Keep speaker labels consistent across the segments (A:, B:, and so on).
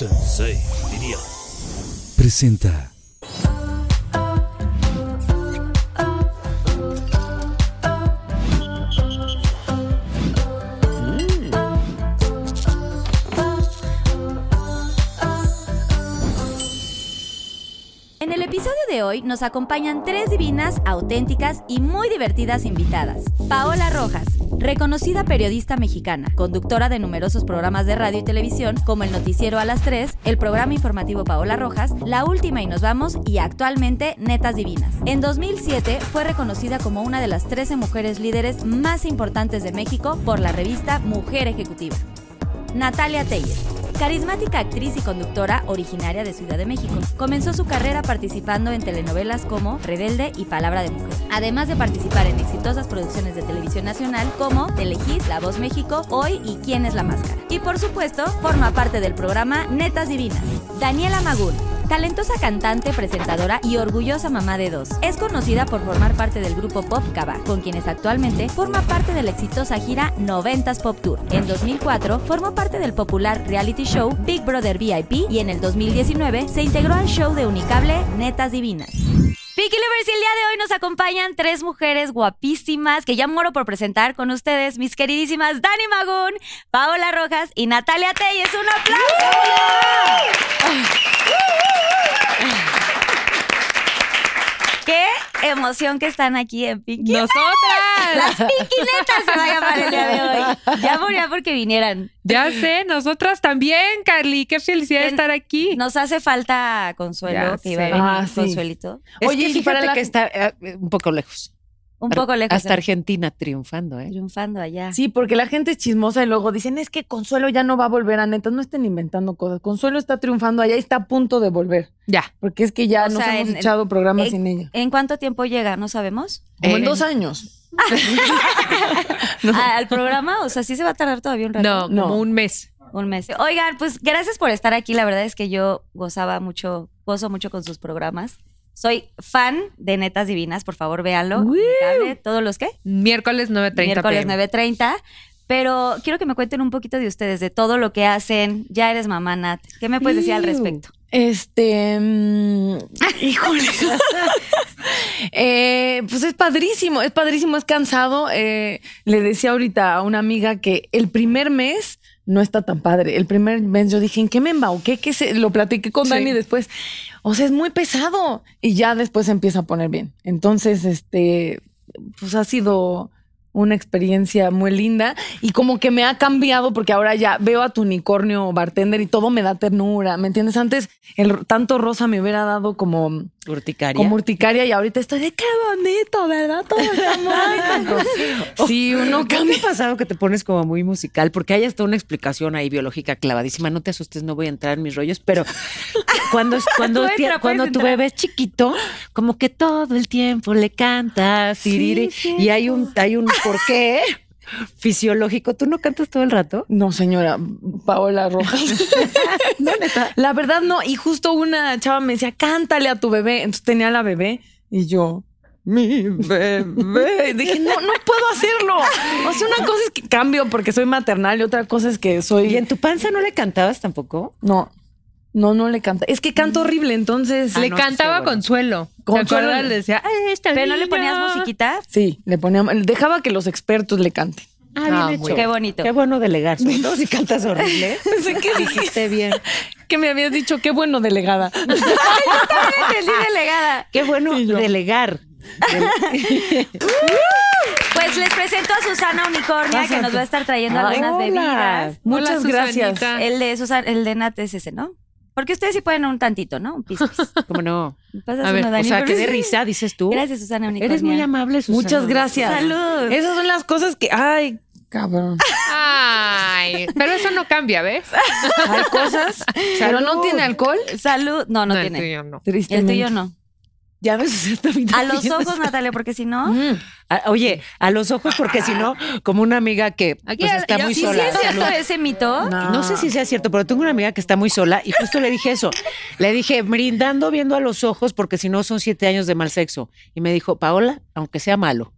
A: Sensei, diría. Presenta.
B: En el episodio de hoy nos acompañan tres divinas, auténticas y muy divertidas invitadas. Paola Rojas, reconocida periodista mexicana, conductora de numerosos programas de radio y televisión como El Noticiero a las 3, el programa informativo Paola Rojas, La Última y Nos Vamos y actualmente Netas Divinas. En 2007 fue reconocida como una de las 13 mujeres líderes más importantes de México por la revista Mujer Ejecutiva. Natalia Telles. Carismática actriz y conductora originaria de Ciudad de México, comenzó su carrera participando en telenovelas como Rebelde y Palabra de Mujer, además de participar en exitosas producciones de televisión nacional como Telehit, La Voz México, Hoy y Quién es la Máscara. Y por supuesto, forma parte del programa Netas Divinas. Daniela Magul, Talentosa cantante, presentadora y orgullosa mamá de dos. Es conocida por formar parte del grupo Pop Cava, con quienes actualmente forma parte de la exitosa gira 90s Pop Tour. En 2004 formó parte del popular reality show Big Brother VIP y en el 2019 se integró al show de Unicable Netas Divinas. Vicky Lovers, y el día de hoy nos acompañan tres mujeres guapísimas que ya muero por presentar con ustedes, mis queridísimas Dani Magún, Paola Rojas y Natalia Telles. ¡Un aplauso! ¡Qué emoción que están aquí en Pinky!
C: Nosotras.
B: Las Pinkinetas se va a llamar el día de hoy. Ya moría porque vinieran.
C: Ya sé, nosotras también, Carly. Qué felicidad de
B: En-
C: estar aquí.
B: Nos hace falta Consuelo,
C: Ya
B: que iba a
C: sé.
B: venir
D: Ah, sí.
B: Consuelito.
D: Es
E: Oye,
D: que
E: fíjate
D: para la-
E: que está eh, un poco lejos.
B: Un poco lejos. eh.
E: Hasta Argentina triunfando, ¿eh?
B: triunfando allá.
D: Sí, porque la gente es chismosa y luego dicen, es que Consuelo ya no va a volver a netas, no estén inventando cosas. Consuelo está triunfando allá y está a punto de volver,
C: Ya.
D: porque es que ya
B: O
D: nos
B: sea,
D: hemos
B: en-
D: echado programas
B: en-
D: sin ella.
B: ¿En cuánto tiempo llega? ¿No sabemos?
D: Como en
E: Eh,
D: dos años.
B: ¿Al programa? O sea, sí se va a tardar todavía un rato.
C: No,
D: No.
C: como un mes.
B: Un mes. Oigan, pues gracias por estar aquí. La verdad es que yo gozaba mucho, gozo mucho con sus programas. Soy fan de Netas Divinas, por favor, véanlo. Impecable. ¿Todos los qué?
C: Miércoles 9.30
B: Miércoles
C: PM.
B: 9.30. Pero quiero que me cuenten un poquito de ustedes, de todo lo que hacen. Ya eres mamá, Nat. ¿Qué me puedes decir al respecto?
D: Este, mm, híjole. Eh, pues es padrísimo, es padrísimo, es cansado. Eh, le decía ahorita a una amiga que el primer mes no está tan padre. El primer mes yo dije, ¿en qué me embauqué? ¿Qué se? Lo platiqué con
C: Sí.
D: Dani después. O sea, es muy pesado. Y ya después se empieza a poner bien. Entonces, este, pues ha sido una experiencia muy linda y como que me ha cambiado porque ahora ya veo a tu unicornio bartender y todo me da ternura, ¿me entiendes? Antes el tanto rosa me hubiera dado como
E: Urticaria.
D: como urticaria y ahorita estoy de qué bonito, ¿verdad? Todo está muy bonito". Sí, uno
E: Oh. ¿Qué te
D: cambia.
E: ha pasado que te pones como muy musical? Porque hay hasta una explicación ahí biológica clavadísima. No te asustes, no voy a entrar en mis rollos, pero cuando, cuando,
B: Tú entra,
E: tie- cuando
B: puedes
E: tu
B: entrar.
E: bebé es chiquito, como que todo el tiempo le cantas tiriri, y hay un, hay un porqué fisiológico. ¿Tú no cantas todo el rato?
D: No, señora Paola Rojas.
E: No, neta.
D: La verdad no, y justo una chava me decía, cántale a tu bebé. Entonces tenía la bebé y yo, mi bebé. Y dije, no, no puedo hacerlo. O sea, una cosa es que cambio porque soy maternal y otra cosa es que soy...
E: ¿Y en tu panza no le cantabas tampoco?
D: No, no, no le canta. Es que canto horrible, entonces...
E: Ah,
C: Le
E: no,
C: cantaba
E: sí, bueno.
C: Consuelo.
D: Consuelo.
C: ¿Te acuerdas? Le decía, "Ay, esta
B: ¿Pero no le
C: niña".
B: ponías musiquita?
D: Sí, le ponía... Dejaba que los expertos le canten.
E: Ah,
C: Ah,
E: bien
C: muy
E: hecho.
B: Qué bonito.
E: Qué bueno delegar, sobre todo si cantas horrible.
D: Pensé que
E: Hiciste bien.
D: Que me habías dicho, qué bueno, delegada.
B: Entendí, delegada.
E: Qué bueno
D: Sí, yo.
E: delegar.
B: Pues les presento a Susana Unicornia, que nos va a estar trayendo
D: Ay,
B: algunas
E: hola.
B: bebidas.
D: Muchas
C: Hola,
D: gracias.
C: Susanita.
B: El de Susana, el de Nat es ese, ¿no? Porque ustedes sí pueden un tantito, ¿no? Un pis, pis.
E: ¿Cómo no?
B: Me pasas
C: A ver,
B: uno,
E: O
B: Dani,
E: sea,
B: pero
E: que de
B: sí.
E: risa, dices tú.
B: Gracias, Susana Unicornia.
E: Eres muy amable, Susana.
D: Muchas gracias.
B: Salud.
D: Esas son las cosas que... Ay, cabrón.
C: Ay, pero eso no cambia, ¿ves?
D: Hay cosas, pero no tiene alcohol.
B: Salud. No, no,
C: el
B: tiene.
C: tuyo no.
B: El
D: Tristemente.
B: tuyo no.
E: Ya ves, o sea, también-
B: A los ojos, Natalia, porque si no.
D: Mm.
E: Ah, Oye, a los ojos, porque si no, como una amiga que
C: Aquí
E: pues,
C: ya-
E: está
C: ya
E: muy
C: sí,
B: ¿Sí
E: sola.
B: es cierto ese mito?
D: No.
E: No sé si sea cierto, pero tengo una amiga que está muy sola y justo le dije eso. Le dije, brindando viendo a los ojos, porque si no son siete años de mal sexo. Y me dijo, Paola, aunque sea malo.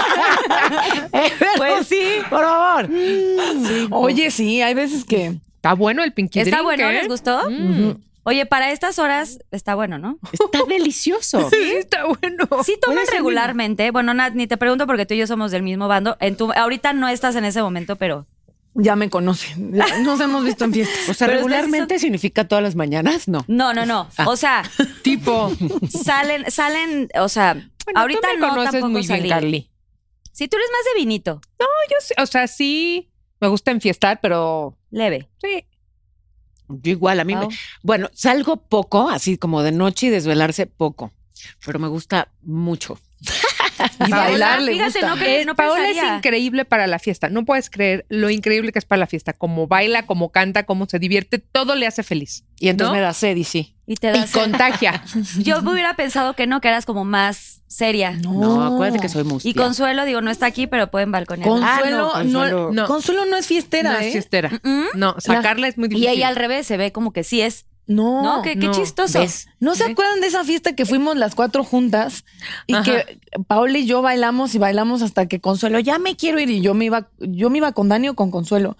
E: pues sí. Por favor.
D: Oye, sí, hay veces que
C: Está bueno el pinky
B: ¿Está
C: drink,
B: bueno?
C: ¿eh?
B: ¿Les gustó?
C: Mm.
D: Ujú.
B: Oye, para estas horas está bueno, ¿no?
E: Está delicioso.
C: Sí, está bueno.
B: Sí tomas regularmente. Bueno, Nat, ni te pregunto porque tú y yo somos del mismo bando. En tu, ahorita no estás en ese momento, pero
D: Ya me conocen. Ya Nos hemos visto en fiestas.
E: O sea,
B: Pero ustedes sí
E: regularmente significa todas las mañanas, no.
B: no, no, no. O sea,
C: Tipo.
B: salen, salen, o sea,
C: Bueno,
B: ahorita
C: tú me
B: no
C: conoces
B: tampoco
C: muy bien,
B: salí.
C: Carly.
B: Si tú eres más de vinito,
C: Yo sí, o sea, sí me gusta enfiestar, pero
B: leve.
C: sí.
E: Yo igual, a mí me-
B: Pau.
E: Bueno, salgo poco, así como de noche y desvelarse poco, pero me gusta mucho.
D: Y
C: Paola,
D: bailar le
B: fíjate,
D: gusta.
B: no que-
C: Eh,
B: no
C: Paola
B: pensaría.
C: es increíble para la fiesta. No puedes creer lo increíble que es para la fiesta. Como baila, como canta, como se divierte, todo le hace feliz.
E: Y entonces
C: ¿No?
E: me da sed y sí.
B: Y te
C: Y
B: das.
C: contagia.
B: Yo hubiera pensado que no, que eras como más seria.
E: No, acuérdate que soy mustia.
B: Ah. Y Consuelo, digo, no está aquí, pero pueden balconear.
D: Consuelo,
E: Ah, no,
D: no,
E: Consuelo.
D: Consuelo no,
C: No.
D: es fiestera,
C: no es
D: ¿eh?
C: fiestera.
B: Mm,
C: No, sacarla es muy
B: Y
C: difícil.
B: ella al revés se ve como que sí es.
D: No.
B: No, qué, qué
C: no.
B: chistoso.
E: ¿Ves?
D: ¿No se
C: ¿Ve?
D: acuerdan de esa fiesta que fuimos las cuatro juntas y
C: Ajá.
D: que Paola y yo bailamos y bailamos hasta que Consuelo ya me quiero ir y yo me iba yo me iba con Dani o con Consuelo.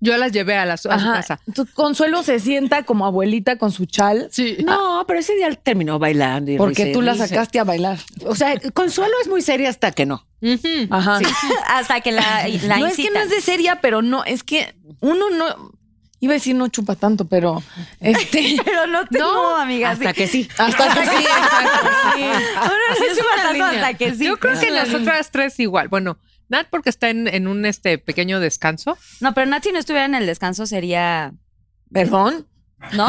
C: Yo las llevé a, la, su- a su
D: Ajá.
C: casa.
D: Entonces, Consuelo se sienta como abuelita con su chal
C: Sí.
E: No,
B: Ah.
E: pero ese día terminó bailando. Y
D: porque
E: risa y
D: tú la
E: risa.
D: sacaste a bailar.
E: O sea, Consuelo es muy seria hasta que no.
C: Ujú.
D: Ajá.
B: Hasta que la, la
D: no es que no
B: incitan.
D: es de seria, pero no, es que uno no iba a decir no chupa tanto, pero este
B: Pero no, te- no, amiga. sí.
E: Hasta que sí.
D: hasta que sí, exacto, sí.
B: Uno no es
D: una
B: patata
D: línea.
B: hasta que sí.
C: Yo creo que
D: Una
C: las otras tres igual. Bueno, Nat porque está en, en un este pequeño descanso.
B: No, pero Nat, si no estuviera en el descanso sería.
D: Perdón.
B: ¿No?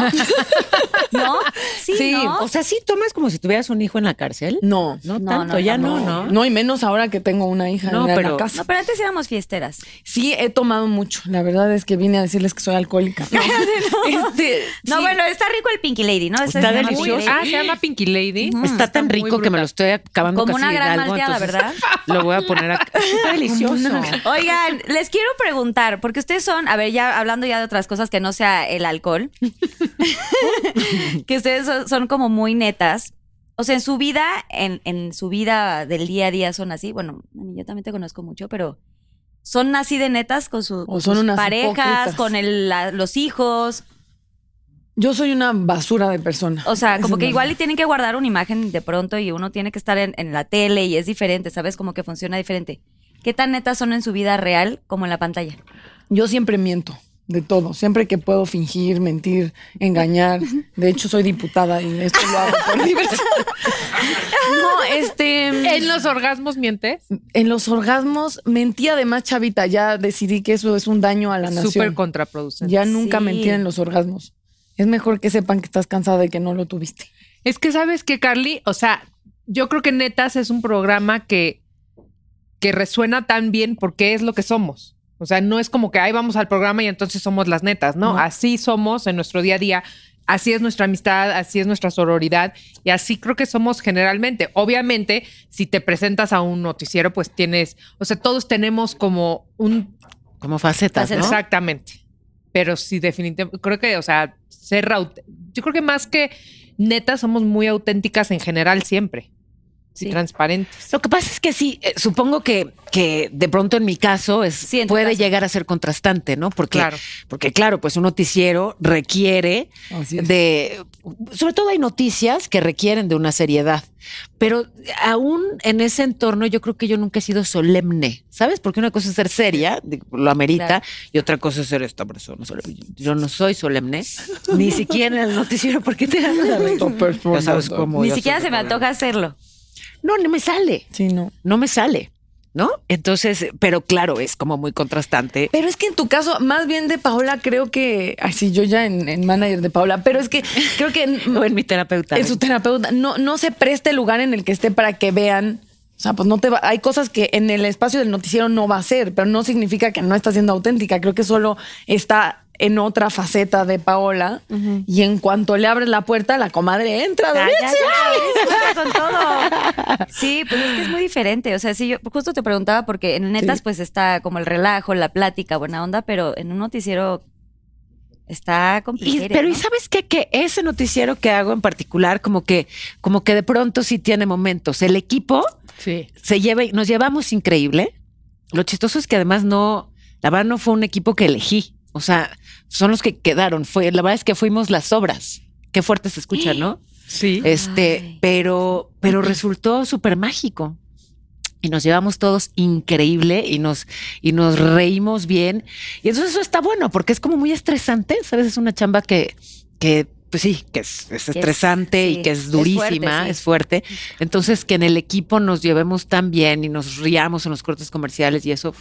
B: ¿No? Sí,
D: Sí,
B: ¿no?
E: O sea, sí tomas como si tuvieras un hijo en la cárcel.
D: No.
E: No,
B: No,
E: tanto,
B: no,
E: ya
B: no,
E: no, no.
D: No, y menos ahora que tengo una hija
E: No,
D: en la
E: pero-
D: casa.
B: No, pero antes éramos fiesteras.
D: Sí, he tomado mucho. La verdad es que vine a decirles que soy alcohólica. Este,
B: No,
D: sí.
B: bueno, está rico el Pinky Lady, ¿no? Este
E: Está
B: se llama
E: delicioso.
B: Pinky Lady.
C: Ah, se llama Pinky Lady.
B: Ujú.
E: Está tan
C: muy
E: rico que me
C: brutal.
E: lo estoy acabando
B: Como
E: casi
B: una
E: de
B: gran
E: algo,
B: malteada,
E: entonces
B: ¿verdad?
E: Lo voy a poner acá. Está delicioso.
B: Oigan, les quiero preguntar, porque ustedes son, a ver, ya hablando ya de otras cosas que no sea el alcohol, que ustedes son, son como muy netas. O sea, en su vida, en, en su vida del día a día son así. Bueno, Dani, yo también te conozco mucho, pero son así de netas con, su, con
D: son
B: sus
D: unas
B: parejas,
D: hipócritas.
B: con el- la- los hijos.
D: Yo soy una basura de persona.
B: O sea, como
D: Es
B: que
D: una-
B: igual y tienen que guardar una imagen de pronto y uno tiene que estar en, en la tele y es diferente, ¿sabes? Como que funciona diferente. ¿Qué tan netas son en su vida real como en la pantalla?
D: Yo siempre miento de todo. Siempre que puedo fingir, mentir, engañar. De hecho, soy diputada y esto lo hago por diversión. No, este.
C: En los orgasmos mientes.
D: En los orgasmos mentí además, chavita. Ya decidí que eso es un daño a la nación.
C: Súper contraproducente.
D: Ya nunca
B: Sí.
D: mentir en los orgasmos. Es mejor que sepan que estás cansada y que no lo tuviste.
C: Es que sabes que, Carly, o sea, yo creo que Netas es un programa que, que resuena tan bien porque es lo que somos. O sea, no es como que ahí vamos al programa y entonces somos las netas, ¿no?
D: No.
C: Así somos en nuestro día a día, así es nuestra amistad, así es nuestra sororidad y así creo que somos generalmente. Obviamente, si te presentas a un noticiero, pues tienes, o sea, todos tenemos como un
E: Como facetas, ¿no?
B: Facetas.
C: Exactamente. Pero sí, definitivamente. Creo que, o sea, ser aut- Yo creo que más que netas somos muy auténticas en general siempre. Sí.
B: Sí.
C: transparentes.
E: Lo que pasa es que sí, eh, supongo que, que de pronto en mi caso es,
B: Sí, en tu
E: puede
B: caso.
E: llegar a ser contrastante, ¿no? Porque,
C: Claro.
E: porque claro, pues un noticiero requiere
D: Así es.
E: de, sobre todo hay noticias que requieren de una seriedad, pero aún en ese entorno yo creo que yo nunca he sido solemne, ¿sabes? Porque una cosa es ser seria, digo, lo amerita,
B: Claro.
E: y otra cosa es ser esta persona. solemne. Yo no soy solemne, ni siquiera en el noticiero, porque te dan la razón. Ya sabes cómo
B: Ni
E: yo
B: siquiera
E: soy
B: se me
E: solemne.
B: antoja hacerlo.
E: No, no me sale
D: Sí, no.
E: no me sale, ¿no? Entonces, pero claro, es como muy contrastante.
D: Pero es que en tu caso, más bien de Paola, creo que. Ay, sí, yo ya en, en manager de Paola, pero es que creo que en,
E: O en mi terapeuta.
D: en su terapeuta no, no se preste el lugar en el que esté para que vean. O sea, pues no te va. Hay cosas que en el espacio del noticiero no va a ser, pero no significa que no está siendo auténtica. Creo que solo está en otra faceta de Paola. Y en cuanto le abres la puerta, la comadre entra.
E: Ya,
B: Ay,
D: Dorianzi.
E: ya,
B: con todo. Sí, pues es que es muy diferente. O sea, sí, yo justo te preguntaba porque en netas
D: Sí.
B: pues está como el relajo, la plática, buena onda, pero en un noticiero está
E: Y-
B: complicado.
E: pero ¿y sabes qué? Que ese noticiero que hago en particular, como que, como que de pronto sí tiene momentos. El equipo
C: Sí.
E: se lleva, nos llevamos increíble. Lo chistoso es que además no, la verdad no fue un equipo que elegí. O sea, son los que quedaron. Fue, la verdad es que fuimos las obras. Qué fuerte se escucha, ¿no?
C: Sí.
E: Este,
B: Ay.
E: pero, pero resultó súper mágico. Y nos llevamos todos increíble y nos, y nos reímos bien. Y entonces eso está bueno, porque es como muy estresante, ¿sabes? Es una chamba que, que pues sí, que es, es estresante
B: sí,
E: y que
B: es
E: es
B: fuerte,
E: durísima,
B: sí.
E: es fuerte, Entonces, que en el equipo nos llevemos tan bien y nos riamos en los cortes comerciales y eso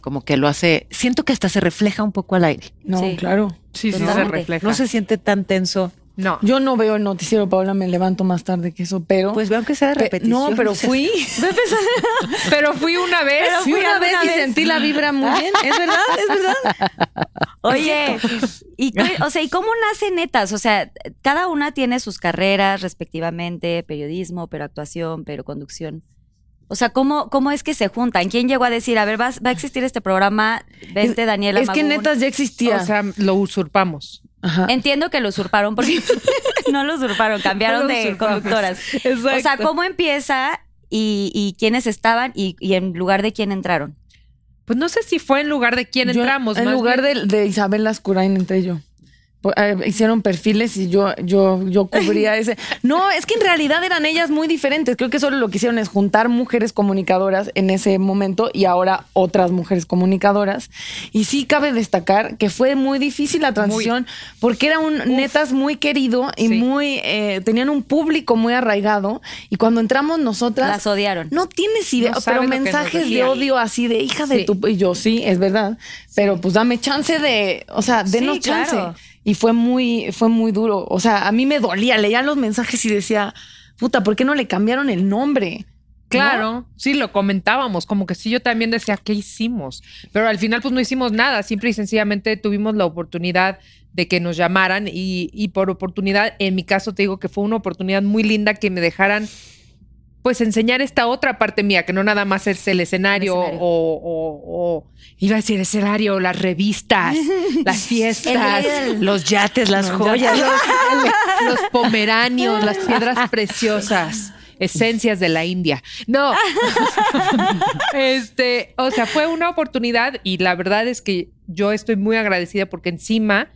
E: como que lo hace, siento que hasta se refleja un poco al aire.
D: No,
B: Sí.
D: claro.
C: Sí, sí, se
B: Totalmente.
C: refleja.
E: No se siente tan tenso.
C: No.
D: Yo no veo el noticiero, Paola, me levanto más tarde que eso, pero.
E: Pues vean que sea de
D: Pe-
E: repetición.
D: no, pero fui.
C: Pero fui una vez.
D: Fui una vez y sentí la vibra muy bien. Es verdad, es verdad.
B: Oye, y, cu- o sea, ¿y cómo nacen netas? O sea, cada una tiene sus carreras respectivamente, periodismo, pero actuación, pero conducción. O sea, ¿cómo, ¿cómo es que se juntan? ¿Quién llegó a decir, a ver, vas- va a existir este programa? Vente, Daniela.
D: es que
B: Magún"?
D: netas ya existía.
C: O sea, lo usurpamos.
E: Ah.
D: Ajá.
B: Entiendo que lo usurparon porque no lo usurparon, cambiaron
C: No lo
B: de
C: usurpamos.
B: conductoras. O sea, ¿cómo empieza y, y quiénes estaban y, y en lugar de quién entraron?
C: Pues no sé si fue en lugar de quién
D: Yo,
C: entramos.
D: En
C: más
D: lugar
C: bien.
D: de, de Isabel Lascurain entre yo. Por- eh, hicieron perfiles y yo, yo, yo cubría ese. No, es que en realidad eran ellas muy diferentes. Creo que solo lo que hicieron es juntar mujeres comunicadoras en ese momento y ahora otras mujeres comunicadoras. Y sí cabe destacar que fue muy difícil la transición porque era un netas muy querido y
C: Sí.
D: muy eh, tenían un público muy arraigado. Y cuando entramos nosotras,
B: Las odiaron.
D: no tienes idea,
C: No
D: pero
C: saben lo que nos
D: mensajes de
C: decían.
D: odio así de hija de
C: Sí.
D: tu. Y yo, sí, es verdad. Pero pues dame chance de. O sea, denos
B: Sí, claro.
D: chance. Y fue muy, fue muy duro. O sea, a mí me dolía. Leía los mensajes y decía, puta, ¿por qué no le cambiaron el nombre?
C: Claro, sí, lo comentábamos, como que sí, yo también decía, ¿qué hicimos? Pero al final pues no hicimos nada, simple y sencillamente tuvimos la oportunidad de que nos llamaran y, y por oportunidad, en mi caso te digo que fue una oportunidad muy linda que me dejaran pues enseñar esta otra parte mía, que no nada más es el escenario,
B: El escenario.
C: O, o- o- iba a decir escenario, las revistas, las fiestas,
B: El-
E: Los yates, las joyas.
C: los pomeranios, las piedras preciosas, esencias de la India. No. Este, o sea, fue una oportunidad y la verdad es que yo estoy muy agradecida porque encima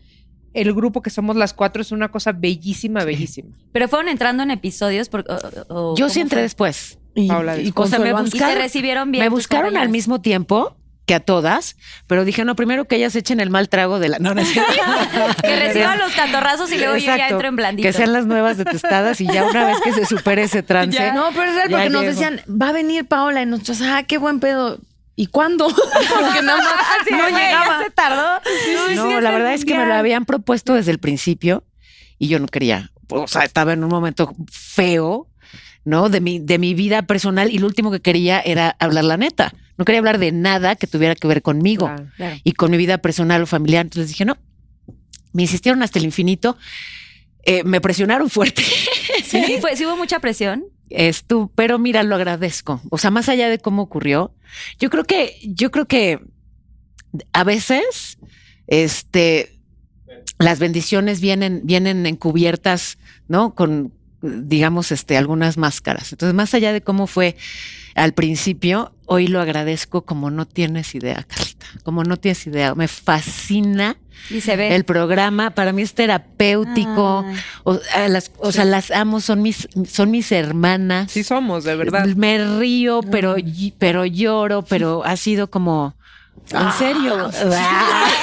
C: el grupo que somos las cuatro es una cosa bellísima, bellísima.
B: Pero fueron entrando en episodios. Porque, o- o-
E: Yo
B: ¿cómo
E: sí entré
B: fue?
E: después.
D: Y,
C: Paola,
D: y
E: o sea, me
D: Consuelo An-
B: Y
E: buscaron-
B: te recibieron bien.
E: Me
B: tus
E: buscaron al
B: compañeras.
E: mismo tiempo que a todas, pero dije, no, primero que ellas echen el mal trago de la... No, no es cierto.
B: Que reciban los cantorrazos y luego yo ya
E: Exacto.
B: entro en blandito.
E: Que sean las nuevas detestadas y ya una vez que se supere ese trance.
D: Ya. No, pero es real
E: Ya
D: porque nos
E: llego.
D: decían, va a venir Paola y nosotros, ah, qué buen pedo. ¿Y cuándo? porque nada más no llegaba.
B: se tardó.
E: No, la verdad es que me lo habían propuesto desde el principio y yo no quería. O sea, estaba en un momento feo, ¿no? De mi, de mi vida personal y lo último que quería era hablar la neta. No quería hablar de nada que tuviera que ver conmigo
C: Claro.
E: y con mi vida personal o familiar. Entonces dije, no, me insistieron hasta el infinito. Eh, me presionaron fuerte.
B: Sí, fue, sí hubo mucha presión.
E: Estu, pero mira, lo agradezco. O sea, más allá de cómo ocurrió, yo creo que, yo creo que a veces, este, las bendiciones vienen, vienen encubiertas, ¿no? Con, digamos, este, algunas máscaras. Entonces, más allá de cómo fue al principio, hoy lo agradezco como no tienes idea, Carlita. Como no tienes idea. Me fascina
B: Y se ve.
E: el programa. Para mí es terapéutico.
B: Ay.
E: O, a las, o sea, las amo, son mis, son mis hermanas.
C: Sí somos, de verdad.
E: Me
B: Ah.
E: río, pero, ll- pero lloro, pero ha sido como.
B: Ah,
E: En serio. Ah.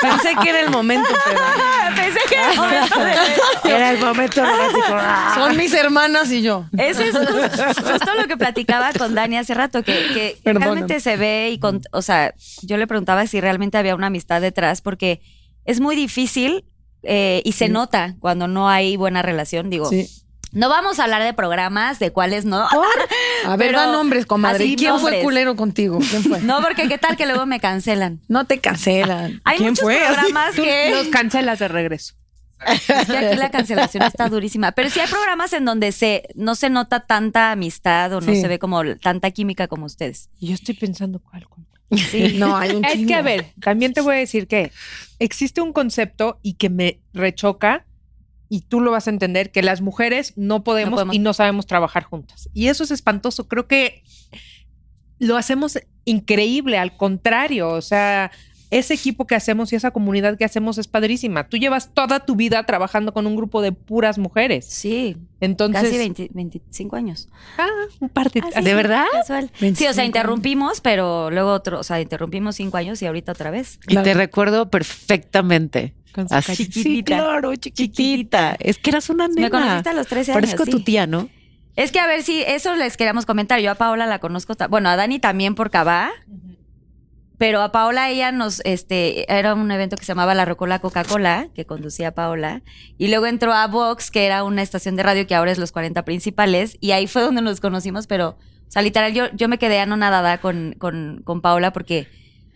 D: Pensé que era el momento, pero
B: Pensé que era el momento de-
E: Era el momento romántico.
D: son mis hermanas y yo.
B: Eso es justo lo que platicaba con Dani hace rato, que, que
D: Perdóname.
B: realmente se ve y con, o sea, yo le preguntaba si realmente había una amistad detrás, porque es muy difícil eh, y se nota cuando no hay buena relación. Digo,
D: Sí. Oh.
B: no vamos a hablar de programas, de cuáles no.
D: A ver,
B: Pero
D: da nombres, comadre.
B: así,
D: ¿Quién fue
B: nombres.
D: el culero contigo? ¿Quién fue?
B: No, porque qué tal que luego me cancelan.
D: No te cancelan.
B: Hay muchos programas
C: Tú
B: que
C: nos cancelas de regreso.
B: Es que aquí la cancelación está durísima. Pero sí hay programas en donde se no se nota tanta amistad o no
D: Sí.
B: se ve como tanta química como ustedes.
C: Y yo estoy pensando cuál. cuál.
D: No, hay un
C: Es
D: chingo.
C: que, a ver, también te voy a decir que existe un concepto y que me rechoca y tú lo vas a entender, que las mujeres no podemos,
B: No podemos.
C: y no sabemos trabajar juntas. Y eso es espantoso. Creo que lo hacemos increíble, al contrario, o sea... ese equipo que hacemos y esa comunidad que hacemos es padrísima. Tú llevas toda tu vida trabajando con un grupo de puras mujeres.
B: Sí,
C: Entonces,
B: casi 20 25 años.
C: ah, un par de-
B: Así,
E: ¿De verdad?
B: casual. Sí, o
D: 25.
B: sea, interrumpimos, pero luego otro, o sea, interrumpimos cinco años y ahorita otra vez.
E: Y te recuerdo perfectamente.
B: Con su
E: Así, sí,
B: chiquitita.
E: claro, chiquitita. Es que eras una nena.
B: Me conociste a los 13 años.
E: Parezco
B: sí.
E: tu tía, ¿no?
B: Es que a ver si eso les queríamos comentar. Yo a Paola la conozco, ta- bueno, a Dani también por Cabá. Pero a Paola ella nos, este, era un evento que se llamaba La Rocola Coca-Cola, que conducía Paola. Y luego entró a Vox, que era una estación de radio que ahora es los 40 principales. Y ahí fue donde nos conocimos, pero, o sea, literal, yo, yo me quedé anonadada con, con, con Paola porque,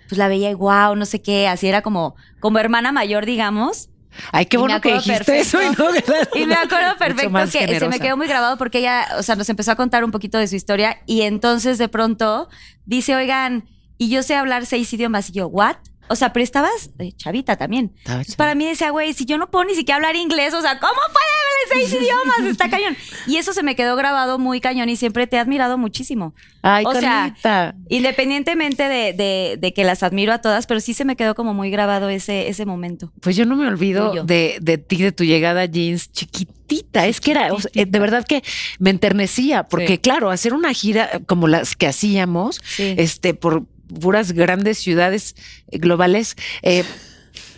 B: pues la veía y wow, no sé qué, así era como, como hermana mayor, digamos.
E: Ay, qué
B: Y me
E: bueno que
B: acuerdo
E: dijiste
B: perfecto.
E: eso y no ¿verdad?
B: Y me acuerdo
E: Mucho
B: perfecto que
E: más
B: se me
E: generosa.
B: quedó muy grabado porque ella, o sea, nos empezó a contar un poquito de su historia y entonces de pronto dice, oigan, y yo sé hablar seis idiomas y yo, ¿what? O sea, pero estabas eh, chavita también.
E: Estaba
B: Entonces para mí decía, güey, si yo no puedo ni siquiera hablar inglés, o sea, ¿cómo puede hablar seis idiomas? Está cañón. Y eso se me quedó grabado muy cañón y siempre te he admirado muchísimo.
E: Ay,
B: o sea,
E: Carlita.
B: Independientemente de, de- de que las admiro a todas, pero sí se me quedó como muy grabado ese, ese momento.
E: Pues yo no me olvido
B: Tuyo.
E: de, de ti, de tu llegada a jeans chiquitita. Es que era, o sea, eh, de verdad que me enternecía, porque
C: Sí.
E: claro, hacer una gira eh, como las que hacíamos,
B: Sí.
E: este, por puras grandes ciudades eh, globales, eh,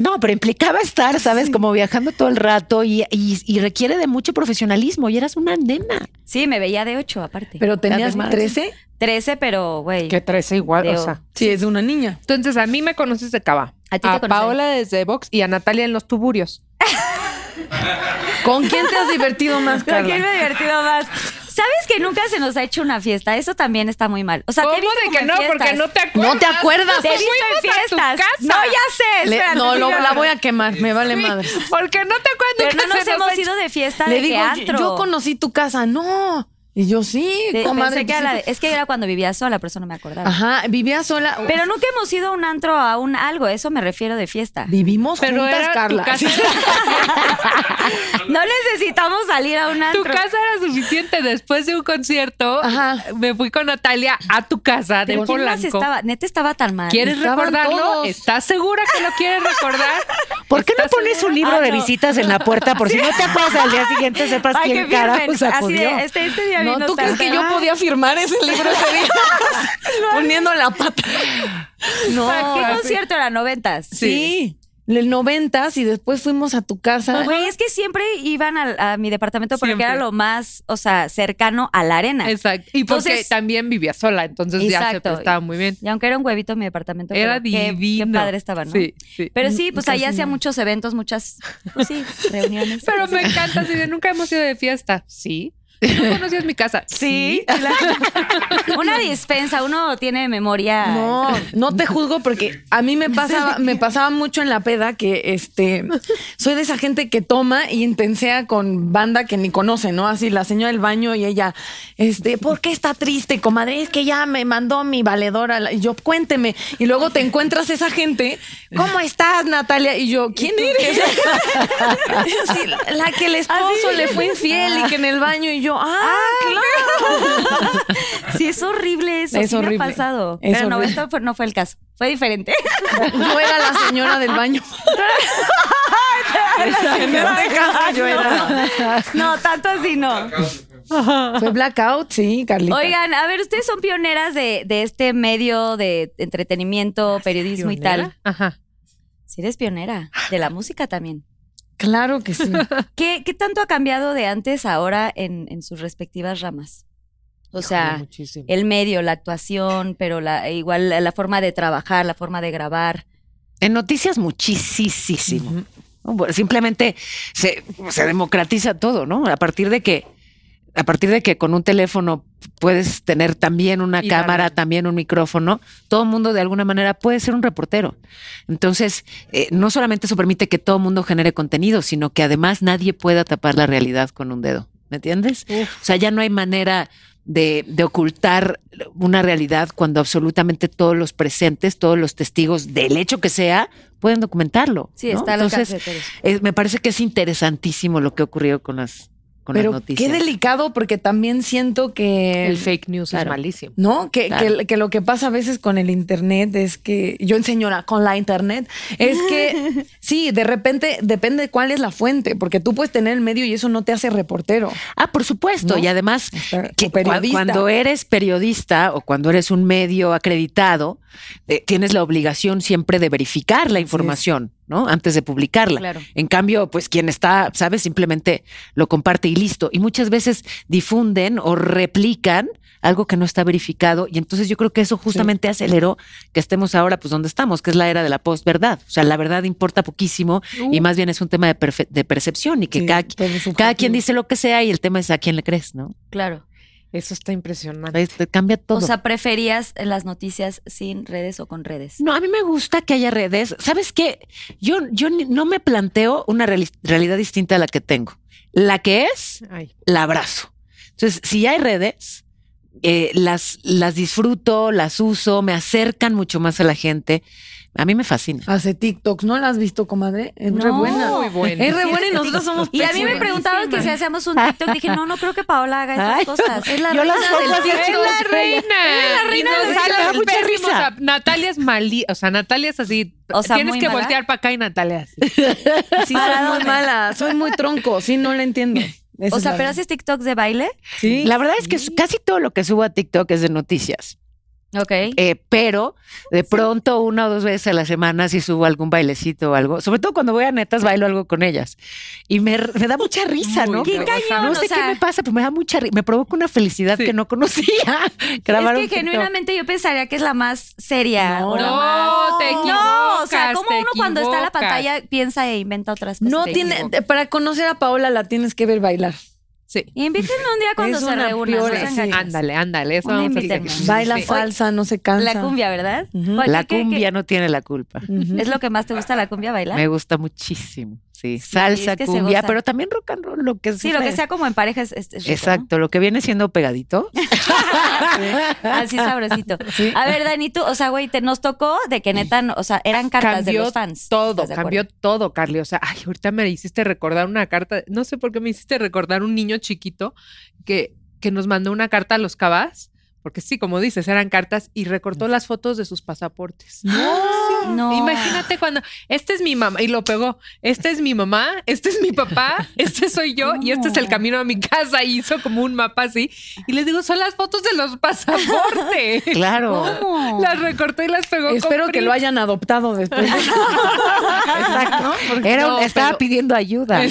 E: no, pero implicaba estar, ¿sabes? Como viajando todo el rato y, y- y requiere de mucho profesionalismo y eras una nena.
B: Sí, me veía de ocho aparte.
D: Pero tenías
E: Además.
D: 13.
B: 13, pero güey.
C: que trece igual,
B: Teo.
C: o sea.
D: Sí, es una niña.
C: Entonces, a mí me conoces de Cava.
B: A ti te conocí.
C: Paola desde Vox y a Natalia en los tuburios.
D: ¿Con quién te has divertido más,
B: Creo que
D: Carla?
B: me he divertido más. ¿Sabes que nunca se nos ha hecho una fiesta? Eso también está muy mal. O sea,
C: ¿Cómo
B: te he visto
C: de
B: como
C: que
B: en
C: no?
B: fiestas.
C: Porque no te acuerdas.
D: No te acuerdas.
B: Te he visto en
C: Fuimos a tu
B: fiestas.
C: casa.
B: No, ya sé.
D: Le-
B: espérate,
D: no, lo-
B: sí,
D: la voy a quemar, me vale madre.
C: Porque no te acuerdas.
B: Pero
C: nunca
B: no nos
C: se
B: hemos
C: ha hecho.
B: ido de fiesta
D: Le
B: de
D: digo, "Yo-
B: teatro.
D: yo conocí tu casa, no. Y yo sí,
B: Te-
D: comadre.
B: pensé que
D: pues
B: era la
D: sí".
B: de- es que era cuando vivía sola, por eso no me acordaba.
D: Ajá, vivía sola.
B: Pero nunca hemos ido a un antro a un algo, eso me refiero de fiesta.
D: Vivimos
C: Pero
D: juntas,
C: era tu
D: Carla.
C: casa.
D: Sí.
B: No necesitamos salir a un
C: Tu
B: antro.
C: casa era suficiente. Después de un concierto,
D: Ajá.
C: me fui con Natalia a tu casa de
B: Pero ¿quién más
C: Polanco.
B: estaba? Neta estaba tan mal.
C: ¿Quieres
D: Estaban
C: recordarlo?
D: todos.
C: ¿Estás segura que lo quieres recordar?
E: ¿Por qué no
C: ¿Estás
E: pones un
C: segura?
E: libro
B: Ah,
E: de
B: no.
E: visitas en la puerta? Por si no te acuerdas al día siguiente, sepas
B: Ay,
E: quién
B: qué
E: carajo
B: firmen. Así
E: sacudió.
B: de, este, este día
D: No,
B: vino
D: ¿tú crees que
B: tarde.
D: yo podía firmar ese libro ese día? Poniendo la pata. pues No.
B: Ah, ¿Qué
C: Ah,
B: concierto era? ¿Noventas?
D: Sí. El 90 y después fuimos a tu casa.
B: Güey, es que siempre iban al- a, mi departamento porque
C: Siempre.
B: era lo más, o sea, cercano a la arena.
C: Exacto. Y porque
B: Entonces-
C: también vivía sola, entonces ya se
B: Exacto.
C: prestaba muy bien.
B: Y aunque era un huevito mi departamento,
C: Era
B: pero qué-
C: divino.
B: Qué, padre estaba, ¿no?
C: Sí, Mm, sí.
B: Pero sí, pues ahí
D: Casi
B: hacía
D: no.
B: muchos eventos, muchas, pues sí, reuniones.
C: Pero me encanta, así de, nunca hemos ido de fiesta. Sí. ¿No conocías mi casa?
B: Sí, claro. una dispensa, uno tiene memoria.
D: No, no te juzgo porque a mí me pasaba, me pasaba mucho en la peda que este soy de esa gente que toma y intensea con banda que ni conoce, ¿no? Así la señora del baño y ella, este, ¿por qué está triste, comadre? Es que ya me mandó mi valedora. la-". Y yo, cuénteme. Y luego te encuentras esa gente, ¿cómo estás, Natalia? Y yo, ¿quién eres? Y así, la que el esposo le fue infiel y que en el baño y yo, ah, claro.
B: Sí, es horrible eso.
D: Es
B: sí me
D: horrible.
B: ha pasado.
D: Es
B: pero no,
D: horrible.
B: esto fue- no fue el caso. Fue diferente.
D: No era la señora del baño. En este caso yo era.
B: No, tanto así no.
D: Fue blackout, sí, Carlita.
B: Oigan, a ver, ustedes son pioneras de, de este medio de entretenimiento, periodismo y tal.
C: Ajá.
B: Si eres pionera de la música también.
D: claro que sí.
B: ¿Qué, qué tanto ha cambiado de antes a ahora en, en sus respectivas ramas? O sea,
E: muchísimo.
B: el medio, la actuación, pero la, e igual la, la forma de trabajar, la forma de grabar.
E: En noticias muchísimo. ¿no? Bueno, Simplemente se, se democratiza todo, ¿no? A partir de que, a partir de que con un teléfono puedes tener también una
C: Y
E: cámara,
C: darle.
E: también un micrófono, todo el mundo de alguna manera puede ser un reportero. Entonces, eh, no solamente eso permite que todo el mundo genere contenido, sino que además nadie pueda tapar la realidad con un dedo. ¿Me entiendes? O sea, ya no hay manera de, de ocultar una realidad cuando absolutamente todos los presentes, todos los testigos del hecho que sea, pueden documentarlo.
B: Sí,
E: ¿no?
B: está a los
E: Entonces,
B: cafeteros.
E: es- me parece que es interesantísimo lo que ha ocurrido con las con
D: Pero
E: las
D: qué
E: noticias.
D: delicado, porque también siento que.
C: El fake news
E: claro.
C: es malísimo.
D: ¿No? Que,
E: Claro.
D: que- que lo que pasa a veces con el internet es que, yo enseño la- con la internet, es que sí, de repente depende cuál es la fuente, porque tú puedes tener el medio y eso no te hace reportero.
E: Ah, por supuesto.
D: ¿No?
E: Y además,
D: Está-
E: que
D: o
E: cua-
D: periodista.
E: cuando eres periodista o cuando eres un medio acreditado, eh, tienes la obligación siempre de verificar la información, ¿no? Antes de publicarla.
C: Claro.
E: En cambio, pues quien está, ¿sabes? Simplemente lo comparte y listo. Y muchas veces difunden o replican algo que no está verificado. Y entonces yo creo que eso justamente aceleró que estemos ahora, pues, donde estamos, que es la era de la postverdad. O sea, la verdad importa poquísimo y más bien es un tema de, perfe- de percepción y que
D: Sí,
E: cada, qui-
D: todo subjetivo.
E: cada quien dice lo que sea y el tema es a quién le crees, ¿no?
B: Claro.
C: Eso está impresionante.
E: Ahí te cambia todo.
B: O sea, preferías las noticias sin redes o con redes.
E: no, a mí me gusta que haya redes. ¿Sabes qué? Yo, yo ni- no me planteo una reali- realidad distinta a la que tengo. La que es,
C: Ay,
E: la abrazo. Entonces, si ya hay redes, eh, las, las disfruto, las uso, me acercan mucho más a la gente. A mí me fascina.
D: Hace TikToks, ¿no la has visto, comadre? Es re
B: No.
D: buena.
C: muy Ah, bueno.
D: Es re buena y nosotros somos
B: Y a mí me
D: pésimas.
B: preguntaban que si hacíamos un TikTok, dije, no, no creo que Paola haga esas
E: Ay,
B: cosas. Es la
E: yo las
B: reina
E: pongo
B: del
E: así,
B: TikTok.
E: es la reina.
C: Es la
E: reina del salón, me da mucha risa.
C: Natalia es malí, o sea, Natalia es así.
B: O sea,
C: tienes
B: muy
C: que
B: mala.
C: voltear para acá y Natalia así.
D: Sí, soy muy mala, soy muy tronco, sí, no la entiendo. Esa
B: O
D: es
B: sea,
D: la
B: pero
D: verdad.
B: haces TikToks de baile.
D: Sí.
E: La verdad es que casi todo lo que subo a TikTok es de noticias,
B: Ok.
E: Eh, pero de pronto una o dos veces a la semana sí subo algún bailecito o algo. Sobre todo cuando voy a netas bailo algo con ellas y me, me da mucha risa,
C: Muy
E: ¿no? Porque
B: ¡Qué cañón!
E: no
B: o
E: sé
B: sea,
E: qué me pasa, pero me da mucha risa, me provoca una felicidad que no conocía. Grabar
B: es
E: un
B: que
E: TikTok.
B: genuinamente yo pensaría que es la más seria.
D: No,
B: o la
C: no,
B: más-
C: te
B: No, o sea,
C: equivocas,
B: como
C: te
B: uno cuando está en la
C: equivocas.
B: pantalla piensa e inventa otras cosas.
D: No
B: Te
D: tiene,
B: equivocas.
D: para conocer a Paola la tienes que ver bailar.
C: Sí.
B: Invítenme un día cuando
D: Es
B: se
D: una
B: reúnan. no
D: piora,
B: sean
D: sí.
B: gachas.
C: Ándale, ándale, eso
B: Una
C: vamos a hacer.
B: inviten-
D: Baila
C: Sí.
D: falsa, no se cansa.
B: La cumbia, ¿verdad?
D: Ujú.
B: Oye,
E: La
B: ¿qué- qué-
E: cumbia no tiene la culpa.
D: Ujú.
B: ¿Es lo que más te gusta la cumbia bailar?
E: Me gusta muchísimo. Sí,
B: Sí,
E: salsa,
B: es que se
E: cumbia,
B: goza.
E: pero también rock and roll, lo que
B: Sí,
E: sea.
B: lo que sea como en pareja es, es- es rico, ¿no?
E: Exacto, lo que viene siendo pegadito.
B: Así sabrosito. A ver, Dani, tú, o sea, güey, te nos tocó de que neta, no- o sea, eran cartas de
C: Cambió
B: los fans.
C: Todo,
B: ¿Estás de
C: cambió
B: acuerdo?
C: todo, Carly. O sea, ay, ahorita me hiciste recordar una carta, no sé por qué me hiciste recordar un niño chiquito que, que nos mandó una carta a los cabas, porque sí, como dices, eran cartas y recortó las fotos de sus pasaportes. Sí.
B: No.
C: Imagínate cuando, esta es mi mamá, y lo pegó, esta es mi mamá, este es mi papá, este soy yo, y este es el
B: No.
C: camino a mi casa, y hizo como un mapa así, y les digo, son las fotos de los pasaportes.
E: Claro.
B: ¿Cómo?
C: Las recortó y las pegó. con
D: Espero que
C: print.
D: lo hayan adoptado después.
E: Exacto. Era un-
C: No,
E: estaba
C: pero-
E: pidiendo ayuda.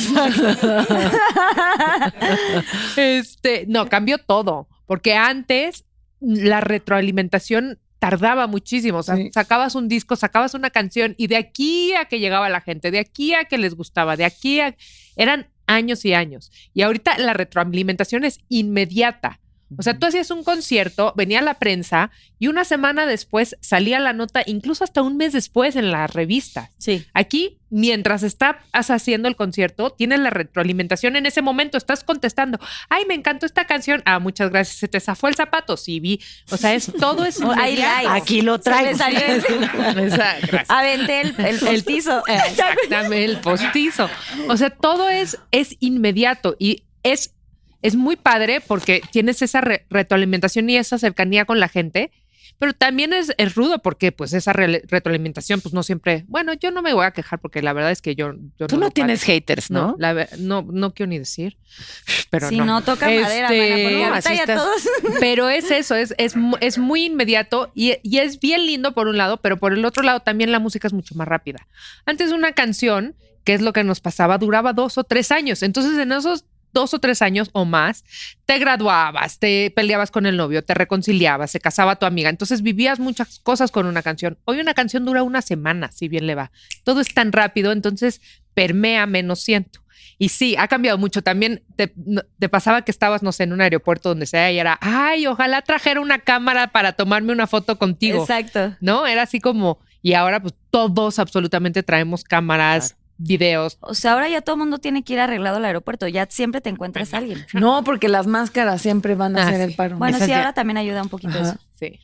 C: Este, no, cambió todo, porque antes la retroalimentación tardaba muchísimo, o sea,
D: Sí.
C: sacabas un disco, sacabas una canción y de aquí a que llegaba la gente, de aquí a que les gustaba, de aquí a eran años y años. Y ahorita la retroalimentación es inmediata. O sea, tú hacías un concierto, venía la prensa y una semana después salía la nota, incluso hasta un mes después en las revistas.
B: Sí.
C: Aquí, mientras estás haciendo el concierto, tienes la retroalimentación en ese momento, estás contestando, ay, me encantó esta canción, ah, muchas gracias, se te zafó el zapato, sí, vi. O sea, es todo es
B: Ay,
C: inmediato.
B: ay.
E: Aquí lo
B: Se me
E: traigo.
B: salió el-
C: Esa- gracias.
B: Aventé el, el postizo.
C: Exactamente, el postizo. O sea, todo es, es inmediato y es, es muy padre porque tienes esa re- retroalimentación y esa cercanía con la gente, pero también es, es rudo porque pues esa re- retroalimentación pues no siempre, bueno, yo no me voy a quejar porque la verdad es que yo... yo
E: Tú no
C: lo
E: tienes
C: padezco.
E: haters, ¿no?
C: No, la ve- no, no quiero ni decir, pero
B: Si
C: no.
B: no, toca madera,
C: Este,
B: mana, porque
C: no,
B: ahorita
E: así
B: ya
E: estás.
B: todos.
C: Pero es eso, es, es, mu- es muy inmediato y, y es bien lindo por un lado, pero por el otro lado también la música es mucho más rápida. Antes una canción, que es lo que nos pasaba, duraba dos o tres años. Entonces en esos dos o tres años o más, te graduabas, te peleabas con el novio, te reconciliabas, se casaba tu amiga. Entonces vivías muchas cosas con una canción. Hoy una canción dura una semana, si bien le va. Todo es tan rápido, entonces permea menos siento. Y sí, ha cambiado mucho. También te, no- te pasaba que estabas, no sé, en un aeropuerto donde sea y era, ay, ojalá trajera una cámara para tomarme una foto contigo.
B: Exacto.
C: ¿No? Era así como, y ahora pues todos absolutamente traemos cámaras, videos.
B: O sea, ahora ya todo el mundo tiene que ir arreglado al aeropuerto. Ya siempre te encuentras a alguien.
D: No, porque las máscaras siempre van a
C: Ah,
D: hacer
C: sí.
D: el paro.
B: Bueno,
C: Esas
B: sí,
C: ya-
D: pues,
B: ahora también ayuda un poquito
D: Ajá.
B: eso.
C: Sí.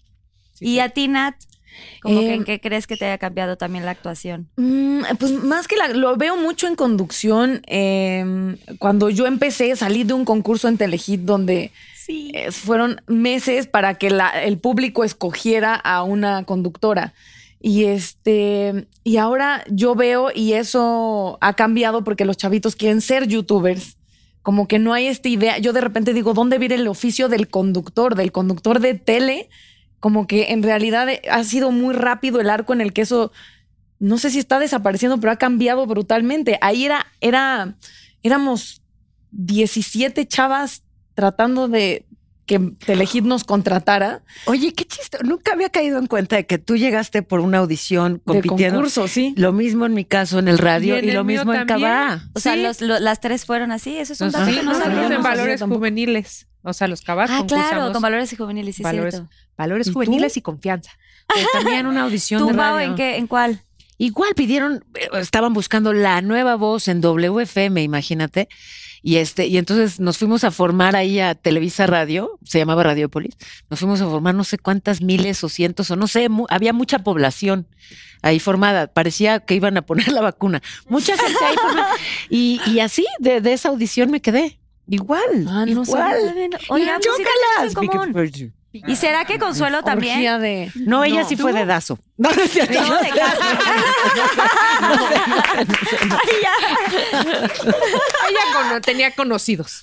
B: Y a ti, Nat, Como que
D: Eh,
B: en qué crees que te haya cambiado también la actuación.
D: Mm, pues más que la, lo veo mucho en conducción. eh, cuando yo empecé, salí de un concurso en Telehit donde
B: Sí.
D: eh, fueron meses para que la- el público escogiera a una conductora. Y este, y ahora yo veo, y eso ha cambiado porque los chavitos quieren ser youtubers. Como que no hay esta idea. Yo de repente digo, ¿dónde viene el oficio del conductor? Del conductor de tele. Como que en realidad eh, ha sido muy rápido el arco en el que eso, no sé si está desapareciendo, pero ha cambiado brutalmente. Ahí era, era, éramos 17 chavas tratando de que Telehit nos contratara
E: Oye, qué chiste. Nunca había caído en cuenta de que tú llegaste por una audición
D: de
E: compitiendo.
D: concurso, sí.
E: Lo mismo en mi caso en el radio
C: Y
E: y,
C: en el
E: lo
C: mío
E: mismo en
C: también.
E: Cabá.
B: O sea,
D: Sí.
B: los- lo- las tres fueron así. Eso es un dato
C: Sí,
B: que no
C: nosotros en
D: sabía, no
B: sabíamos.
D: valor-
C: valores
D: tampoco.
C: juveniles. O sea, los cabas
B: Ah, claro,
C: concursamos
B: con valores y juveniles, sí,
C: Valores.
B: cierto.
C: valores
D: ¿Y tú?
C: juveniles y confianza.
E: que También una audición
B: ¿Tú,
E: de
B: Mau,
E: radio.
B: en qué, en cuál?
E: Igual pidieron, eh, estaban buscando la nueva voz en WFM, imagínate. Y este, y entonces nos fuimos a formar ahí a Televisa Radio, se llamaba Radiopolis. Nos fuimos a formar no sé cuántas miles o cientos o no sé, mu- había mucha población ahí formada. Parecía que iban a poner la vacuna. Mucha gente ahí formada. Y, y así, de, de esa audición me quedé. Igual.
D: Ah, no
E: igual.
B: Oigan, pues sí tenemos en común.
E: Chócalas.
B: ¿Y será que Consuelo también?
D: Orgía de.
E: No, ella sí fue de Dazo. No, no es cierto.
B: No, de casa. Ay, ya.
C: Ella cono- tenía conocidos.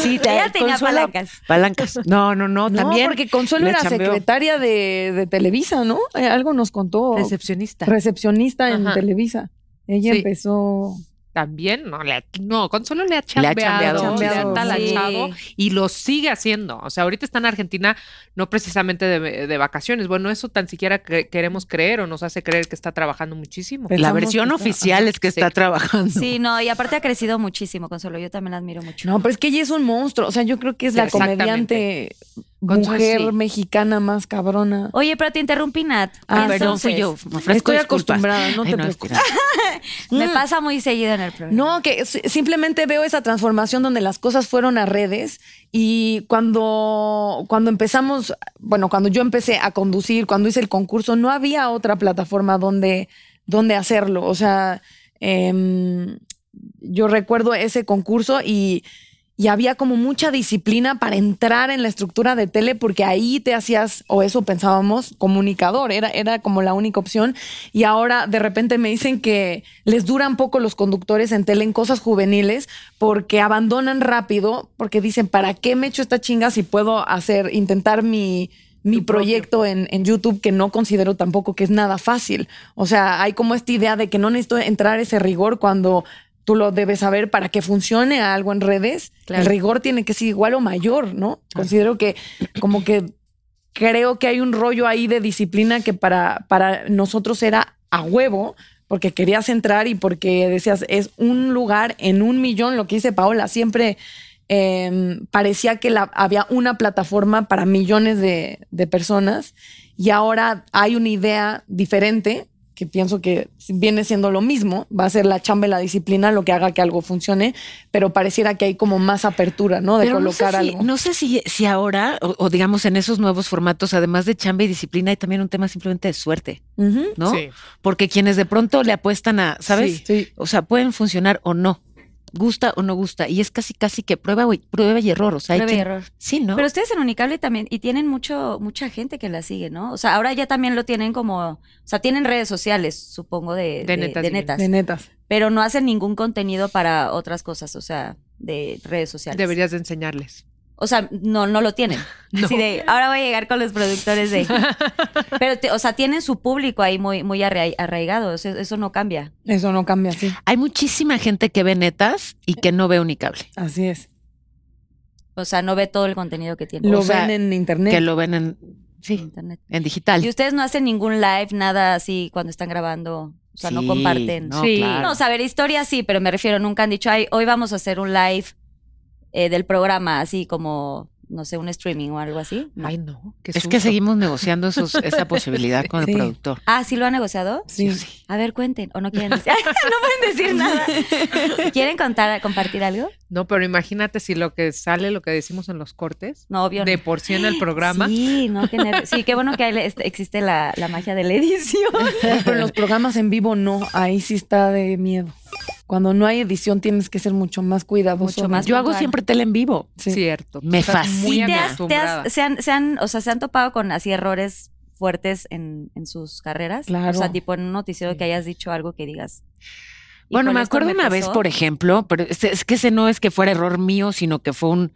E: Sí, te-
B: Ella tenía
E: Consuelo-
B: palancas.
E: Palancas. No, no, no,
D: No,
E: también.
D: porque Consuelo
E: le
D: era
E: chambeó.
D: secretaria de, de Televisa, ¿no? Eh, algo nos contó.
C: Recepcionista.
D: Recepcionista en
C: Ajá.
D: Televisa. Ella
C: Sí.
D: empezó.
C: También, no, le ha- no, Consuelo le ha
E: Le ha
C: chambeado,
E: chambeado,
C: le
D: chambeado,
C: ha talachado
B: sí.
C: y lo sigue haciendo. O sea, ahorita está en Argentina, no precisamente de, de vacaciones. Bueno, eso tan siquiera cre- queremos creer o nos hace creer que está trabajando muchísimo.
D: Pero-
E: La
D: Pensamos
E: versión
D: que está-
E: oficial es que
C: Sí.
E: está trabajando.
B: Sí, no, y aparte ha crecido muchísimo, Consuelo. Yo también la admiro mucho.
D: No, pero es que ella es un monstruo. O sea, yo creo que es
C: Sí,
D: la
C: exactamente.
D: comediante
C: Consuelo,
D: mujer
C: sí.
D: mexicana más cabrona.
B: Oye, pero te interrumpí, Nat.
E: Ah, perdón,
B: Entonces,
E: fui yo. Ofrezco
D: Estoy
E: disculpas.
D: acostumbrada, no
E: Ay,
D: te
E: es
D: preocupes.
E: que-
B: Me
D: Mm.
B: pasa muy seguido en el programa.
D: No, que s- simplemente veo esa transformación donde las cosas fueron a redes y cuando, cuando empezamos, bueno, cuando yo empecé a conducir, cuando hice el concurso, no había otra plataforma donde, donde hacerlo. O sea, em, yo recuerdo ese concurso y, y había como mucha disciplina para entrar en la estructura de tele porque ahí te hacías, o eso pensábamos, comunicador, era, era como la única opción. Y ahora de repente me dicen que les duran poco los conductores en tele en cosas juveniles porque abandonan rápido, porque dicen, ¿para qué me echo esta chinga si puedo hacer, intentar mi... Mi
C: Tu propio.
D: proyecto en, en YouTube que no considero tampoco que es nada fácil. O sea, hay como esta idea de que no necesito entrar ese rigor cuando tú lo debes saber para que funcione algo en redes.
B: Claro.
D: El rigor tiene que ser igual o mayor, ¿no? Considero que como que creo que hay un rollo ahí de disciplina que para, para nosotros era a huevo, porque querías entrar y porque decías, es un lugar en un millón, lo que dice Paola, siempre eh, parecía que la- había una plataforma para millones de, de personas y ahora hay una idea diferente que pienso que viene siendo lo mismo, va a ser la chamba y la disciplina lo que haga que algo funcione, pero pareciera que hay como más apertura, ¿no? De
E: Pero no sé
D: colocar
E: si,
D: algo.
E: no sé si, si ahora, o, o digamos en esos nuevos formatos, además de chamba y disciplina, hay también un tema simplemente de suerte,
D: Ujú.
E: ¿no?
C: Sí.
E: Porque quienes de pronto le apuestan a, ¿sabes?
C: Sí.
D: Sí.
E: O sea, pueden funcionar o no. Gusta o no gusta. Y es casi, casi que prueba, güey, prueba y error. O sea, hay
B: Prueba y
E: quien-
B: error.
E: Sí, ¿no?
B: Pero ustedes en Unicable también, y tienen mucho, mucha gente que la sigue, ¿no? O sea, ahora ya también lo tienen como, o sea, tienen redes sociales, supongo, de,
C: De
B: de-
C: netas
B: de
C: bien.
B: netas,
D: De netas.
B: pero no hacen ningún contenido para otras cosas, o sea, de redes sociales.
C: Deberías de enseñarles.
B: O sea, no, no lo tienen. Así de, ahora voy a llegar con los productores de... Pero, te- o sea, tienen su público ahí muy, muy arrai- arraigado, o sea, eso no cambia.
D: Eso no cambia, sí.
E: Hay muchísima gente que ve netas y que no ve unicable.
D: Así es.
B: O sea, no ve todo el contenido que tienen
D: Lo
E: O sea,
D: ven en internet.
E: Que lo ven en, sí,
B: internet.
E: en digital.
B: Y ustedes no hacen ningún live, nada así cuando están grabando, o sea, no
E: Sí,
B: comparten.
E: No,
C: Sí.
E: claro.
B: No, saber historia sí, pero me refiero, nunca han dicho, ay, hoy vamos a hacer un live eh, del programa, así como no sé, un streaming o algo así? No.
C: Ay, no. qué
E: Es que
C: susto.
E: seguimos negociando esos- esa posibilidad con
D: Sí.
E: el productor.
B: Ah, ¿sí lo han negociado?
D: Sí.
B: A ver, cuenten. O no quieren decir. no pueden decir nada. ¿Quieren contar, compartir algo?
C: No, pero imagínate si lo que sale, lo que decimos en los cortes,
B: No, obvio. no.
C: de por sí en el programa.
B: Sí, no, qué nervios. Sí, qué bueno que hay- este- existe la, la magia de la edición.
D: Ay, Pero en los programas en vivo no, ahí sí está de miedo. Cuando no hay edición tienes que ser mucho más cuidadoso.
B: Mucho más.
E: Yo hago
B: puntual.
E: siempre tele en vivo.
D: Sí.
C: Cierto. tú
E: Me
C: estás muy
B: Sí, te has- te has-
C: acostumbrada.
B: se, han, se han- o sea, se han topado con así errores fuertes en, en sus carreras.
D: Claro.
B: O sea, tipo en un noticiero que hayas dicho algo que digas.
E: Bueno, me
B: "Híjole, esto
E: acuerdo una vez,
B: pesó",
E: por ejemplo, pero es, es que ese no es que fuera error mío, sino que fue un...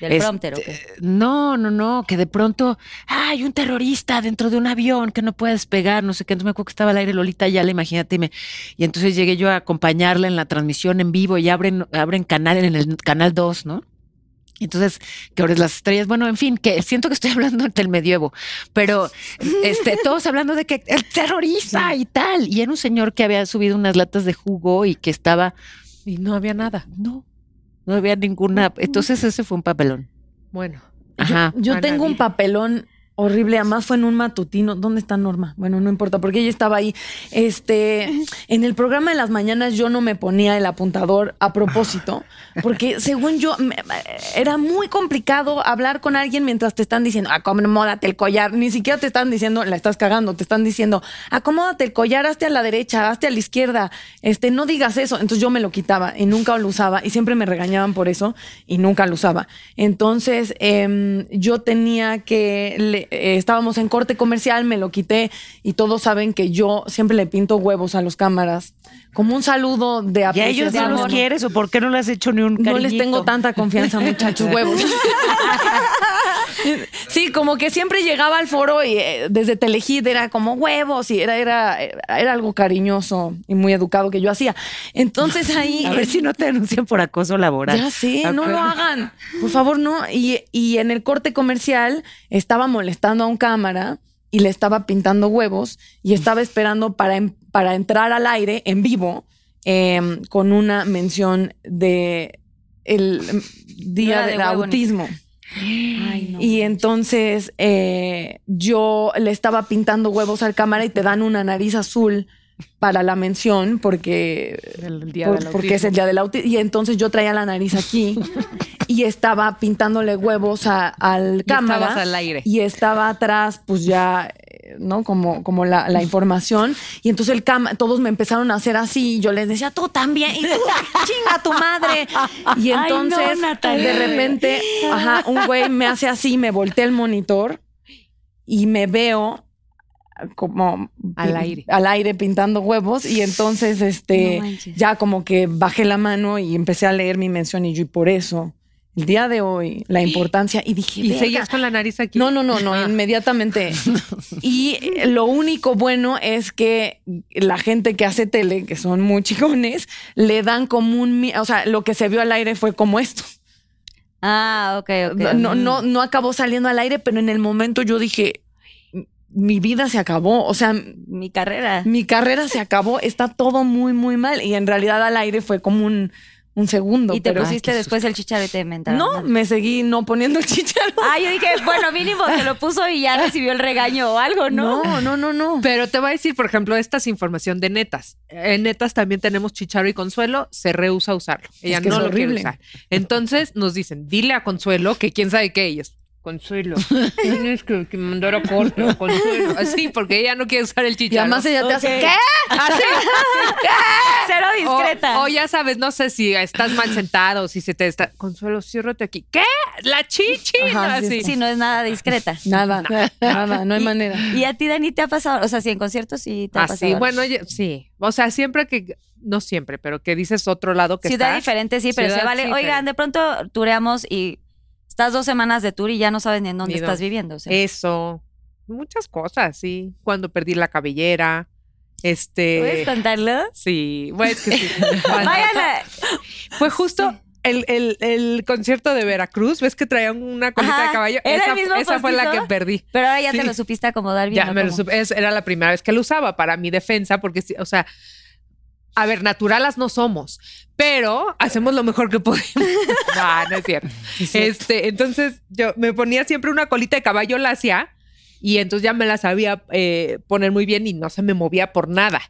B: Del
E: este,
B: prompter, ¿o qué?
E: No, no, no, que de pronto "Ah, hay un terrorista dentro de un avión que no puede despegar, no sé qué. Entonces me acuerdo que estaba al aire Lolita Ayala, imagínate. Y, me- y entonces llegué yo a acompañarla en la transmisión en vivo y abren, abren canal en el canal 2, ¿no? Entonces, que ahora es las estrellas. Bueno, en fin, que siento que estoy hablando del medievo, pero este, todos hablando de que el terrorista y tal. Y era un señor que había subido unas latas de jugo y que estaba.
C: Y no había nada.
E: No, no había ninguna. Entonces, ese fue un papelón.
C: Bueno.
E: Ajá.
D: Yo
C: Ana
D: tengo un
C: Vir.
D: papelón horrible, además fue en un matutino. ¿Dónde está Norma? Bueno, no importa, porque ella estaba ahí. Este, en el programa de las mañanas yo no me ponía el apuntador a propósito, porque según yo me- era muy complicado hablar con alguien mientras te están diciendo, acomódate el collar, ni siquiera te están diciendo, la estás cagando, te están diciendo, acomódate el collar, hazte a la derecha, hazte a la izquierda, este, no digas eso. Entonces yo me lo quitaba y nunca lo usaba y siempre me regañaban por eso y nunca lo usaba. Entonces em, yo tenía que, le- eh, estábamos en corte comercial, me lo quité y todos saben que yo siempre le pinto huevos a los cámaras como un saludo de
E: ¿Y a ellos no
D: apreciación.
E: los quieres o por qué no le has hecho ni un
D: No les
E: cariñito?
D: tengo tanta confianza, muchachos, huevos. sí, como que siempre llegaba al foro y eh, desde Telehit era como huevos y era, era, era algo cariñoso y muy educado que yo hacía. Entonces ahí.
E: A ver si no te denuncian por acoso laboral.
D: Ya sé, no
E: Ok.
D: lo hagan. Por favor, no. Y, y en el corte comercial estaba molestando a un cámara y le estaba pintando huevos y estaba esperando para, en- para entrar al aire en vivo em, con una mención de el em, día
B: era de
D: del
B: huevo, ni-
D: autismo.
B: Ay, no.
D: Y entonces eh, yo le estaba pintando huevos al cámara y te dan una nariz azul para la mención porque
C: El día
D: por-
C: del
D: porque es el
C: autismo.
D: día del autismo. Y entonces yo traía la nariz aquí y estaba pintándole huevos a- al
C: Y estabas
D: cámara.
C: al aire.
D: Y estaba atrás, pues ya, eh, ¿no? Como, como la, la información. Y entonces el cam todos me empezaron a hacer así. Y yo les decía, tú también. Y tú, chinga tu madre. Y
E: Ay, no,
D: entonces,
E: Natalia.
D: de repente, ajá, un güey me hace así, me voltea el monitor y me veo como
C: Al aire.
D: al aire pintando huevos y entonces este
B: No manches.
D: ya como que bajé la mano y empecé a leer mi mención y yo y por eso el día de hoy la importancia y dije
C: Y
D: "Verga".
C: seguías Ah. con la nariz aquí.
D: no no no no inmediatamente y eh, lo único bueno es que la gente que hace tele que son muy chicones le dan como un mi- o sea lo que se vio al aire fue como esto
B: Ah, ok, ok.
D: no, no, no acabó saliendo al aire, pero en el momento yo dije, mi vida se acabó. O sea,
B: Mi carrera.
D: mi carrera se acabó, está todo muy, muy mal. Y en realidad al aire fue como un, un segundo.
B: y te
D: pero-
B: pusiste
E: Ay, qué
B: después el chicharro y te inventaron.
D: No, me seguí no poniendo el chicharro.
B: Ah, yo dije, bueno, mínimo se lo puso y ya recibió el regaño o algo, ¿no?
D: no, no, no. no.
C: Pero te voy a decir, por ejemplo, esta es información de netas. En netas también tenemos Chicharo y Consuelo, se rehúsa a usarlo. Ella
D: que
C: no
D: es
C: lo quiere
D: horrible.
C: usar. Entonces nos dicen, dile a Consuelo que quién sabe qué ellos. Consuelo, tienes que, que mandar a corte, Consuelo. Así, porque ella no quiere usar el
D: Y
C: chicharro.
D: además ella te hace,
B: Ok.
D: ¿qué?
C: Así.
B: Cero
C: O-
B: discreta.
C: O, ya sabes, no sé si estás mal sentado, si se te está. Consuelo, ciérrate aquí. ¿Qué? La chichi.
D: Ajá, sí,
C: así.
B: Sí, no es nada discreta.
D: Nada, nada, no hay
B: Y-
D: manera.
B: ¿Y a ti, Dani, te ha pasado? O sea, si en conciertos sí te ha pasado.
C: Así,
B: algo.
C: Ah, bueno, yo- sí. O sea, siempre que, no siempre, pero que dices otro lado que
B: Ciudad
C: está.
B: diferente, sí, pero
C: Ciudad
B: se vale.
C: sí,
B: Oigan,
C: pero-
B: de pronto tureamos y estás dos semanas de tour y ya no sabes ni en dónde
C: Ni Eh,
B: estás
C: dónde.
B: viviendo. o sea.
C: Eso. Muchas cosas, sí. Cuando perdí la cabellera.
B: ¿Puedes
C: Este.
B: contarlo?
C: Sí, bueno, es que sí. Cuando-
B: Vayan a-
C: Fue justo el, el- el concierto de Veracruz. ¿Ves que traían una colita
B: Ajá,
C: de caballo?
B: ¿era el
C: Esa,
B: mismo
C: esa fue la que
B: postizo?
C: perdí.
B: Pero ahora ya te
C: Sí.
B: lo supiste acomodar bien.
C: Ya,
B: ¿no?
C: me lo
B: Como-
C: supe- es- era la primera vez que lo usaba para mi defensa, porque, sí, o sea, a ver, naturalas no somos, pero hacemos lo mejor que podemos. no, no es cierto. Este, entonces yo me ponía siempre una colita de caballo lacia y entonces ya me la sabía eh, poner muy bien y no se me movía por nada.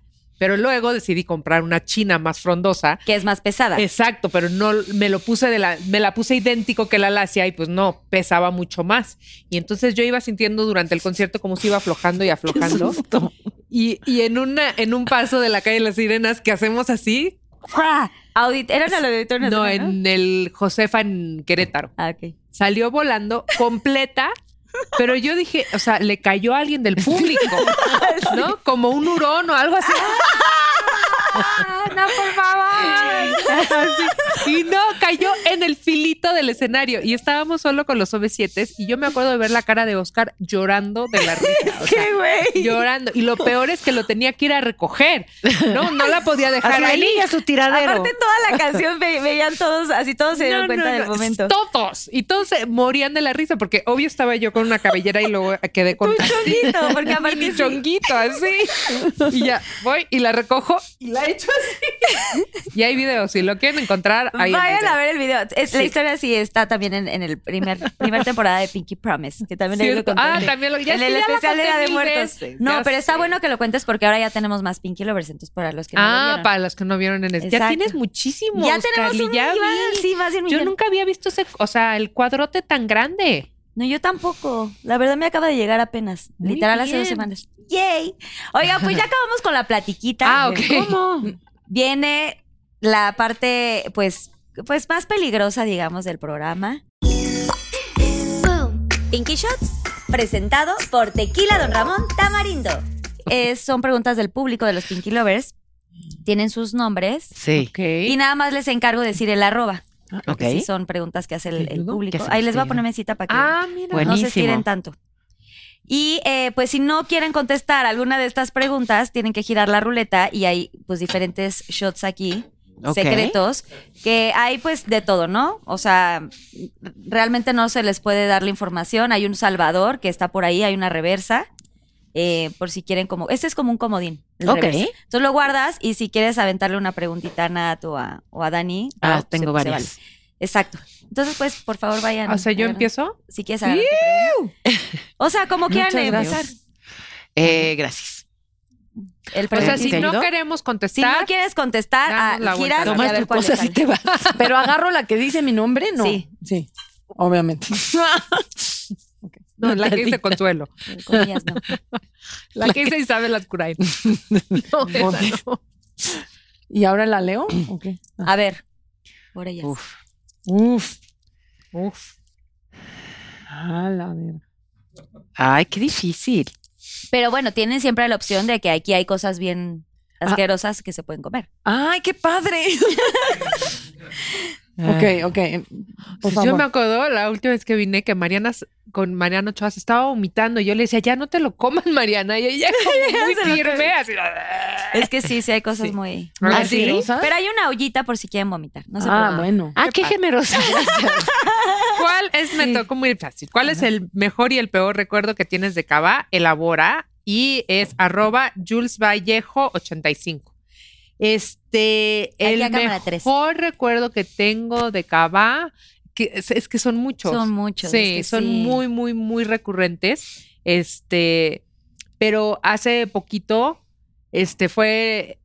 C: Pero luego decidí comprar una china más frondosa.
B: Que es más pesada.
C: Exacto, pero no me lo puse de la, me la puse idéntico que la lacia y pues no, pesaba mucho más. Y entonces yo iba sintiendo durante el concierto como si iba aflojando y aflojando. Y, y en una, en un paso de la calle de las sirenas que hacemos así.
B: ¡fua! Audit ¿Era en el auditorio
C: No,
B: nacional,
C: en el Josefa en Querétaro.
B: Ah, ok.
C: Salió volando completa. Pero yo dije, o sea, le cayó a alguien del público, ¿no? Como un hurón o algo así.
B: Ah, no, por favor.
C: Y no, cayó en el filito del escenario. Y estábamos solo con los OV7 y yo me acuerdo de ver la cara de Oscar llorando de la risa. o sea, llorando. Y lo peor es que lo tenía que ir a recoger. No, no la podía dejar
E: Así,
C: ahí.
E: niña, su tiradero.
B: Aparte, toda la canción ve- veían todos, así todos se dieron
C: No,
B: cuenta
C: no,
B: del
C: no,
B: momento.
C: Todos. Y todos se morían de la risa porque obvio estaba yo con una cabellera y luego quedé con
B: Un
C: así,
B: chonguito, porque
C: un
B: aparte.
C: mini
B: sí.
C: chonguito así. Y ya voy y la recojo y la echo así. Y hay videos. Si lo quieren encontrar, ahí en
B: Vayan
C: YouTube.
B: a ver el video. Es- La
C: Sí.
B: historia sí está también en, en el primer primera temporada de Pinky Promise, que también ahí lo
C: Cierto.
B: conté.
C: Ah, también lo- ya
B: En
C: es que
B: el
C: ya la
B: especial
C: conté
B: era de
C: mil
B: muertos.
C: veces,
B: no,
C: ya
B: pero está
C: sé.
B: bueno que lo cuentes porque ahora ya tenemos más Pinky Lovers, entonces para los que no lo
C: ah,
B: vieron.
C: para los que no vieron en este. Ya
B: Exacto.
C: tienes muchísimos.
B: Ya tenemos
C: Carly,
B: un
C: ya
B: millón,
C: vi.
B: sí, más de un
C: Yo
B: millón.
C: nunca había visto ese, o sea, el cuadrote tan grande.
B: No, yo tampoco. La verdad me acaba de llegar apenas.
C: Muy
B: literal hace
C: bien.
B: dos semanas. ¡Yay! Oiga, pues ya acabamos con la platiquita.
C: Ah, ok.
E: ¿Cómo?
B: Viene la parte, pues, pues más peligrosa, digamos, del programa. Pinky Shots, presentado por Tequila Don Ramón Tamarindo. Eh, son preguntas del público de los Pinky Lovers. Tienen sus nombres.
E: Sí.
C: Ok.
B: Y nada más les encargo decir el arroba.
E: Ok.
B: porque pues sí son preguntas que hace el, el
E: Ayudo.
B: público.
E: Ya se
B: Ahí
E: me
B: les voy a
E: estoy
B: poner mesita para que
C: Ah, mira.
B: Pues
E: Bueno.
B: no se
E: Buenísimo.
B: estiren tanto. Y eh, pues si no quieren contestar alguna de estas preguntas, tienen que girar la ruleta y hay pues diferentes shots aquí,
E: Ok.
B: secretos, que hay pues de todo, ¿no? O sea, realmente no se les puede dar la información. Hay un salvador que está por ahí, hay una reversa. eh, por si quieren como, este es como un comodín. el
E: Ok.
B: reversa. Entonces lo guardas y si quieres aventarle una preguntita a Nat o a, o a Dani.
E: Ah,
B: se-
E: tengo
B: se
E: varias.
B: vale. Exacto. Entonces pues por favor vayan.
C: O sea, yo
B: agarrando.
C: empiezo.
B: Si quieres agarrar tu pregunta. O sea, como quieran
D: Muchas
B: empezar.
D: gracias.
E: Eh, gracias.
B: El
C: O sea,
B: preguntito.
C: si
E: Ok.
C: no queremos
B: si no
C: contestar,
B: quieres contestar, ah,
C: Danos la vuelta.
B: giras y a
E: Tomas
B: ver
E: tu
B: cuál
E: cosa
B: es.
E: y te vas.
D: Pero agarro la que dice mi nombre, no.
B: Sí.
D: Sí, obviamente.
C: no, la que dice Consuelo,
B: Comillas, no.
C: la que dice Isabel Azcurain. No, esa no.
D: ¿Y ahora la leo? Ah. Ok.
B: A ver. Por ellas.
E: Uf.
D: Uf.
C: Uf.
D: Ah, la verga.
E: Ay, qué difícil.
B: Pero bueno, tienen siempre la opción de que aquí hay cosas bien
C: Ah.
B: asquerosas que se pueden comer.
D: ¡Ay, qué padre! ok, ok. Por
C: Sí,
D: favor.
C: Yo me acuerdo la última vez que vine que Mariana s- con Mariano Ochoa se estaba vomitando y yo le decía, ya no te lo comas, Mariana. Y ella como muy firme, así.
B: Es que sí, sí hay cosas
C: Sí.
B: muy.
C: ¿Ah,
B: muy
C: sí?
B: asquerosas. Pero hay una ollita por si quieren vomitar. No se
D: ah,
B: preocupen.
D: bueno.
E: Ah, qué generosa.
C: ¿Cuál es, me tocó muy fácil, cuál es el mejor y el peor recuerdo que tienes de Cava? Elabora y es arroba Jules Vallejo 85. Este,
B: Aquí a
C: el
B: cámara tres.
C: mejor recuerdo que tengo de Cava, que es, es que son muchos.
B: Son muchos.
C: Sí,
B: es que
C: son
B: sí.
C: muy, muy, muy recurrentes. Este, pero hace poquito, este, fue,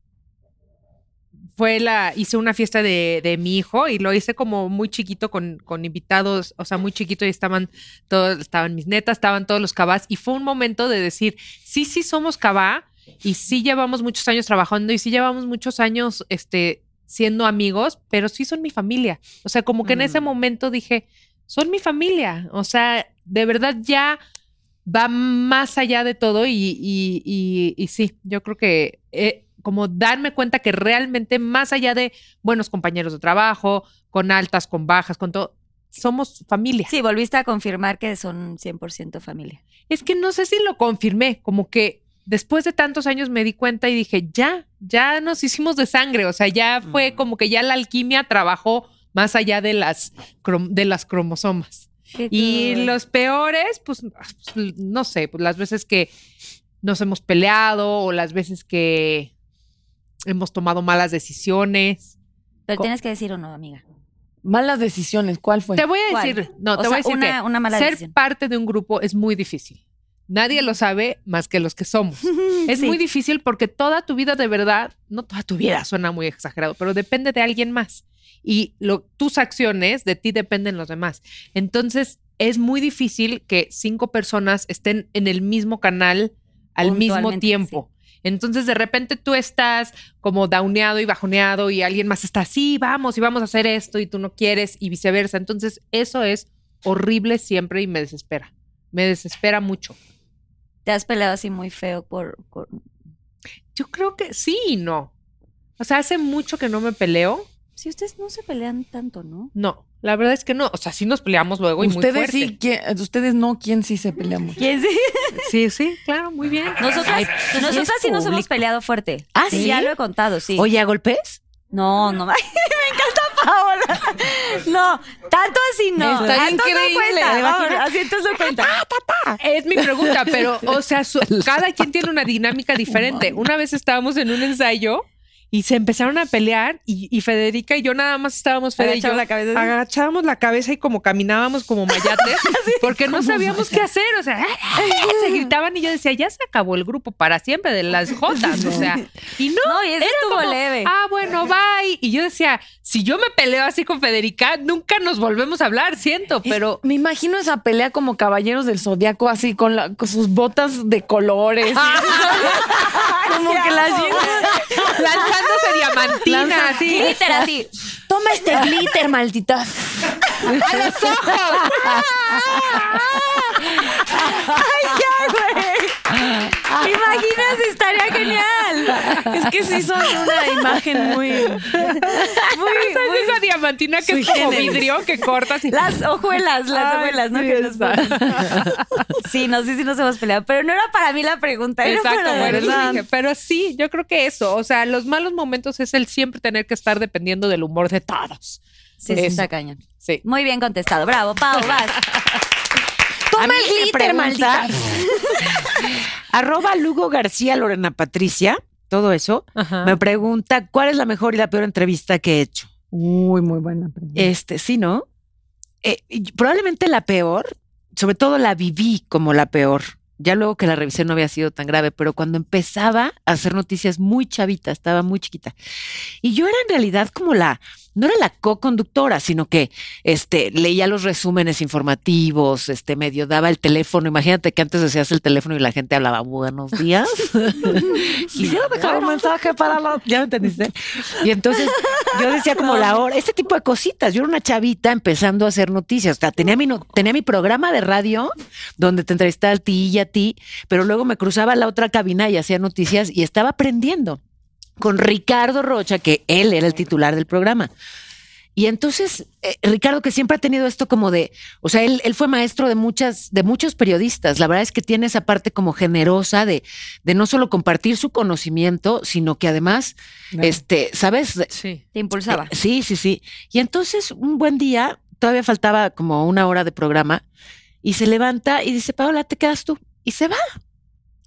C: fue la, hice una fiesta de, de mi hijo y lo hice como muy chiquito con, con invitados, o sea, muy chiquito y estaban todos, estaban mis netas, estaban todos los cabás y fue un momento de decir, sí, sí somos cabá y sí llevamos muchos años trabajando y sí llevamos muchos años, este, siendo amigos, pero sí son mi familia. O sea, como que en ese
B: Mm.
C: momento dije, son mi familia. O sea, de verdad ya va más allá de todo y, y- y- y sí, yo creo que eh, como darme cuenta que realmente más allá de buenos compañeros de trabajo, con altas, con bajas, con todo, somos familia.
B: Sí, volviste a confirmar que son 100% familia.
C: Es que no sé si lo confirmé, como que después de tantos años me di cuenta y dije, ya, ya nos hicimos de sangre, o sea, ya fue como que ya la alquimia trabajó más allá de las, crom- de las cromosomas.
B: Qué
C: Y
B: cool.
C: los peores, pues, no sé, pues las veces que nos hemos peleado o las veces que, hemos tomado malas decisiones.
B: Pero
C: Co-
B: tienes que decir o no, amiga.
D: Malas decisiones, ¿cuál fue?
C: Te voy
B: Pues,
C: a
B: ¿Cuál?
C: decir, no,
B: O
C: te
B: sea,
C: voy a decir
B: una,
C: que
B: una mala
C: ser
B: decisión.
C: parte de un grupo es muy difícil. Nadie lo sabe más que los que somos. Es
B: Sí.
C: muy difícil porque toda tu vida de verdad, no toda tu vida, suena muy exagerado, pero depende de alguien más. Y lo, tus acciones de ti dependen los demás. Entonces, es muy difícil que cinco personas estén en el mismo canal al mismo
B: Puntualmente,
C: tiempo. Entonces, de repente tú estás como dauneado y bajoneado y alguien más está así, vamos y vamos a hacer esto y tú no quieres y viceversa. Entonces, eso es horrible siempre y me desespera. Me desespera mucho.
B: Te has peleado así muy feo por... por-
C: Yo creo que sí y no. O sea, hace mucho que no me peleo.
B: Si ustedes no se pelean tanto, ¿no?
C: No, la verdad es que no. O sea, sí nos peleamos luego y muy fuerte.
D: ustedes sí, ¿quién- ustedes no, ¿quién sí se peleamos?
B: ¿Quién sí?
C: sí, sí, claro, muy bien.
B: Nosotras,
E: Ay,
B: nosotras sí nos hemos
E: público.
B: peleado fuerte.
E: ¿Ah, sí?
B: Ya lo he contado, sí.
E: Oye, ¿a golpes?
B: No, no. Ay, me encanta Paola. No, tanto así no.
C: Está
B: tanto
C: increíble,
B: Ah, No cuenta. Ah,
C: ¿te imaginas?
B: Ahora, así entonces no cuenta.
C: Es mi pregunta, pero, o sea, su- cada quien tiene una dinámica diferente. Una vez estábamos en un ensayo y se empezaron a pelear y, y Federica y yo nada más estábamos Fede y yo,
B: Agachaba la cabeza.
C: agachábamos la cabeza y como caminábamos como mayates porque no sabíamos qué hacer. O sea, se gritaban y yo decía, ya se acabó el grupo para siempre de las jotas. O sea, y no.
B: No, y ese estuvo
C: como,
B: leve.
C: Ah, bueno, bye. Y yo decía, si yo me peleo así con Federica, nunca nos volvemos a hablar, siento, pero
D: Me imagino esa pelea como caballeros del zodiaco, así con, la- con sus botas de colores. como que las llenas.
C: lanzándose diamantina,
D: Lanza-
C: así.
B: Glitter así.
D: Toma este glitter, maldita.
C: ¡A los ojos!
B: Imagínate, estaría genial.
D: Es que sí son una imagen muy.
C: ¿Sabes esa diamantina que es como vidrio que cortas y...
B: Las ojuelas, las
C: Ay,
B: ojuelas, ¿no?
C: sí,
B: Que nos
C: esa.
B: ponen. sí, no sé si nos hemos peleado, pero no era para mí la pregunta. Era
C: Exacto,
B: para
C: por eso
B: Dani.
C: dije, Pero sí, yo creo que eso. O sea, los malos momentos es el siempre tener que estar dependiendo del humor de todos.
B: Sí, sí,
C: Eso.
B: está cañón.
C: Sí.
B: Muy bien contestado. Bravo, Pau, vas.
E: A
D: Toma el
E: mí me
B: eh,
D: glitter,
E: pregunta-
D: maldita.
E: Arroba Lugo García Lorena Patricia, todo eso. Me
C: Ajá.
E: pregunta cuál es la mejor y la peor entrevista que he hecho.
D: Uy, muy buena pregunta.
E: Este, sí, ¿no? Eh, y probablemente la peor, sobre todo la viví como la peor. Ya luego que la revisé no había sido tan grave, pero cuando empezaba a hacer noticias muy chavita, estaba muy chiquita. Y yo era en realidad como la, no era la co-conductora, sino que este, leía los resúmenes informativos, este, medio daba el teléfono. Imagínate que antes decías el teléfono y la gente hablaba buenos días. Quisiera dejar un mensaje para la. Ya me entendiste. Y entonces yo decía como la hora, este tipo de cositas. Yo era una chavita empezando a hacer noticias. O sea, tenía mi, no- tenía mi programa de radio donde te entrevistaba a ti y a ti, pero luego me cruzaba a la otra cabina y hacía noticias y estaba aprendiendo con Ricardo Rocha, que él era el titular del programa. Y entonces, eh, Ricardo, que siempre ha tenido esto como de, o sea, él, él fue maestro de muchas, de muchos periodistas. La verdad es que tiene esa parte como generosa de, de no solo compartir su conocimiento, sino que además, este, sabes,
C: Sí.
B: Te impulsaba.
E: eh, Sí, sí, sí. Y entonces un buen día, todavía faltaba como una hora de programa, y se levanta y dice, Paola, ¿te quedas tú? Y se va.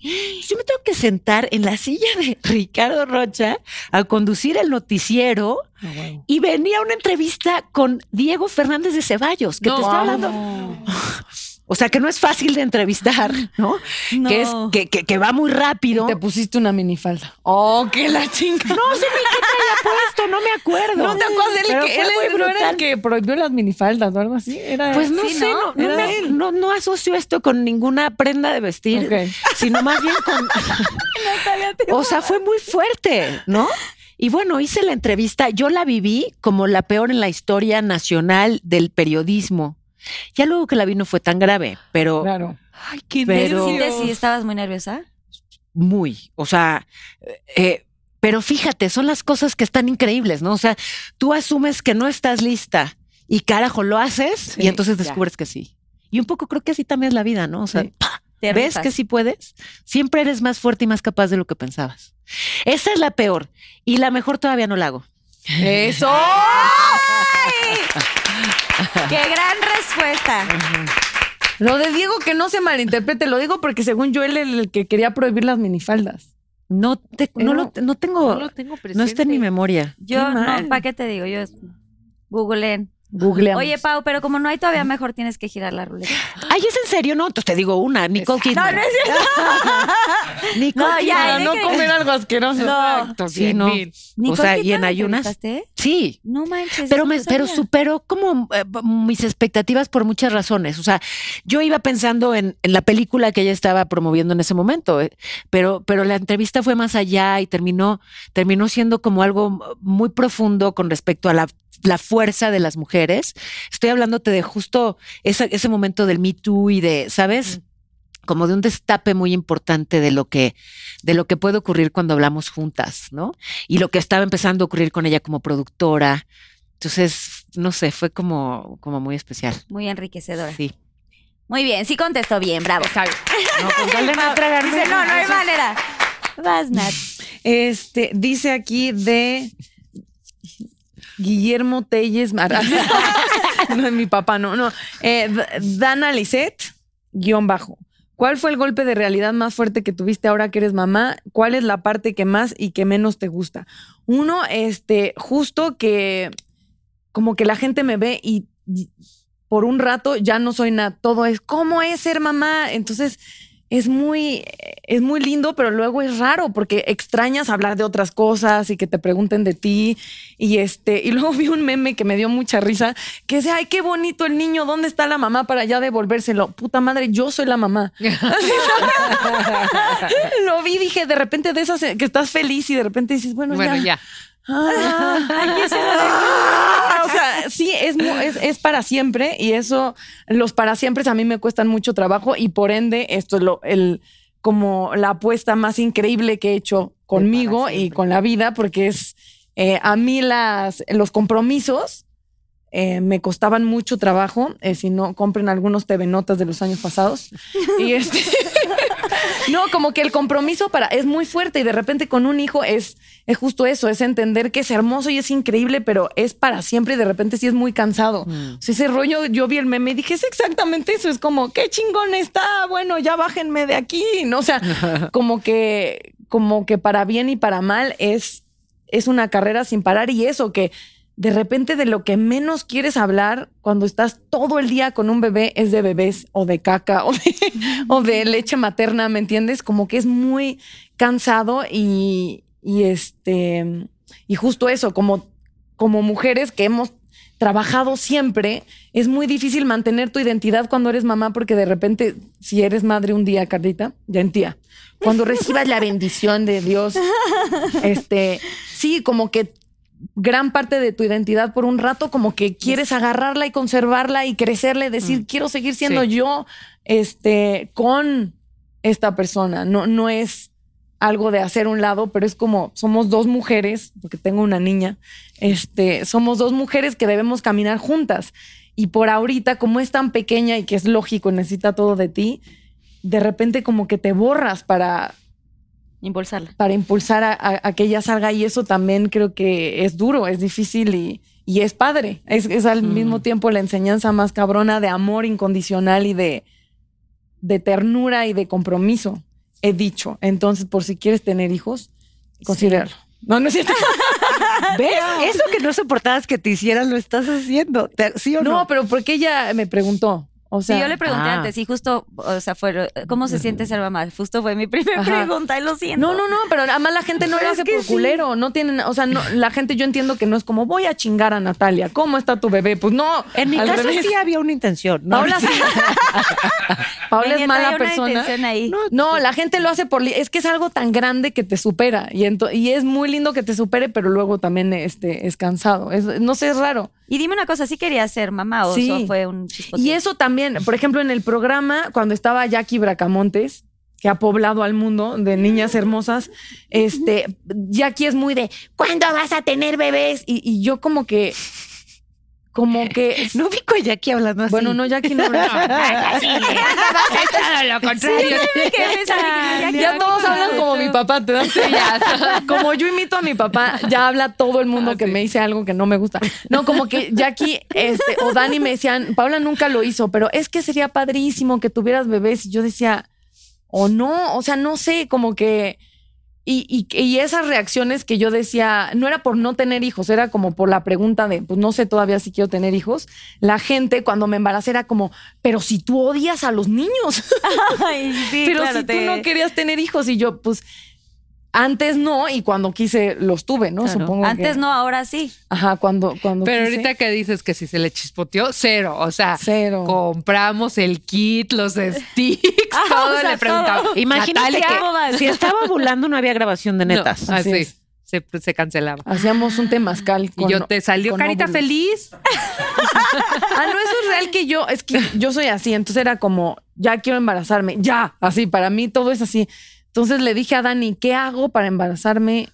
E: Yo me tengo que sentar en la silla de Ricardo Rocha a conducir el noticiero
D: Ah,
E: y venía una entrevista con Diego Fernández de Ceballos, que
C: No,
E: te está hablando. O sea, que no es fácil de entrevistar, ¿no?
B: No.
E: Que, es, que, que- que va muy rápido.
D: Te pusiste una minifalda. Oh, que la chinga.
E: No sé ni qué traía puesto, no me acuerdo.
D: No te acuerdas de él,
E: Pero
D: que
E: fue
D: él
E: muy
D: no era
E: brutal.
D: el que prohibió las minifaldas o algo así. Era
E: Pues no
B: Sí,
E: sé,
B: ¿no?
E: no, no,
D: Era
E: me- no- no asocio esto con ninguna prenda de vestir,
D: Ok.
E: sino más bien con... o sea, fue muy fuerte, ¿no? Y bueno, hice la entrevista, yo la viví como la peor en la historia nacional del periodismo. Ya luego que la vi no fue tan grave, pero
D: claro.
C: Ay, qué
E: Pero-
B: ¿Sí te- sí estabas muy nerviosa?
E: muy, o sea, eh, pero fíjate, son las cosas que están increíbles, ¿no? O sea, tú asumes que no estás lista y carajo, lo haces
D: Sí,
E: y entonces
D: ya.
E: descubres que sí. Y un poco creo que así también es la vida, ¿no? O sea,
D: Sí.
B: Te
E: ¿Ves
B: rifas.
E: que si puedes? Siempre eres más fuerte y más capaz de lo que pensabas. Esa es la peor. Y la mejor todavía no la hago.
D: Eso.
B: ¡Qué gran respuesta!
D: Lo de Diego que no se malinterprete, lo digo porque según yo él era el que quería prohibir las minifaldas.
E: No, te, no,
C: Pero-
E: lo, no tengo,
C: No
E: no,
C: lo tengo presente.
E: está en mi memoria.
B: Yo,
E: Qué mal.
B: no, ¿para qué te digo? Yo es- googleen.
D: Googleamos.
B: Oye, Pau, pero como no hay todavía mejor, tienes que girar la ruleta.
E: Ay, ¿es en serio? No, entonces te digo una, Nicole Kidman.
B: no es
E: Nicole
B: No, ya,
E: Kidman.
B: ¿eh?
D: para no
B: que-
D: comer algo asqueroso.
B: No.
C: Exacto,
E: Sí,
C: bien,
E: no.
C: bien.
E: O sea, ¿y en ayunas?
B: entrevistaste?
E: Sí,
B: eh? No manches.
E: pero,
B: eso
E: me,
B: no
E: pero
B: sabía.
E: superó como eh, mis expectativas por muchas razones. O sea, yo iba pensando en, en la película que ella estaba promoviendo en ese momento, eh, pero, pero la entrevista fue más allá y terminó, terminó siendo como algo muy profundo con respecto a la, la fuerza de las mujeres. Estoy hablándote de justo esa- ese momento del Me Too y de, ¿sabes? como de un destape muy importante de lo que de lo que puede ocurrir cuando hablamos juntas, ¿no? Y lo que estaba empezando a ocurrir con ella como productora, entonces, no sé, fue como, como muy especial.
B: Muy enriquecedora.
E: Sí.
B: Muy bien, sí contestó bien, bravo.
C: Está bien.
E: No, pues dale más tragarme.
B: Dice, no, no hay manera. Vas, Nat.
D: Este, dice aquí de Guillermo Telles Mara. no es mi papá, no, no. Eh, D- Dana Lisset, guión bajo. ¿Cuál fue el golpe de realidad más fuerte que tuviste ahora que eres mamá? ¿Cuál es la parte que más y que menos te gusta? Uno, este, justo que como que la gente me ve y, y por un rato ya no soy nada. Todo es, ¿cómo es ser mamá? Entonces es muy, es muy lindo, pero luego es raro porque extrañas hablar de otras cosas y que te pregunten de ti. Y este, y luego vi un meme que me dio mucha risa, que dice, ay, qué bonito el niño, ¿dónde está la mamá para ya devolvérselo? Puta madre, yo soy la mamá. Lo vi, dije, de repente de esas eh, que estás feliz y de repente dices, bueno,
C: Bueno,
D: ya.
C: ya.
D: Ah. Ah, o sea, sí, es, mu- es, es para siempre y eso, los para siempre a mí me cuestan mucho trabajo y por ende esto es lo, el, como la apuesta más increíble que he hecho conmigo y
C: siempre.
D: con la vida porque es, eh, a mí las, los compromisos eh, me costaban mucho trabajo, eh, si no, compren algunos TV Notas de los años pasados. Y este, no, como que el compromiso para es muy fuerte y de repente con un hijo es, es justo eso, es entender que es hermoso y es increíble, pero es para siempre y de repente sí es muy cansado. O sea, ese rollo, yo vi el meme y dije, es exactamente eso, es como, qué chingón está, bueno, ya bájenme de aquí, ¿no? O sea, como que, como que para bien y para mal es, es una carrera sin parar y eso que de repente de lo que menos quieres hablar cuando estás todo el día con un bebé es de bebés o de caca o de, o de leche materna, ¿me entiendes? Como que es muy cansado y, y este, y justo eso, como, como mujeres que hemos trabajado siempre, es muy difícil mantener tu identidad cuando eres mamá porque de repente, si eres madre un día, Carlita, ya en tía, cuando recibas la bendición de Dios, este, sí, como que gran parte de tu identidad por un rato, como que quieres agarrarla y conservarla y crecerla y decir, quiero seguir siendo
C: Sí.
D: yo este, con esta persona. No, no es algo de hacer un lado, pero es como somos dos mujeres, porque tengo una niña, este, somos dos mujeres que debemos caminar juntas. Y por ahorita, como es tan pequeña y que es lógico, necesita todo de ti, de repente como que te borras para,
B: Impulsarla.
D: para impulsar a, a- a que ella salga y eso también creo que es duro, es difícil y, y es padre. Es, es al mismo tiempo la enseñanza más cabrona de amor incondicional y de, de ternura y de compromiso, he dicho. Entonces, por si quieres tener hijos, considéralo. No, no es cierto.
E: ¿Ves? Eso que no soportabas que te hicieran lo estás haciendo. Te- ¿Sí o
D: No,
E: no?
D: pero porque ella me preguntó. O sea,
B: sí, yo le pregunté
E: ah.
B: antes y justo, o sea, fue, ¿cómo se siente ser mamá? Justo fue mi primera
D: Ajá.
B: pregunta y lo siento.
D: No, no, no, pero además la gente no lo hace por culero, no tienen, o sea, no, la gente yo entiendo que no es como voy a chingar a Natalia, ¿cómo está tu bebé? Pues no,
E: en mi
D: al
E: caso
D: revés.
E: sí había una intención. ¿no?
D: Paola sí. Paola
B: Mi
D: es
B: nieta, hay
D: mala
B: una
D: persona.
B: intención ahí.
D: No, no, la gente lo hace por li- es que es algo tan grande que te supera y ento- y es muy lindo que te supere, pero luego también este es cansado. Es, no sé, es raro.
B: Y dime una cosa, ¿sí querías ser mamá o
D: Sí.
B: solo fue un chispote?
D: Y eso también, por ejemplo, en el programa, cuando estaba Jackie Bracamontes, que ha poblado al mundo de
B: Mm.
D: niñas hermosas, este, Jackie es muy de, ¿cuándo vas a tener bebés? Y, y yo como que, como que...
E: No ubico a Jackie hablando así.
D: Bueno, no, Jackie no.
C: Sí, es todo lo contrario.
D: Ya, todos hablan como mi papá, ¿te das cuenta? Como yo imito a mi papá, ya habla todo el mundo que me dice algo que no me gusta. No, como que Jackie este, o Dani me decían, Paula nunca lo hizo, pero es que sería padrísimo que tuvieras bebés. Y yo decía, o no, o sea, no sé, como que. Y, y- y esas reacciones que yo decía, no era por no tener hijos, era como por la pregunta de, pues no sé todavía si quiero tener hijos. La gente cuando me embaracé era como, pero si tú odias a los niños,
B: Ay, sí,
D: pero
B: claro,
D: si tú
B: te-
D: no querías tener hijos y yo, pues antes no y cuando quise los tuve, ¿no?
E: Claro.
D: Supongo. que-
B: Antes no, ahora sí.
D: Ajá, cuando, cuando.
C: Pero
D: quise,
C: ahorita que dices que si se le chispoteó, cero. O sea,
D: Cero.
C: compramos el kit, los sticks,
B: Ah,
C: todo
B: o sea,
C: le preguntamos.
B: todo.
E: Imagínate
B: Natalia, ¿cómo
E: que
B: vas?
E: si estaba volando no había grabación de netas.
C: No, así
D: Así es.
C: se, se cancelaba.
D: Hacíamos un temazcal.
C: Y yo te salió
D: con
C: carita
D: óvulos.
C: feliz.
D: Ah, no, eso es real que yo, es que yo soy así, entonces era como, ya quiero embarazarme, ya, así, para mí todo es así. Entonces le dije a Dani, ¿qué hago para embarazarme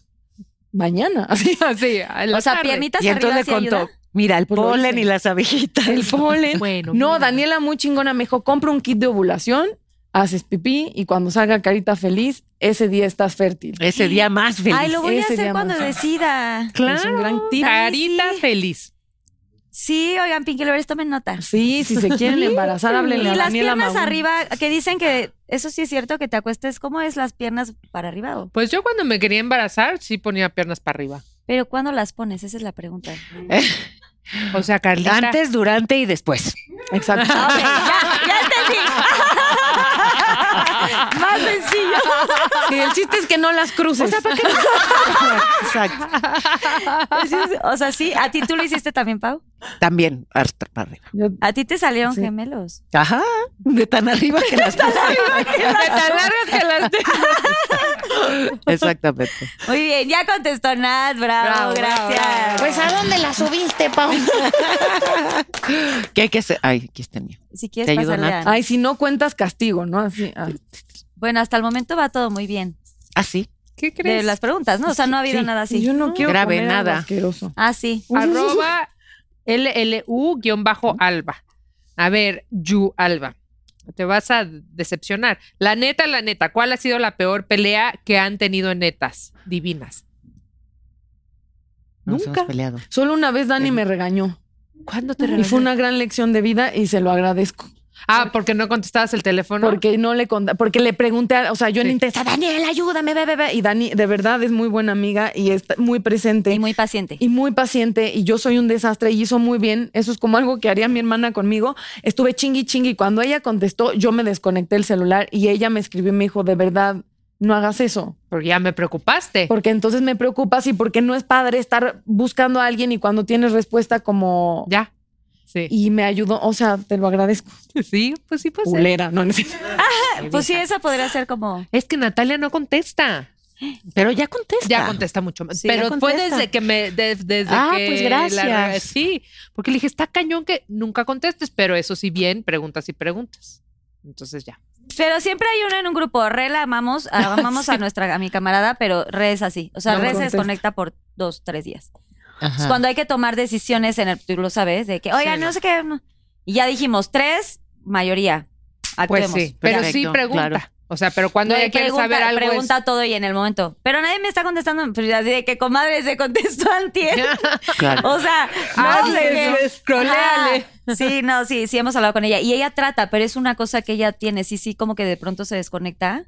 D: mañana? Así,
C: Así, a la
B: O sea,
C: tarde.
B: pianitas
E: Y
B: arriba
E: entonces
B: sí
E: le contó,
B: ayuda.
E: mira, el
D: Pues lo
E: polen
D: hice.
E: y las abejitas.
D: el polen.
C: Bueno,
D: No,
C: mira.
D: Daniela muy chingona me dijo, compra un kit de ovulación, haces pipí y cuando salga carita feliz, ese día estás fértil.
E: Ese día más feliz.
B: Ay, lo voy a
D: Ese
B: hacer
D: día
B: cuando
D: más.
B: decida.
D: Es un gran tip.
C: Carita feliz.
B: Sí, oigan, Pinky Lovers, tomen nota.
D: Sí, si se quieren embarazar,
B: Y
D: háblenle a
B: las
D: Daniela
B: piernas
D: Magún.
B: arriba, que dicen que eso sí es cierto, que te acuestes. ¿Cómo es las piernas para arriba? o?
C: Pues yo cuando me quería embarazar, sí ponía piernas para arriba.
B: Pero ¿cuándo las pones? Esa es la pregunta.
C: O sea, Carlita.
E: Antes, durante y después.
D: Exacto.
B: Ah, ok, ya, ya entendí. Más sencillo.
D: Sí, el chiste es que no las cruces.
E: Exacto.
B: O sea, sí, a ti tú lo hiciste también, Pau.
E: También hasta para arriba.
D: Yo-
B: A ti te salieron
D: Sí.
B: gemelos.
E: Ajá. De tan arriba que las
C: De tan largas que las
E: Exactamente.
B: Muy bien, ya contestó Nat, bravo,
C: Bravo, bravo,
B: gracias.
C: bravo.
E: Pues a dónde la subiste, Pau. que hay que hacer. Ay, aquí está el mío.
B: si quieres
E: ¿Te ayudo,
B: pasarle
E: Nat?
B: a-
D: Ay, si no cuentas castigo, ¿no? Así. ah.
B: Bueno, hasta el momento va todo muy bien.
E: Así.
C: ¿Qué
B: De
C: crees?
B: las preguntas, ¿no? O sea, no ha habido
E: Sí.
B: nada así.
D: Yo no quiero
E: Grave,
D: comer algo
E: nada.
D: asqueroso.
B: Ah, sí.
C: Uh. Arroba LLU-alba. A ver, Yu Alba. Te vas a decepcionar. La neta, la neta, ¿cuál ha sido la peor pelea que han tenido en netas divinas?
E: Nos
C: Nunca.
E: hemos peleado.
D: Solo una vez Dani
E: Ujú.
D: me regañó
C: ¿Cuándo te
D: y fue
C: regañaron?
D: una gran lección de vida y se lo agradezco.
C: Ah, porque no contestabas el teléfono.
D: Porque no le conta, porque le pregunté, a- o sea, yo en
C: Sí.
D: intensa, Daniel, ayúdame, bebé, bebé. Y Dani de verdad es muy buena amiga y está muy presente
B: Y muy paciente.
D: y muy paciente y yo soy un desastre y hizo muy bien. Eso es como algo que haría mi hermana conmigo. Estuve chingui chingui. Cuando ella contestó, yo me desconecté el celular y ella me escribió y me dijo, de verdad, no hagas eso.
C: Porque ya me preocupaste.
D: Porque entonces me preocupas y porque no es padre estar buscando a alguien y cuando tienes respuesta como...
C: Ya. Sí.
D: Y me ayudó, o sea, te lo agradezco.
C: Sí, pues sí, pues.
D: Culera, no necesito.
B: Pues sí, esa podría ser como.
C: Es que Natalia no contesta.
E: Pero ya contesta.
C: Ya contesta mucho más.
B: Sí,
E: ya
C: Pero fue
E: contesta.
C: desde que me. des- desde
E: Ah,
C: que
E: pues
C: la
E: gracias.
C: re- sí, porque le dije, está cañón que nunca contestes, pero eso sí, bien, preguntas y preguntas. Entonces ya.
B: Pero siempre hay uno en un grupo. Re la amamos, ah, amamos a nuestra a mi camarada, pero re es así. O sea,
D: No me
B: re se
D: contesta.
B: desconecta por dos, tres días.
E: Ajá.
B: Entonces, Cuando hay que tomar decisiones en el, tú lo sabes, de que, oiga,
C: Sí,
B: no,
C: no.
B: sé qué. no". Y ya dijimos, tres, mayoría.
C: Pues
B: Actuemos.
C: sí, pero
E: Perfecto,
C: sí pregunta.
E: claro.
C: O sea, pero cuando
B: No,
C: ella quiere
B: pregunta,
C: saber algo. es-
B: pregunta todo y en el momento. Pero nadie me está contestando. Pues así de que comadre se contestó antier.
E: Claro.
B: O sea,
C: Ah,
B: no, de
C: sí,
B: que-
C: sí, scrolléale.
B: Ajá. Sí, no, sí, sí hemos hablado con ella. Y ella trata, pero es una cosa que ella tiene. Sí, sí, como que de pronto se desconecta.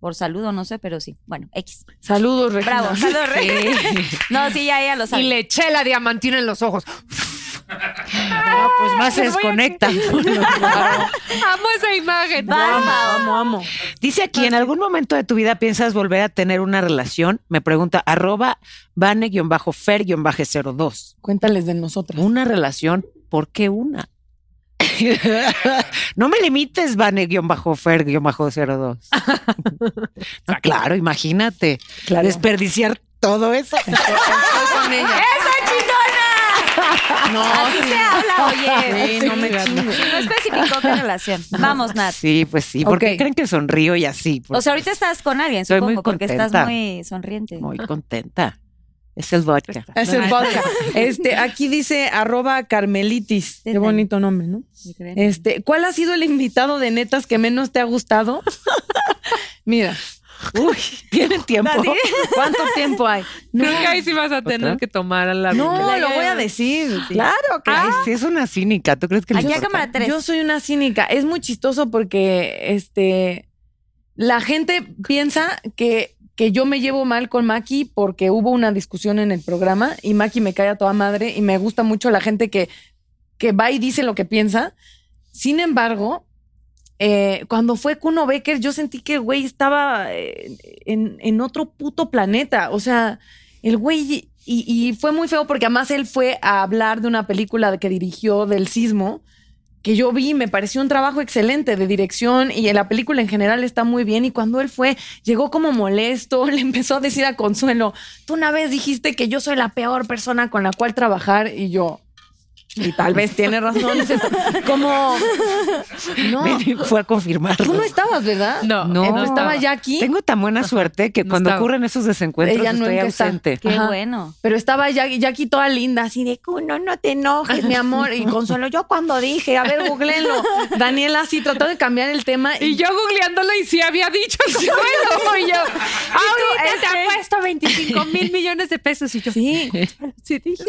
B: Por saludo, no sé, pero sí. Bueno, X.
D: Saludos, Regina.
B: Bravo, saludos, Re.
C: Sí.
B: No, sí, ya ella lo sabe.
C: Y le eché la diamantina en los ojos.
E: No, pues más se
C: me voy a-
E: desconecta.
C: Amo esa imagen.
B: Vas,
D: Amo,
B: Pao.
D: amo, amo.
E: Dice aquí, ¿en algún momento de tu vida piensas volver a tener una relación? Me pregunta, arroba vane-fer-02.
D: Cuéntales de nosotras.
E: Una relación, ¿por qué una? no me limites, vane-fer-02. No, claro, imagínate.
D: Claro.
E: Desperdiciar todo eso.
B: ¡Eso, chingona! No. Así se habla, oye.
D: Sí, no me chingues.
B: No especificó qué relación. Vamos, Nat.
E: Sí, pues sí. ¿Por
D: Ok.
E: qué creen que sonrío y así?
B: O sea, ahorita estás con alguien,
E: Estoy
B: supongo,
E: muy
B: porque estás
E: contenta.
B: muy sonriente.
E: Muy contenta. Es el vodka.
D: Es el podcast. Este, aquí dice arroba carmelitis. Qué bonito nombre, ¿no? Este, ¿cuál ha sido el invitado de netas que menos te ha gustado? Mira,
E: Uy, tienen tiempo.
D: ¿cuánto tiempo hay? No,
C: Creo que ahí sí vas a tener
E: ¿Otra?
C: que tomar a la
D: no, Ah,
C: bebida.
D: lo voy a decir.
E: Claro que Ay, sí, es una cínica. ¿Tú crees que le
B: Aquí a
E: importa?
B: cámara tres.
D: Yo soy una cínica. Es muy chistoso porque este la gente piensa que que yo me llevo mal con Maki porque hubo una discusión en el programa y Maki me cae a toda madre y me gusta mucho la gente que, que va y dice lo que piensa. Sin embargo, eh, cuando fue Kuno Becker, yo sentí que el güey estaba eh, en, en, otro puto planeta. O sea, el güey. Y, y, fue muy feo porque además él fue a hablar de una película que dirigió del sismo que yo vi, me pareció un trabajo excelente de dirección y en la película en general está muy bien. Y cuando él fue, llegó como molesto, le empezó a decir a Consuelo, tú una vez dijiste que yo soy la peor persona con la cual trabajar y yo... Y tal vez tiene razón. como... No,
E: fue a confirmar.
D: Tú no estabas, ¿verdad?
C: No,
E: no,
D: Eh,
C: no
D: estaba ya aquí.
E: Tengo tan buena suerte que
C: No
E: cuando
C: estaba.
E: ocurren esos desencuentros
D: Ella
E: estoy
D: nunca está.
E: ausente.
B: Qué
D: Ajá.
B: bueno.
D: Pero estaba ya, ya aquí toda linda, así de, no, no te enojes, mi amor. Y Consuelo, yo cuando dije, a ver, googleenlo. Daniela así trató de cambiar el tema.
C: Y yo googleándola y sí había dicho Consuelo. y yo, ahorita te ha puesto 25 mil millones de pesos. Y yo,
D: Sí,
C: sí, dije.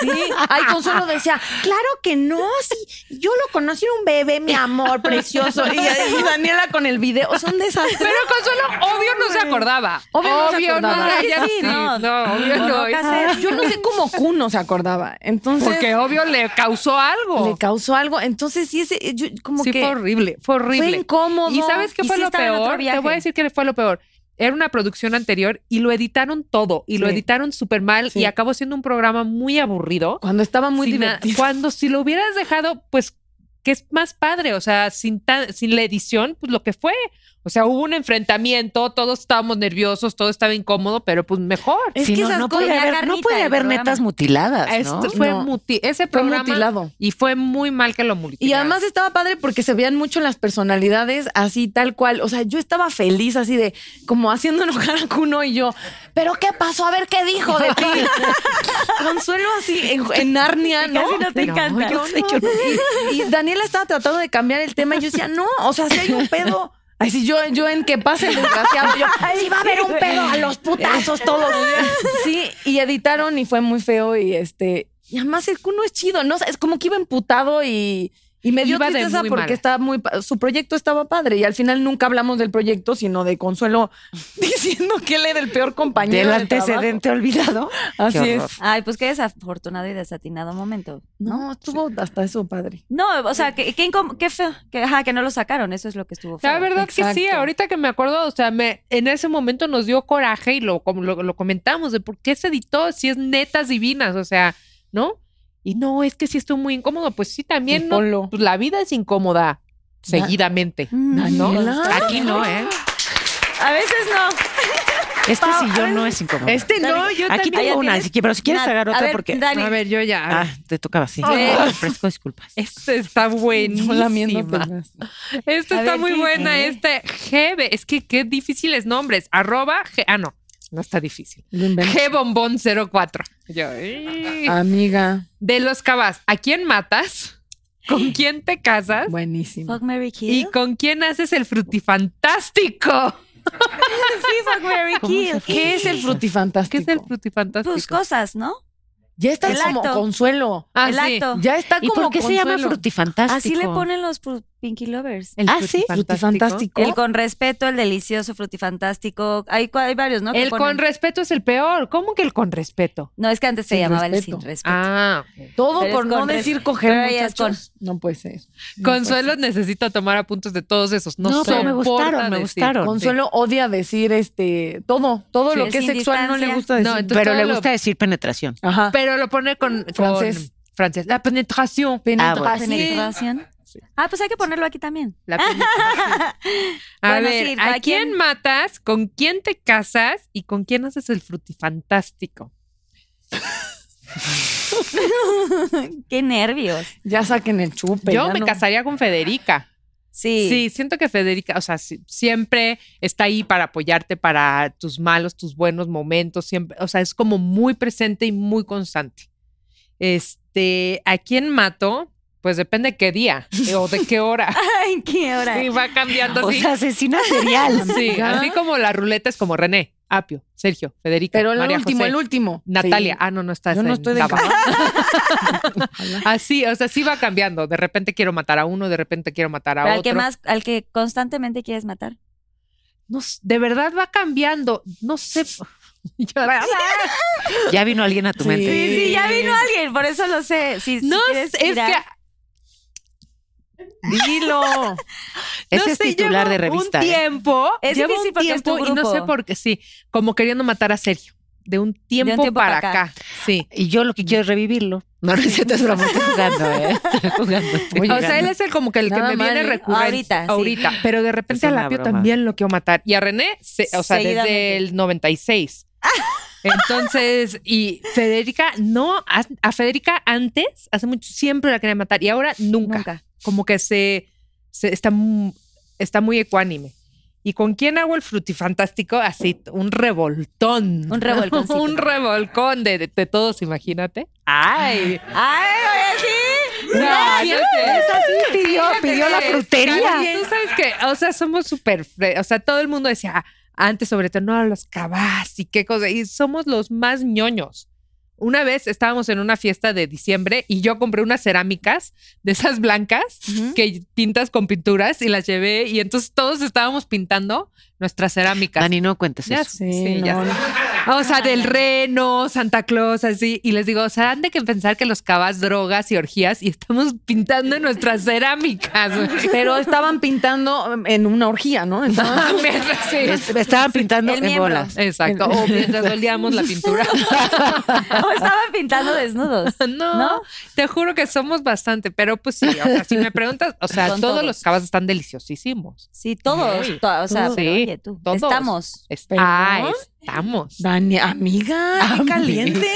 D: sí. Ay, Consuelo decía, claro que no, sí. Yo lo conocí, era un bebé, mi amor, precioso. Y, y Daniela con el video, o sea, un desastre.
C: Pero Consuelo, obvio, no se acordaba.
D: Obvio no se acordaba.
C: no,
D: Ay,
C: ya
B: sí,
C: sí,
B: no.
C: no. obvio no.
D: Ay, yo no sé cómo Kuno se acordaba. Entonces,
C: Porque obvio le causó algo.
D: le causó algo. Entonces, sí, ese, yo, como
C: sí,
D: que.
C: fue horrible, fue horrible.
D: Fue incómodo.
C: ¿Y sabes qué
B: Y
C: fue
B: sí
C: lo
B: estaba en otro
C: peor? Te
B: viaje.
C: voy a decir que fue lo peor. Era una producción anterior y lo editaron todo y lo
D: Sí.
C: editaron súper mal
D: Sí.
C: y acabó siendo un programa muy aburrido.
D: Cuando estaba muy
C: Sin na-
D: divertido.
C: Cuando si lo hubieras dejado, pues que es más padre, o sea, sin, tan- sin la edición, pues lo que fue. O sea, hubo un enfrentamiento, todos estábamos nerviosos, todo estaba incómodo, pero pues mejor.
D: Es
E: Sí,
D: que
E: no,
D: esas
E: no
D: cosas-
E: puede
B: tenía
E: haber, no
B: carnita
E: puede
B: el
E: haber
B: programa.
E: netas mutiladas,
D: Ah,
E: ¿no?
C: Esto fue
D: No.
C: muti- ese
D: Fue
C: programa
D: mutilado.
C: y fue muy mal que lo mutilaron.
D: Y además estaba padre porque se veían mucho las personalidades así tal cual. O sea, yo estaba feliz así de como haciendo enojar a Kuno y yo, pero ¿qué pasó? A ver qué dijo de ti. Consuelo así en, en Narnia, ¿no?
E: No, yo sé, yo no vi.
D: Y Daniela estaba tratando de cambiar el tema y yo decía, no, o sea, si hay un pedo. Ay, si yo, yo en que pase el desgraciado, yo, si va a haber un pedo a los putazos todos. Sí, y editaron y fue muy feo y este, y además el cuno es chido, ¿no? O sea, es como que iba emputado y, y me dio
C: Iba de
D: tristeza
C: muy
D: porque
C: mala.
D: estaba muy, pa- su proyecto estaba padre y al final nunca hablamos del proyecto, sino de Consuelo diciendo que él era el peor compañero.
E: Del
D: de trabajo.
E: antecedente olvidado.
D: Así
E: Qué
D: es.
E: horror.
B: Ay, pues qué desafortunado y desatinado momento.
D: No, estuvo hasta eso padre.
B: No, o sea, que- qué, incómo- qué feo. Que, ajá, que no lo sacaron. Eso es lo que estuvo feo.
C: La verdad que sí,
D: Exacto.
C: ahorita que me acuerdo, o sea, me, en ese momento nos dio coraje y lo, como lo, lo comentamos de por qué se editó si es netas divinas, o sea, ¿no? Y no, es que sí estuvo muy incómodo, pues sí, también
D: Y
C: no,
D: ponlo.
C: pues la vida es incómoda seguidamente.
B: Mm.
D: Ah,
C: ¿no?
D: Daniela.
E: Aquí no, ¿eh?
B: A veces no.
E: Este
B: Pau,
E: sillón
B: a
E: no es incómodo.
C: Este no, yo
B: también.
E: Aquí tengo
B: Ah, ya
E: una,
B: tienes.
E: si quieres, pero si quieres
B: Nat,
E: agarrar
B: a
E: otra
B: ver,
E: porque...
B: Dani.
C: A ver, yo ya.
E: Ah, te tocaba así.
B: Ah.
E: Ofrezco disculpas.
C: Este está
D: No lamiendo
C: buenísima.
D: penas.
C: Esta
B: A
C: está
B: ver,
C: muy
B: ¿qué?
C: buena.
B: Eh.
C: Este GB. Es que qué difíciles nombres. Arroba. G- ah, no. No está difícil.
D: Lo inventé.
C: G bombón 04. Yo, ¡eh!
B: Ah,
D: Amiga,
C: De los cabas. ¿A quién matas? ¿Con quién te casas?
D: buenísimo.
B: Fuck Mary Kill. Pues
C: ¿Y con quién haces el frutifantástico?
B: sí, Fuck Mary
E: ¿Cómo se
B: Kill.
E: fue?
D: ¿Qué es el
C: ¿Qué
D: frutifantástico?
C: es el frutifantástico?
B: Pues cosas, ¿no?
D: Ya está
B: El
D: como
B: acto.
D: consuelo.
C: Ah,
B: el
C: sí.
B: acto.
D: Ya está
E: ¿Y
D: como
E: por qué se llama
D: Consuelo.
E: frutifantástico?
B: Así le ponen los pu- Pinky Lovers.
C: El
E: Ah, ¿sí?
D: frutifantástico?
B: El con respeto, el delicioso, frutifantástico. Hay, cua- hay varios, ¿no? que
C: El
B: ponen.
C: con respeto es el peor. ¿ómo que el con respeto?
B: No, es que antes se
D: Sin
B: llamaba
D: respeto.
B: el sin respeto.
C: Ah,
D: Todo
B: Pero es
D: por no
B: con
D: decir
B: res-
D: coger
B: pero ya es
D: muchachos. No puede ser. No
B: pues
D: puede
C: Consuelo necesita tomar apuntes de todos esos. No,
E: No, pero me
C: soporta
E: gustaron, me
C: decir.
D: ser.
E: gustaron.
D: Consuelo odia decir este todo, todo
B: Sí,
D: lo que es
B: sin
D: sexual no le
B: distancia.
D: gusta decir.
C: No, entonces-
E: Pero le
C: todo lo-
E: gusta decir penetración.
D: Ajá.
C: Pero lo pone con con
D: Francés.
C: francés. La penetración.
E: Ah,
D: Penetración.
B: Penetración. Ah, pues hay que ponerlo aquí también.
C: La penetración. A
B: Bueno,
C: ver,
B: sí,
C: ¿a
B: ¿a quién?
C: quién matas? ¿Con quién te casas? ¿Y con quién haces el frutifantástico?
B: Qué nervios.
D: Ya saquen el chupe.
C: Yo
D: Pues ya
C: me
D: no.
C: casaría con Federica.
B: Sí.
C: Sí. siento que Federica, o sea, si- siempre está ahí para apoyarte para tus malos, tus buenos momentos, siempre, o sea, es como muy presente y muy constante. Este, ¿a quién mato? Pues depende qué día eh, o de qué hora.
B: Ay, qué hora.
C: ¿Ah, Sí, va cambiando
E: O
C: así.
E: sea, asesina serial.
C: Sí, así como la ruleta es como René, Apio, Sergio, Federica,
D: Pero el
C: María
D: último,
C: José,
D: el último.
C: Natalia.
D: Sí.
C: Ah, no, no estás.
D: Yo no
C: en
D: estoy de
C: Dava.
D: cama.
C: Así, o sea, sí va cambiando. De repente quiero matar a uno, de repente quiero matar a
B: Pero al
C: otro.
B: que más, al que constantemente quieres matar.
C: no, s- de verdad va cambiando. No sé. Llorar.
E: Ya vino alguien a tu
D: Sí.
E: mente.
B: Sí, sí, ya vino alguien, por eso lo sé. Si, si
C: No,
B: quieres
C: es es
B: tirar-
C: que
E: Dilo. Ese
C: no
E: es
C: sé,
E: titular de
C: llevo
E: revista.
C: Un
E: ¿eh?
C: tiempo.
B: Es
C: llevo
B: difícil
C: un
B: porque es tu
C: tiempo y no
B: grupo.
C: sé por qué, sí, como queriendo matar a Sergio. De un tiempo,
B: tiempo
C: para
B: para
C: acá. Sí.
E: Y yo lo que quiero es revivirlo. No, no es cierto, es broma, estoy jugando, ¿eh? Estoy jugando. estoy
C: o sea, él
E: jugando.
C: es el como que el que
D: Nada
C: me
D: mal,
C: viene
D: ¿eh?
C: recurrente
B: Ahorita,
C: ahorita,
B: sí.
C: pero de repente
E: Es
C: a
E: una
C: Lapio
E: broma.
C: también lo quiero matar y a René, se- o sea,
B: Seguidamente.
C: desde el 96. Entonces, y Federica, no, a, a Federica antes, hace mucho, siempre la quería matar y ahora nunca.
B: Nunca.
C: Como que se, se- está, mu- está muy ecuánime. ¿Y con quién hago el frutifantástico? Así, un revoltón.
B: Un revolconcito.
C: un revolcón de, de todos, imagínate. ¡Ay!
B: Ay, oye, sí.
C: No,
E: ¿Quién
C: no sé.
E: es así? Pidió, pidió la frutería.
C: Oye, Tú sabes que, o sea, somos súper, fre- o sea, todo el mundo decía, "Ah, antes sobre todo, no, los cabas y qué cosa, y somos los más ñoños. Una vez estábamos en una fiesta de diciembre y yo compré unas cerámicas de esas blancas
B: Ujú.
C: que pintas con pinturas y las llevé y entonces todos estábamos pintando nuestras cerámicas.
E: Dani, no cuentes
C: Ya
E: eso.
C: sé, ya
D: no,
C: sé. Ah, O sea, del reno, Santa Claus, así. Y les digo, o sea, han de que pensar que los cabas drogas y orgías y estamos pintando en nuestras cerámicas. güey.
D: Pero estaban pintando um, en una orgía, ¿no? Estaban-
C: Mientras- sí.
E: Es- Me estaban pintando
B: El
E: en
B: miembro.
E: bolas.
C: Exacto. O mientras olíamos la pintura.
B: O estaban pintando desnudos.
C: No,
B: ¿No?
C: te juro que somos bastante, pero pues sí, o sea, si me preguntas, o sea,
B: Con
C: todos,
B: todos.
C: los cabas están deliciosísimos.
B: Sí, todos.
C: Sí,
B: to- o sea,
C: todos.
B: pero
C: Sí,
B: oye, tú.
C: todos.
B: Estamos.
C: Es-
D: ¿Perdón?
C: Ah, estamos.
D: Dani, amiga, qué
E: Amiga.
D: caliente.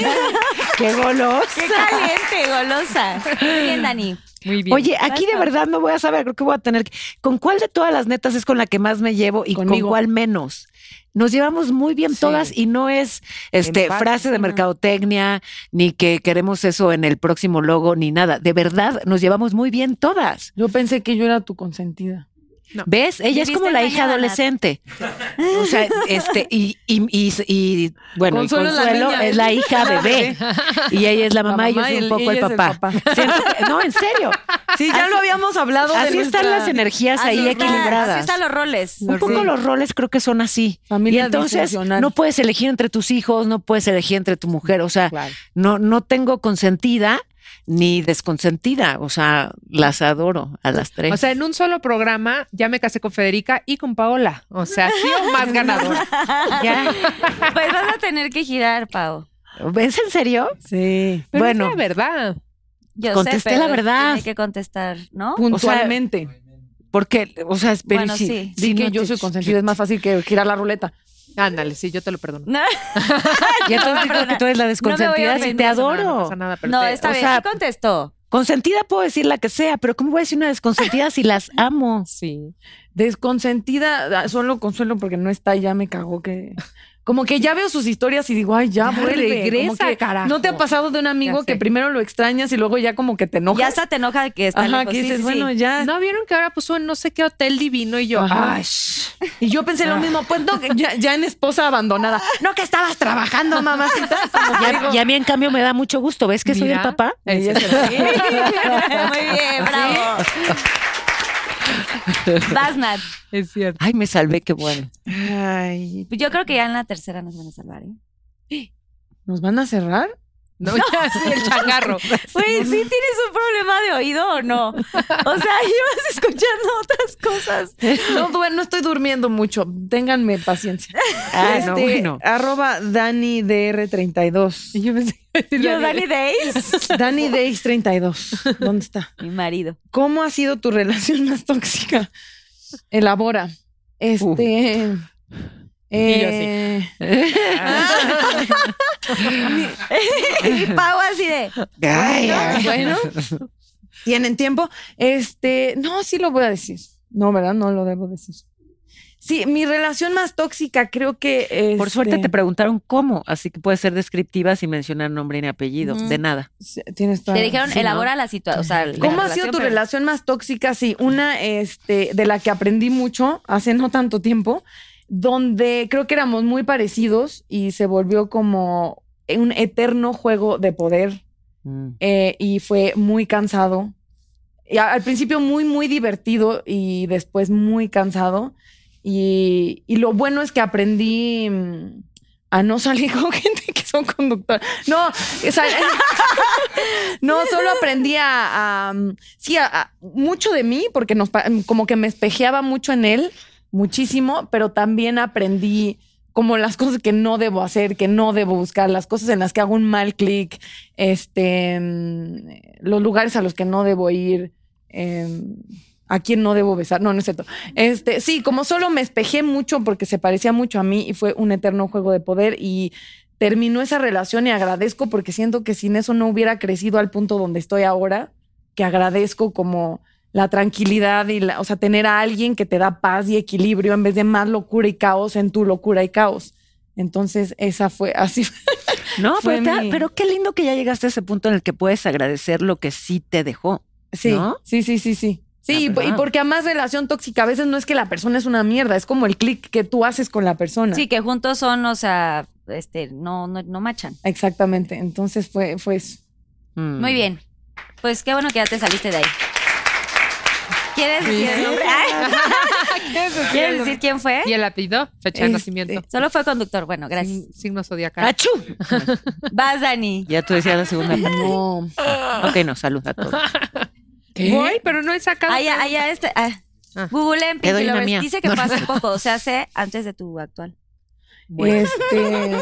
E: ¡Qué golosa!
B: ¡Qué caliente, golosa! Muy bien, Dani.
C: Muy bien.
E: Oye, aquí de
B: Basta.
E: verdad no voy a saber, creo que voy a tener que... ¿Con cuál de todas las netas es con la que más me llevo y
D: Conmigo.
E: con cuál menos? Nos llevamos muy bien
C: Sí.
E: todas y no es este
C: Empate.
E: frase de mercadotecnia, ni que queremos eso en el próximo logo, ni nada. De verdad, nos llevamos muy bien todas.
D: Yo pensé que yo era tu consentida.
E: ¿Ves? Ella es
B: Viviste
E: como la hija
B: engañada, Nat.
E: adolescente. O sea, este, y, y, y, y, bueno, y
D: Consuelo
E: Consuelo,
D: es la niña.
E: es la hija bebé. Y ella es la
D: La
E: mamá, y yo
D: mamá
E: soy
D: y
E: un
D: el-
E: poco
D: ella
E: el
D: es el
E: papá.
D: papá.
E: Siento que- no, en serio.
D: Sí, ya lo habíamos hablado. de
E: Así están
D: nuestra
E: las energías ahí
B: Así está, Así
E: equilibradas.
B: están los roles.
E: Un poco los roles creo que son así.
D: Familia
E: y entonces
D: disfuncional.
E: no puedes elegir entre tus hijos, no puedes elegir entre tu mujer. O sea, no, no tengo consentida ni desconsentida. O sea, las adoro a las tres.
C: O sea, en un solo programa ya me casé con Federica y con Paola. O sea, sí o más ganador.
E: Ya.
B: Pues vas a tener que girar, Pau.
E: ¿Ves en serio?
D: Sí.
C: Pero
E: Bueno.
C: es la verdad.
B: Yo
E: Contesté
B: sé, pero
E: la verdad.
B: Tiene que contestar, ¿no?
D: Puntualmente.
E: Porque, o sea, es- pero
B: Bueno,
E: si-
B: sí.
E: si
D: Di que
E: no
D: yo
E: te-
D: soy consentida, es más fácil que girar la ruleta.
C: Ándale, sí, yo te lo perdono.
B: No,
E: Y entonces digo que tú eres la desconsentida
B: ofender,
E: si te
B: no
E: adoro.
C: No pasa nada, pero
B: no,
C: te-
B: esta
E: o
B: vez
E: sea,
B: sí contestó.
E: Consentida puedo decir la que sea, pero ¿cómo voy a decir una desconsentida si las amo?
C: Sí.
D: Desconsentida, ah, solo consuelo porque no está y ya me cagó que. Como que ya veo sus historias y digo, ay, ya,
C: Ya
D: vuelve. Como
C: regresa,
D: que,
C: carajo.
D: ¿No te ha pasado de un amigo
C: Ya sé.
D: que primero lo extrañas y luego ya como que te enojas?
B: Ya hasta te enoja que está
D: Ajá,
B: lejos.
D: que
B: Sí,
D: dices,
B: sí, sí.
D: bueno, ya.
C: No vieron que ahora puso en no sé qué hotel divino y yo.
D: Ajá.
C: Ay, shh.
D: Y yo pensé lo mismo, pues no, que ya, ya en esposa abandonada. No, que estabas trabajando, mamacita. Como
E: Y
D: que
E: a,
D: digo,
E: y a mí, en cambio, me da mucho gusto. ¿Ves que soy el
C: Mira.
E: papá?
D: ella es el-
B: Muy bien, bravo. Vas, Nat.
C: Es cierto.
E: Ay, me salvé, qué bueno.
D: Ay,
B: Yo creo que ya en la tercera nos van a salvar, ¿eh?
D: ¿Nos van a cerrar?
C: No, ya sí, el changarro.
B: Güey, ¿sí tienes un problema de oído o no? O sea, ibas escuchando otras cosas.
D: No, due- no estoy durmiendo mucho. Ténganme paciencia.
E: Ah, no,
D: Este,
E: bueno.
D: Arroba DaniDR32.
C: Yo pensé que iba a decir
B: Yo,
C: Daniel.
B: Dani Days.
D: Dani Days 32. ¿Dónde está?
B: Mi marido.
D: ¿Cómo ha sido tu relación más tóxica? Elabora. Este. eh,
B: Y Pau así de.
E: Ay, ay.
D: bueno, tienen tiempo. Este, no, sí lo voy a decir. No, ¿verdad? No lo debo decir. Sí, mi relación más tóxica creo que.
E: Por suerte
D: este,
E: te preguntaron cómo, así que puedes ser descriptiva sin mencionar nombre ni apellido,
B: Ujú.
E: de nada.
D: sí, Tienes toda
B: Te
D: la-
B: dijeron,
E: Sí, ¿no?
B: elabora la situación. O sea, la
D: ¿Cómo ha sido tu
B: pero-
D: relación más tóxica? Sí, una este, de la que aprendí mucho hace no tanto tiempo, donde creo que éramos muy parecidos y se volvió como un eterno juego de poder
E: Mm.
D: eh, y fue muy cansado. Y a- al principio muy, muy divertido y después muy cansado. Y, y lo bueno es que aprendí mm, a no salir con gente que son conductores. No, o sea, no, solo aprendí a, a, mm, sí, a- a- mucho de mí, porque nos, pa- mm, como que me espejeaba mucho en él, muchísimo, pero también aprendí como las cosas que no debo hacer, que no debo buscar, las cosas en las que hago un mal clic, este, mm, los lugares a los que no debo ir, eh, a quién no debo besar. No, no es cierto. Este, sí, como solo me espejé mucho porque se parecía mucho a mí y fue un eterno juego de poder y terminó esa relación y agradezco porque siento que sin eso no hubiera crecido al punto donde estoy ahora, que agradezco como la tranquilidad y la, o sea, tener a alguien que te da paz y equilibrio en vez de más locura y caos en tu locura y caos. Entonces, esa fue así.
E: No,
D: Fue
E: pero, te-
D: mi-
E: pero qué lindo que ya llegaste a ese punto en el que puedes agradecer lo que sí te dejó.
D: Sí,
E: ¿No?
D: sí, sí, sí, sí. Sí,
E: La
D: y po- y
E: verdad.
D: porque además relación tóxica a veces no es que la persona es una mierda, es como el clic que tú haces con la persona.
B: Sí, que juntos son, o sea, este, no, no, no machan.
D: Exactamente. Entonces fue, fue eso.
E: Mm.
B: Muy bien. Pues qué bueno que ya te saliste de ahí. ¿Quieres decir el nombre? Ay, ¿Quieres decir quién fue?
C: ¿Y el apellido? Fecha de
D: Este,
C: nacimiento.
B: Solo fue conductor. Bueno, gracias.
C: Sin- Signo zodiacal.
E: ¡Achú!
B: Vas, Dani.
E: Ya tú decías la segunda parte.
D: No.
E: Ok, no, salud a todos.
C: Voy, pero no he sacado.
B: Allá, allá este. ah.
C: Ah.
B: Google en
E: Te
B: Pinky
E: doy una
B: Lovers.
E: mía.
B: Dice que
E: No,
B: fue
E: no.
B: hace poco, o sea, hace antes de tu actual.
C: Bueno.
D: Este,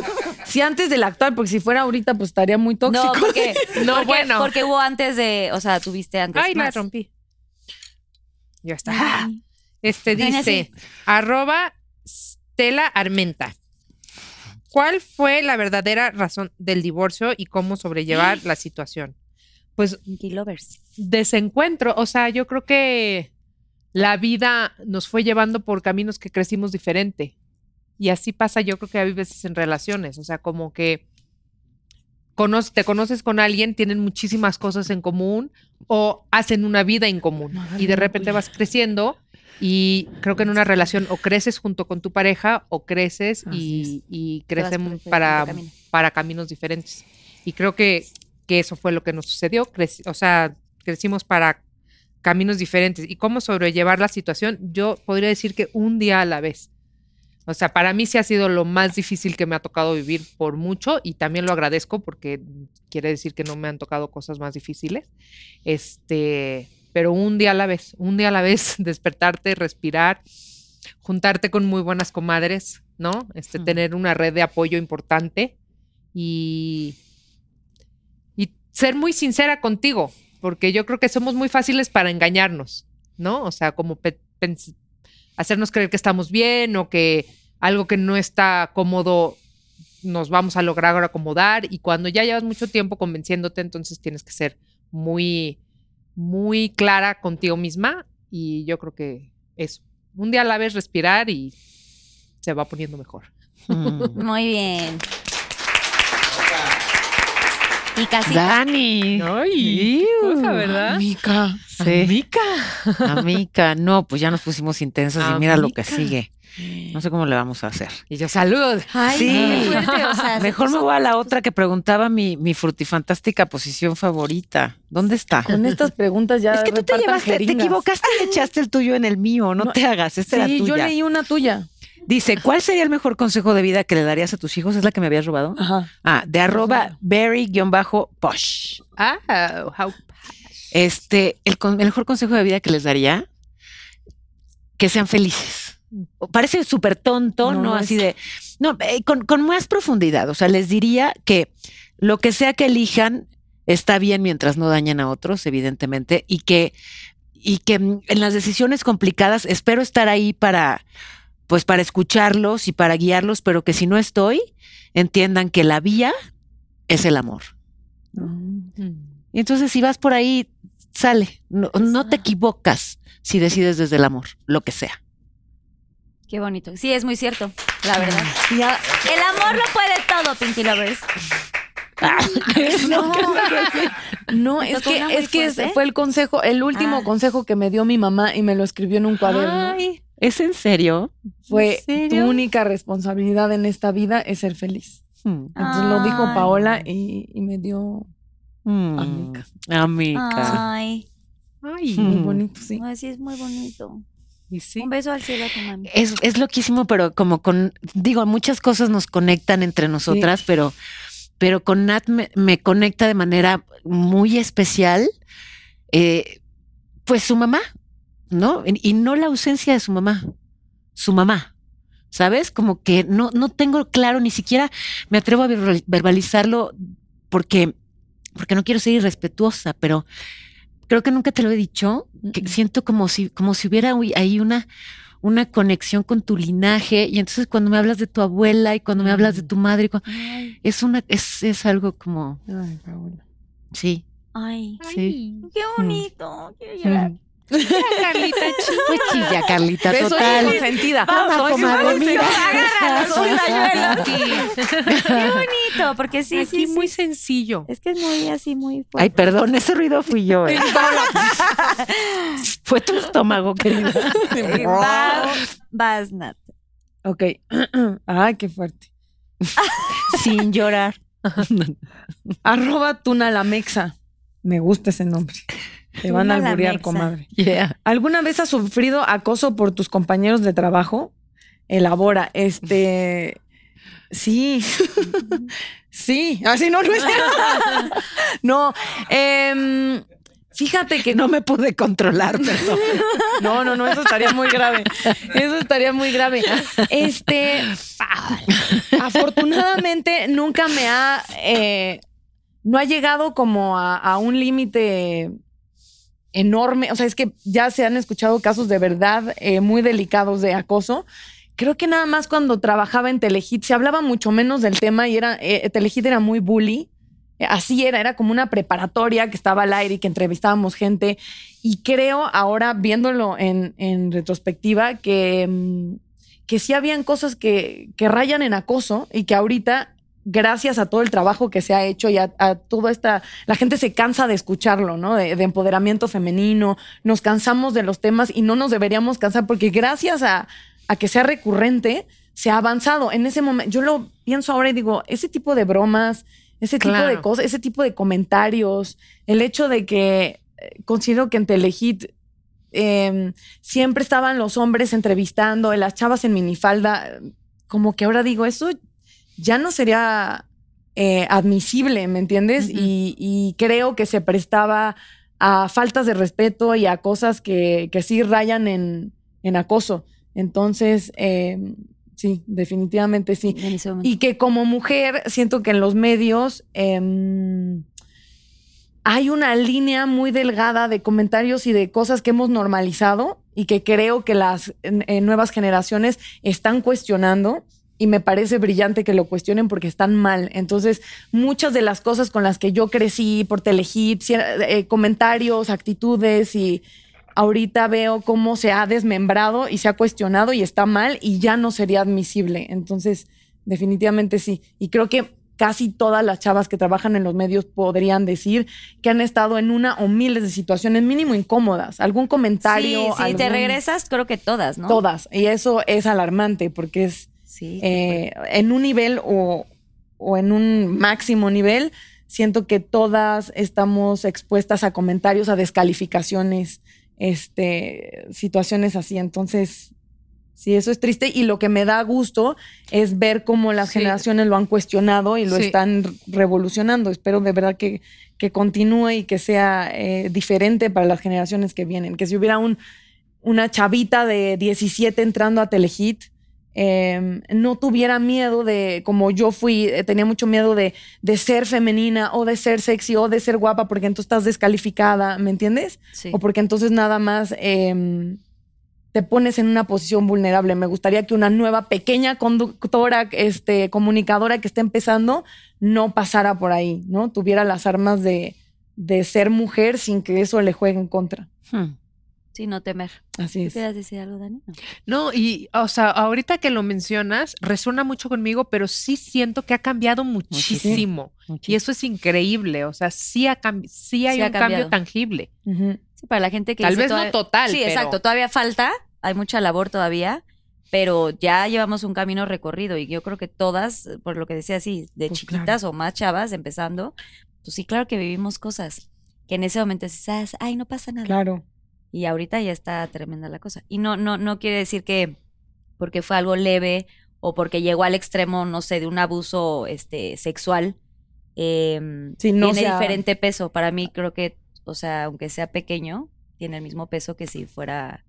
D: sí, antes del actual, porque si fuera ahorita, pues estaría muy
B: No,
D: tóxico.
B: porque,
C: No,
B: porque-
C: bueno.
B: Porque hubo antes de, o sea, tuviste antes.
C: Ay, la
B: más. Ah,
C: rompí. Ya está. Este
B: Ven
C: dice, arroba Stella Armenta. ¿Cuál fue la verdadera razón del divorcio y cómo sobrellevar la situación? Pues
B: Pinky Lovers.
C: desencuentro, o sea, yo creo que la vida nos fue llevando por caminos que crecimos diferente. Y así pasa, yo creo que hay veces en relaciones, o sea, como que conoce- te conoces con alguien, tienen muchísimas cosas en común o hacen una vida en común y de repente
B: pues.
C: vas creciendo y creo que en una relación o creces junto con tu pareja o creces y, y
B: Te vas
C: crecen
B: por-
C: para,
B: por tu camino.
C: para caminos diferentes. Y creo que, que eso fue lo que nos sucedió. Creci- o sea, crecimos para caminos diferentes. ¿Y cómo sobrellevar la situación? Yo podría decir que un día a la vez. O sea, para mí sí ha sido lo más difícil que me ha tocado vivir por mucho y también lo agradezco porque quiere decir que no me han tocado cosas más difíciles. Este, pero un día a la vez, un día a la vez despertarte, respirar, juntarte con muy buenas comadres, ¿no? Este, tener una red de apoyo importante y, y ser muy sincera contigo, porque yo creo que somos muy fáciles para engañarnos, ¿no? O sea, como pe- pens- hacernos creer que estamos bien o que algo que no está cómodo nos vamos a lograr acomodar y cuando ya llevas mucho tiempo convenciéndote, entonces tienes que ser muy, muy clara contigo misma y yo creo que eso, un día a la vez respirar y se va poniendo mejor.
E: Mm.
B: Muy bien. Y casi.
E: Dani.
C: Ay,
E: Iu.
C: cosa, ¿verdad?
D: Mica.
E: Sí. Amica. No, pues ya nos pusimos intensos y mira lo que
C: Amica.
E: sigue. No sé cómo le vamos a hacer.
C: Y yo, salud.
B: Ay,
E: Sí.
B: qué fuerte, o sea, se
E: Mejor me
B: puso-
E: voy a la otra que preguntaba mi, mi frutifantástica posición favorita. ¿Dónde está?
D: Con estas preguntas ya.
E: es que tú te
D: repartan
E: llevaste, te
D: jeringas.
E: equivocaste y le echaste el tuyo en el mío. No,
D: No,
E: te hagas, esta era
D: Sí, yo
E: tuya.
D: leí una tuya.
E: Dice, ¿cuál sería el mejor consejo de vida que le darías a tus hijos? ¿Es la que me habías robado?
D: Ajá.
E: Ah, de arroba berry-posh.
C: Ah, how-
E: Este, el, con- el mejor consejo de vida que les daría, que sean felices. O Parece súper tonto,
D: No,
E: ¿no?
D: no
E: Así de. No, eh, con, con más profundidad. O sea, les diría que lo que sea que elijan está bien mientras no dañen a otros, evidentemente, y que, y que mm, en las decisiones complicadas espero estar ahí para, pues, para escucharlos y para guiarlos, pero que si no estoy, entiendan que la vía es el amor.
C: Mm.
E: Y entonces si vas por ahí, sale. No, no te equivocas si decides desde el amor, lo que sea.
B: Qué bonito. Sí, es muy cierto, la verdad.
D: Y a-
B: El amor lo puede todo, Pinky Lovers.
D: No, no, es
B: tocó
D: que,
B: una muy
D: es que es-
B: fuerte.
D: fue el consejo, el último
B: Ah.
D: consejo que me dio mi mamá y me lo escribió en un cuaderno.
E: Ay, ¿es en serio?
D: fue
E: ¿en serio?
D: tu única responsabilidad en esta vida es ser feliz.
E: Mm,
D: Entonces lo dijo
B: Ay.
D: Paola y, y me dio
E: mm,
D: Amica.
E: Amica.
B: Ay,
C: Ay,
E: Mm.
D: muy bonito, sí.
B: no, sí es muy bonito.
C: Y sí.
B: Un beso al cielo a tu mami.
E: Es, es loquísimo, pero como con, digo, muchas cosas nos conectan entre nosotras, pero, pero con Nat me, me conecta de manera muy especial, eh, pues su mamá, ¿no? Y no la ausencia de su mamá, su mamá. ¿Sabes? Como que no, no tengo claro, ni siquiera me atrevo a ver- verbalizarlo porque, porque no quiero ser irrespetuosa, pero creo que nunca te lo he dicho. Que siento como si, como si hubiera hu- ahí una, una conexión con tu linaje. Y entonces cuando me hablas de tu abuela y cuando me hablas de tu madre, y cu-
B: Ay,
E: es una, es, es algo como,
D: Ay, Paola.
E: sí,
B: ay,
E: sí.
B: qué bonito. Quiero llorar.
D: Mm.
C: Carlita,
E: Pues sí, ya, Carlita,
C: Pues,
D: Besos y
E: total.
D: consentida.
E: Toma,
D: Soy
E: comadre,
D: consentida.
E: mira.
D: Agárrala, soy la Yola.
B: Qué bonito, porque sí, sí,
C: Aquí muy
B: sí.
C: sencillo.
B: Es que es muy así, muy
E: Ay,
B: fuerte.
E: perdón, ese ruido fui yo. ¿eh? Fue tu estómago, querida.
B: Eh, va- Vas, Nat.
D: Ok. Ay, qué fuerte.
E: Sin llorar.
D: Arroba Tuna la Mexa. Me gusta ese nombre. Te van a
B: Tuna la
D: alburear,
B: Mexa.
D: comadre.
E: Yeah.
D: ¿Alguna vez has sufrido acoso por tus compañeros de trabajo? Elabora, este. Sí. sí. Así no, no es. no. em, fíjate que
E: No me pude controlar, perdón.
D: No, no, no, eso estaría muy grave. Eso estaría muy grave. Este, afortunadamente nunca me ha, eh, no ha llegado como a, a un límite enorme. O sea, es que ya se han escuchado casos de verdad eh, muy delicados de acoso. Creo que nada más cuando trabajaba en Telehit se hablaba mucho menos del tema y era, eh, Telehit era muy bully. Así era, era como una preparatoria que estaba al aire y que entrevistábamos gente. Y creo ahora, viéndolo en, en retrospectiva, que, mm, que sí habían cosas que, que rayan en acoso y que ahorita, gracias a todo el trabajo que se ha hecho y a, a toda esta, la gente se cansa de escucharlo, ¿no? De, de empoderamiento femenino, nos cansamos de los temas y no nos deberíamos cansar porque gracias a, a que sea recurrente, se ha avanzado. En ese momento, yo lo pienso ahora y digo, ese tipo de bromas, ese tipo de
C: Claro.
D: cosas, ese tipo de comentarios, el hecho de que eh, considero que en Telehit eh, siempre estaban los hombres entrevistando, las chavas en minifalda, como que ahora digo, eso ya no sería eh, admisible, ¿me entiendes?
C: Ujú.
D: y, y creo que se prestaba a faltas de respeto y a cosas que, que sí rayan en, en acoso. Entonces, eh, sí, definitivamente sí.
B: En ese momento.
D: Y que como mujer siento que en los medios em, hay una línea muy delgada de comentarios y de cosas que hemos normalizado y que creo que las en- en nuevas generaciones están cuestionando y me parece brillante que lo cuestionen porque están mal. Entonces, muchas de las cosas con las que yo crecí por Telehit, cier- eh, comentarios, actitudes y ahorita veo cómo se ha desmembrado y se ha cuestionado y está mal y ya no sería admisible. Entonces, definitivamente sí. Y creo que casi todas las chavas que trabajan en los medios podrían decir que han estado en una o miles de situaciones mínimo incómodas, algún comentario.
B: sí, sí, te
D: algún-
B: regresas, creo que todas, ¿no?
D: Todas. Y eso es alarmante porque es
B: Sí.
D: eh, en un nivel o, o en un máximo nivel, siento que todas estamos expuestas a comentarios, a descalificaciones, este, situaciones así. Entonces, sí, eso es triste. Y lo que me da gusto es ver cómo las
C: Sí.
D: generaciones lo han cuestionado y lo
C: Sí.
D: están revolucionando. Espero de verdad que, que continúe y que sea eh, diferente para las generaciones que vienen. Que si hubiera un, una chavita de 17 entrando a Telehit, eh, no tuviera miedo de, como yo fui, eh, tenía mucho miedo de, de ser femenina o de ser sexy o de ser guapa porque entonces estás descalificada, ¿me entiendes?
B: sí.
D: O porque entonces nada más eh, te pones en una posición vulnerable. Me gustaría que una nueva pequeña conductora, este, comunicadora que esté empezando, no pasara por ahí, ¿no? Tuviera las armas de, de ser mujer sin que eso le juegue en contra.
E: Hmm,
B: Sí, no temer.
D: Así
B: ¿Tú
D: es.
B: quieras decir algo, Dani? No.
C: No, y o sea, ahorita que lo mencionas, resuena mucho conmigo, pero sí siento que ha cambiado muchísimo. Y eso es increíble. O sea, sí, ha cambi- sí hay
B: Sí ha
C: un cambio
B: cambiado.
C: tangible.
D: Ujú.
B: Sí, para la gente que
C: Tal
B: dice
C: vez
B: todavía-
C: no total.
B: Sí,
C: pero-
B: exacto. Todavía falta, hay mucha labor todavía, pero ya llevamos un camino recorrido y yo creo que todas, por lo que decía así, de
D: Pues
B: chiquitas
D: claro.
B: o más chavas empezando, pues sí, claro que vivimos cosas que en ese momento dices, "Ah, ay, no pasa nada.
D: Claro.
B: Y ahorita ya está tremenda la cosa. Y no, no, no quiere decir que porque fue algo leve o porque llegó al extremo, no sé, de un abuso este, sexual, eh,
D: Sí, no
B: tiene
D: sea-
B: diferente peso. Para mí creo que, o sea, aunque sea pequeño, tiene el mismo peso que si fuera,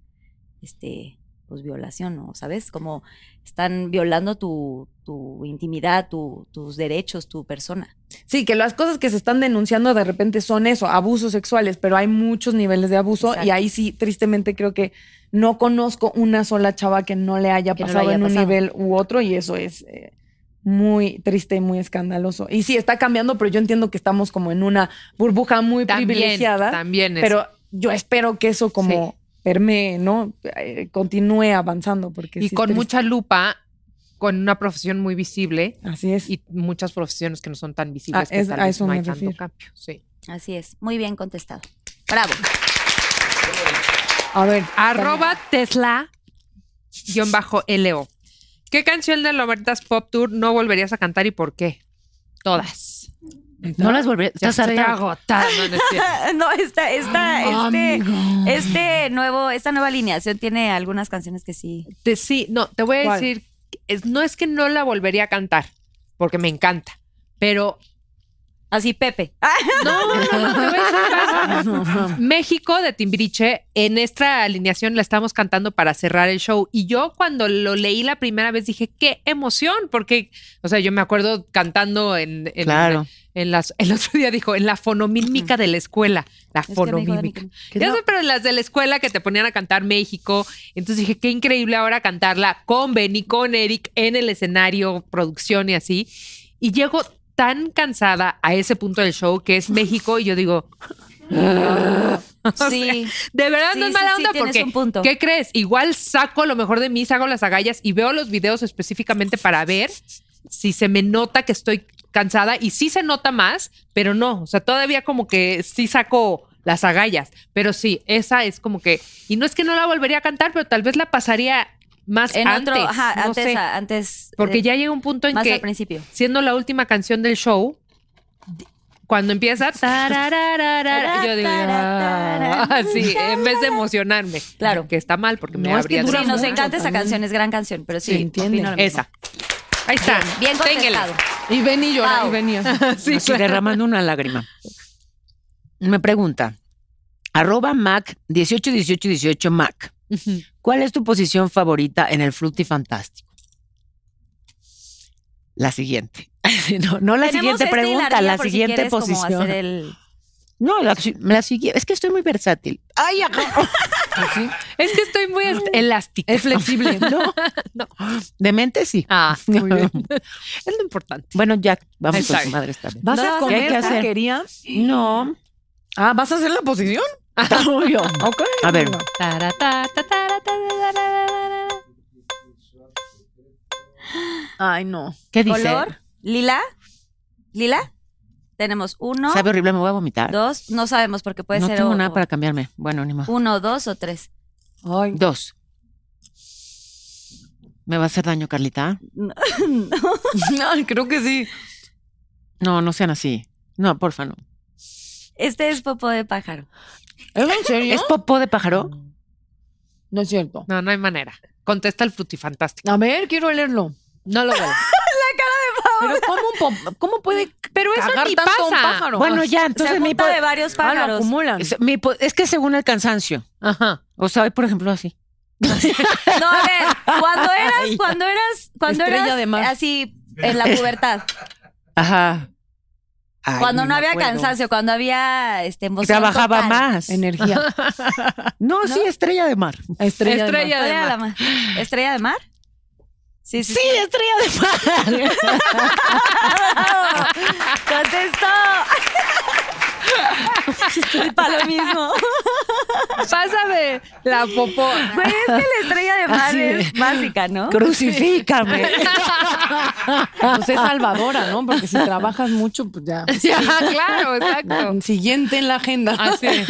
B: este, pues violación, ¿no? ¿Sabes? Como están violando tu, tu intimidad, tu- tus derechos, tu persona.
D: Sí, que las cosas que se están denunciando de repente son eso, abusos sexuales, pero hay muchos niveles de abuso
B: Exacto.
D: y ahí sí, tristemente creo que no conozco una sola chava que no le haya
B: Que no le
D: pasado
B: haya
D: en un
B: pasado.
D: nivel u otro y eso es eh, muy triste y muy escandaloso. Y sí, está cambiando, pero yo entiendo que estamos como en una burbuja muy
C: También,
D: privilegiada,
C: también es.
D: pero yo espero que eso como permee, ¿no? Eh, continúe avanzando porque
C: y
D: sí es
C: con
D: triste.
C: mucha lupa, con una profesión muy visible
D: Así es.
C: y muchas profesiones que no son tan visibles.
D: Ah,
C: que
D: es-
C: tal
D: a
C: vez
D: eso
C: no hay
D: me
C: tanto
D: refiero.
C: cambio. Sí.
B: Así es. Muy bien contestado. Bravo.
D: A ver.
C: Arroba Tesla guión bajo LO. ¿Qué canción de Lobertas Pop Tour no volverías a cantar y por qué? Todas.
E: No las volveré.
C: Ya
E: Estás
C: estoy
E: harta.
C: agotada. no, no es cierto.
B: no, esta,
C: Ah,
B: esta, este, este nuevo, esta nueva alineación tiene algunas canciones que sí.
C: Te- sí, no, te voy a
D: ¿Cuál?
C: decir, es- no es que no la volvería a cantar, porque me encanta, pero
B: Así, Pepe. Ah,
C: no, no, no, te voy a decir más. México de Timbiriche, en esta alineación la estamos cantando para cerrar el show. Y yo cuando lo leí la primera vez dije, qué emoción, porque, o sea, yo me acuerdo cantando en, en-
E: Claro.
C: en las, el otro día dijo, en la fonomímica de la escuela, la
B: es que me dijo Dani
C: fonomímica.
B: que-
C: Ya sé, pero las de la escuela que te ponían a cantar México. Entonces dije, qué increíble ahora cantarla con Benny, con Eric en el escenario, producción y así. Y llego tan cansada a ese punto del show que es México y yo digo,
B: sí.
C: de verdad
B: Sí,
C: no
B: sí,
C: es mala
B: sí,
C: onda
B: tienes
C: porque
B: un punto.
C: ¿qué crees? Igual saco lo mejor de mí, saco las agallas y veo los videos específicamente para ver si se me nota que estoy cansada y sí se nota más, pero no, o sea, todavía como que sí saco las agallas, pero sí, esa es como que y no es que no la volvería a cantar, pero tal vez la pasaría más
B: En
C: antes,
B: otro, ajá,
C: no
B: antes,
C: sé,
B: a- antes.
C: porque
B: eh,
C: ya llega un punto en
B: Más
C: que
B: al principio.
C: siendo la última canción del show, di- cuando empieza, tarararara, yo digo, "Ah", así, en vez de emocionarme.
B: Claro.
C: Que está mal, porque me
D: No, es que
C: habría "Ah,
D: dura
B: Sí, nos
D: mucho
B: encanta esa
D: también.
B: canción, es gran canción, pero sí,
D: Sí, entiende.
B: opino lo mismo.
C: Esa. Ahí está.
B: Bien
C: Téngele.
B: contestado.
D: Y ven y llora,
B: Pau.
D: y ven y-
C: Sí,
E: Así
C: claro.
E: derramando una lágrima. Me pregunta, arroba Mac 181818 Mac.
C: Ujú.
E: ¿Cuál es tu posición favorita en el Fruity Fantástico? La siguiente. no, no la
B: Tenemos
E: siguiente
B: esta
E: pregunta,
B: hilarilla
E: la
B: por si
E: siguiente
B: quieres como
E: posición.
B: hacer el-
E: No, la, la siguiente. Es que estoy muy versátil. Ay, ajá.
D: Así.
C: Ah, Es que estoy muy est- elástica.
D: Es flexible.
E: No, no. De mente sí.
C: Ah, muy bien. Es lo importante.
E: Bueno, ya, vamos
C: Está
E: con su
C: bien.
E: madre esta vez.
D: ¿Vas
B: No,
D: a
B: sí,
E: hay
D: comer
E: que hacer.
D: taquería?
E: No,
D: Ah, ¿vas a hacer la posición?
E: está muy bien.
D: Ok.
E: A ver.
C: Tara, ta, ta, tara, ta, ta, ta, ta, ta.
D: Ay, no.
E: ¿Qué dice?
B: color. Lila. Lila. Tenemos uno,
E: Sabe horrible, me voy a vomitar.
B: dos, no sabemos porque puede
E: no
B: ser
E: tengo
B: o-
E: nada
B: o-
E: para cambiarme. Bueno, ni modo.
B: uno, dos o tres.
D: Ay.
E: Dos. ¿Me va a hacer daño, Carlita?
D: Ay, creo que sí.
E: No, no sean así. No, porfa, no.
B: Este es popo de pájaro.
D: ¿Es en serio?
E: ¿Es popó de pájaro?
D: No es cierto.
C: No, no hay manera. Contesta el frutifantástico.
D: A ver, quiero olerlo.
C: No lo veo.
D: Pero ¿cómo, un po- cómo puede
C: Pero eso
D: cagar
C: ni
D: tanto a un
C: pasa.
D: pájaro?
E: Bueno, ya,
B: Se
E: entonces mi,
B: junta
E: po-
B: de varios
D: Ah, lo
B: pájaros.
D: acumulan.
E: es, mi po- es que según el cansancio.
C: Ajá.
E: O sea, hoy, por ejemplo, así.
B: No, a ver, cuando eras, cuando eras, cuando
D: Estrella
B: eras
D: de mar.
B: así en la pubertad,
E: Ajá. Ay,
B: cuando
E: ni
B: no
E: me
B: había
E: acuerdo.
B: cansancio, cuando había este emoción
E: Trabajaba
B: total.
E: más.
D: Energía.
E: No, sí, estrella de mar.
C: Estrella de
D: Estrella. de
B: Estrella de
C: mar.
B: la mar. ¿Estrella de mar? Sí, sí.
E: Sí, estrella de mar.
B: ¡Bravo! Contestó. Para lo mismo.
C: Pásame la popó.
B: Güey, es que la estrella de mar
E: Así
B: es básica, ¿no?
E: Crucifícame.
D: mar. Pues es salvadora, ¿no? Porque si trabajas mucho, pues ya.
C: Ajá, claro, exacto.
D: Siguiente en la agenda.
C: Así. es.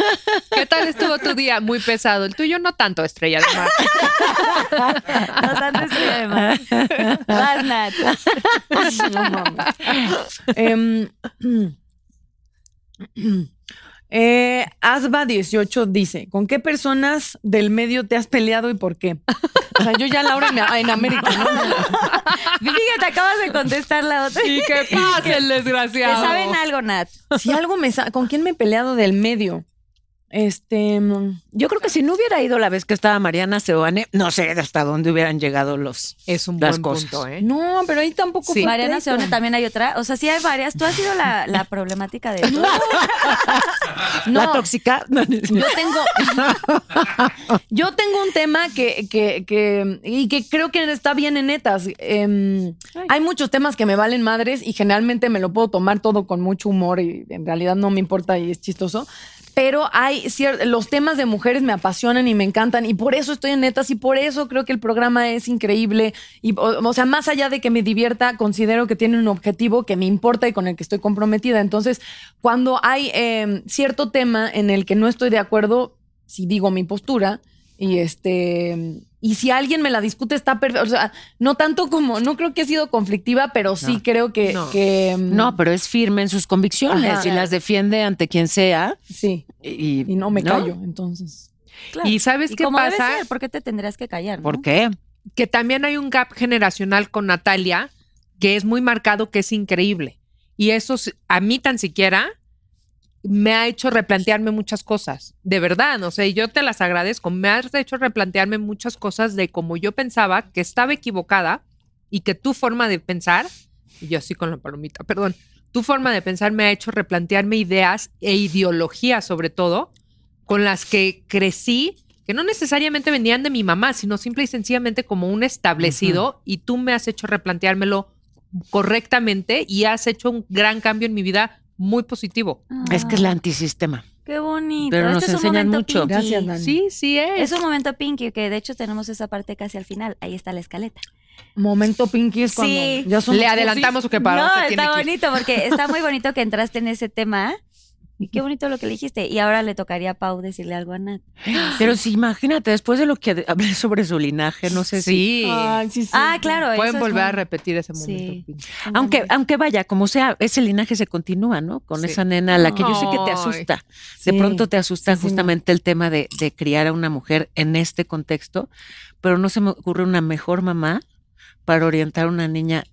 C: ¿Qué tal estuvo tu día? Muy pesado. El tuyo no tanto, estrella de mar.
B: No tanto estrella de mar. Vas, Nat.
D: No mames. Em, Eh, Asba18 dice: ¿Con qué personas del medio te has peleado y por qué? O sea, yo ya Laura en, en América, ¿no?
B: Fíjate, acabas de contestar la otra.
C: Y que pase el
B: ¿Te
C: desgraciado.
B: saben algo, Nat?
D: Si algo me sa- ¿Con quién me he peleado del medio? Este. mm,
E: Yo creo que si no hubiera ido la vez que estaba Mariana Seoane, no sé hasta dónde hubieran llegado los.
C: Es un
E: Las
C: buen
E: cosas.
C: punto, ¿eh?
D: No, pero ahí tampoco fue
B: Mariana
D: pleito.
B: Seone también hay otra. O sea, sí hay varias. Tú has sido la, la problemática de esto.
D: ¿eh?
E: La tóxica.
D: Yo tengo, yo tengo un tema que, que, que- y que creo que está bien en netas. Em, hay muchos temas que me valen madres y generalmente me lo puedo tomar todo con mucho humor y en realidad no me importa y es chistoso. Pero hay cier- los temas de mujeres me apasionan y me encantan y por eso estoy en netas y por eso creo que el programa es increíble. Y, o, o sea, más allá de que me divierta, considero que tiene un objetivo que me importa y con el que estoy comprometida. Entonces, cuando hay eh, cierto tema en el que no estoy de acuerdo, si digo mi postura y este y si alguien me la discute está perfecto, o sea, no tanto como no creo que he sido conflictiva, pero sí
E: No.
D: creo que
C: No.
D: que, mm,
E: No, pero es firme en sus convicciones
D: Ajá.
E: y las defiende ante quien sea.
D: sí,
E: Y,
D: y no me callo, entonces.
B: Claro.
C: ¿Y sabes
B: ¿Y
C: qué
B: cómo debe
C: pasa?
B: ser? ¿Por qué te tendrías que callar? no?
E: ¿Por qué?
C: Que también hay un gap generacional con Natalia que es muy marcado, que es increíble. Y eso s- a mí tan siquiera me ha hecho replantearme muchas cosas. De verdad, no sé, yo te las agradezco. Me has hecho replantearme muchas cosas de como yo pensaba que estaba equivocada y que tu forma de pensar, y yo sí con la palomita, perdón, tu forma de pensar me ha hecho replantearme ideas e ideologías sobre todo con las que crecí, que no necesariamente venían de mi mamá, sino simple y sencillamente como un establecido, y tú me has hecho replanteármelo correctamente y has hecho un gran cambio en mi vida muy positivo.
B: Ah,
E: Es que es la antisistema.
B: Qué bonito.
E: Pero nos
B: este es un
E: enseñan
B: momento
E: mucho.
B: Pinky.
D: Gracias, Nani.
C: Sí, sí es.
B: Es un momento Pinky, que de hecho tenemos esa parte casi al final. Ahí está la escaleta.
D: Momento Pinky es cuando
B: Sí.
D: ya somos
C: Le adelantamos o que para
B: no, está
C: dónde tiene que ir.
B: bonito porque está muy bonito que entraste en ese tema. Y qué bonito lo que le dijiste. Y ahora le tocaría a Pau decirle algo a Nat.
E: Pero si imagínate, después de lo que hablé sobre su linaje, no sé si.
C: Sí.
D: Ay, sí, sí.
B: Ah, claro. eso
C: Pueden
B: es
C: volver a
B: muy-
C: repetir ese momento.
B: Sí.
E: Aunque, aunque vaya, como sea, ese linaje se continúa, ¿no? Con
C: Sí.
E: esa nena a la que yo sé que te
C: Ay.
E: asusta.
D: Sí.
E: De pronto te asusta
D: Sí, sí,
E: justamente el tema de, de criar a una mujer en este contexto, pero no se me ocurre una mejor mamá para orientar a una niña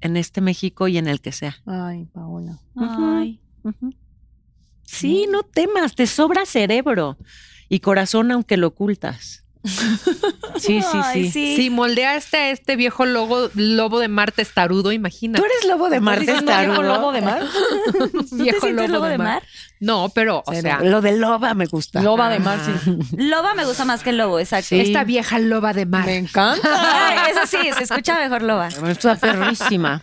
E: en este México y en el que sea.
D: Ay, Paola.
B: Ay.
E: Sí, no temas, te sobra cerebro y corazón aunque lo ocultas. Sí, sí,
B: Ay,
E: sí.
C: Si moldeaste a este viejo logo, lobo de Marte tarudo, imagínate.
E: Tú eres lobo de mar,
D: ¿Estás diciendo viejo lobo de mar?
B: ¿Tú te sientes lobo de mar?
C: No, pero, o sea,
E: Lo de loba me gusta.
D: Loba de mar, sí.
B: Loba me gusta más que lobo, exacto.
E: Sí.
C: esta vieja loba de mar.
D: Me encanta.
B: Ay, eso sí, se escucha mejor loba.
E: Está perrísima.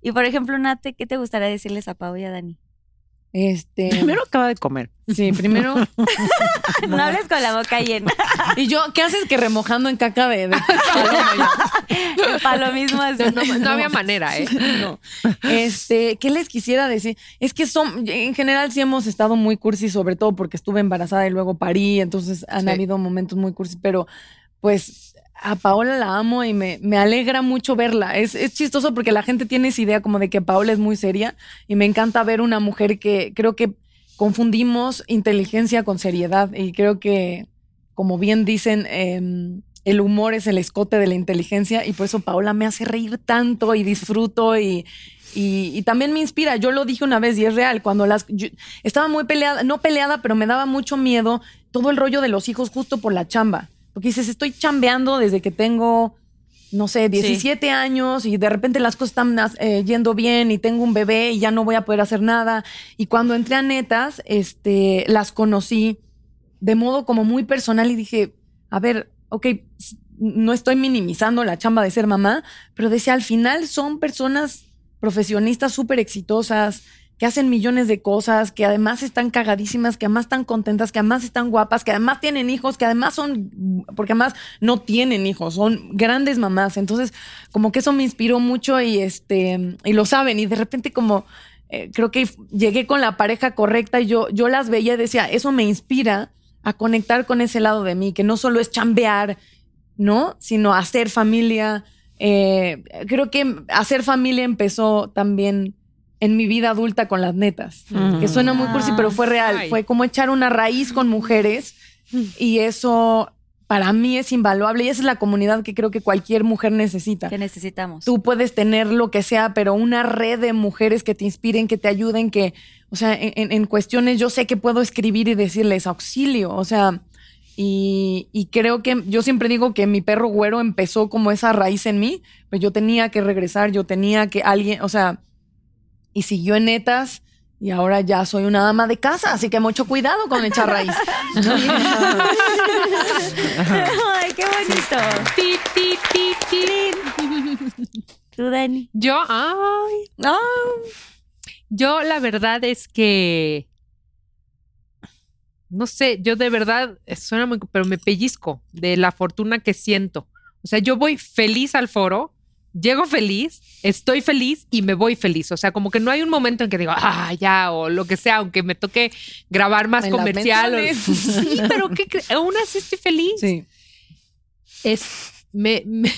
B: Y por ejemplo, Nate, ¿qué te gustaría decirles a Pau y a Dani?
D: Este,
E: Primero acaba de comer.
D: sí, primero
B: No hables con la boca llena.
D: ¿Y yo qué haces que remojando en caca de, de paloma, yo?
B: Para lo mismo así.
C: No, no, no había manera, ¿eh?
D: No. Este, ¿qué les quisiera decir? Es que son, en general sí hemos estado muy cursi, sobre todo porque estuve embarazada y luego parí, entonces han
C: Sí.
D: habido momentos muy cursi, pero pues a Paola la amo y me, me alegra mucho verla. Es, es chistoso porque la gente tiene esa idea como de que Paola es muy seria y me encanta ver una mujer que creo que confundimos inteligencia con seriedad y creo que, como bien dicen, em, el humor es el escote de la inteligencia y por eso Paola me hace reír tanto y disfruto y, y, y también me inspira. Yo lo dije una vez y es real. Cuando las. yo estaba muy peleada, no peleada, pero me daba mucho miedo todo el rollo de los hijos justo por la chamba. Porque dices, estoy chambeando desde que tengo, no sé, 17 años y de repente las cosas están eh, yendo bien y tengo un bebé y ya no voy a poder hacer nada. Y cuando entré a Netas, este, las conocí de modo como muy personal y dije, a ver, ok, s- no estoy minimizando la chamba de ser mamá, pero decía, al final son personas profesionistas súper exitosas, que hacen millones de cosas, que además están cagadísimas, que además están contentas, que además están guapas, que además tienen hijos, que además son, porque además no tienen hijos, son grandes mamás. Entonces, como que eso me inspiró mucho y este, y lo saben, y de repente como eh, creo que llegué con la pareja correcta y yo, yo las veía y decía, eso me inspira a conectar con ese lado de mí, que no solo es chambear, ¿no? Sino hacer familia. Eh, creo que hacer familia empezó también en mi vida adulta con las netas,
E: Mm.
D: que suena muy cursi, pero fue real.
C: Ay.
D: Fue como echar una raíz con mujeres y eso para mí es invaluable y esa es la comunidad que creo que cualquier mujer necesita.
B: que necesitamos.
D: Tú puedes tener lo que sea, pero una red de mujeres que te inspiren, que te ayuden, que, o sea, en, en- en cuestiones yo sé que puedo escribir y decirles auxilio, o sea, y, y creo que yo siempre digo que mi perro güero empezó como esa raíz en mí, pues yo tenía que regresar, yo tenía que alguien, o sea, y siguió en netas. Y ahora ya soy una ama de casa, así que mucho cuidado con echar raíz.
B: Ay, qué bonito.
C: Ti, ti, ti, ti.
B: Tú, Dani.
C: Yo, ah. ay,
B: No.
C: yo la verdad es que no sé, yo de verdad eh, suena muy, pero me pellizco de la fortuna que siento. O sea, yo voy feliz al foro, llego feliz, estoy feliz y me voy feliz. O sea, como que no hay un momento en que digo, ah, ya, o lo que sea, aunque me toque grabar más
D: En las
C: comercial. o-
D: menciones.
C: sí, pero que cre- aún así estoy feliz.
D: Sí.
C: Es, me, me-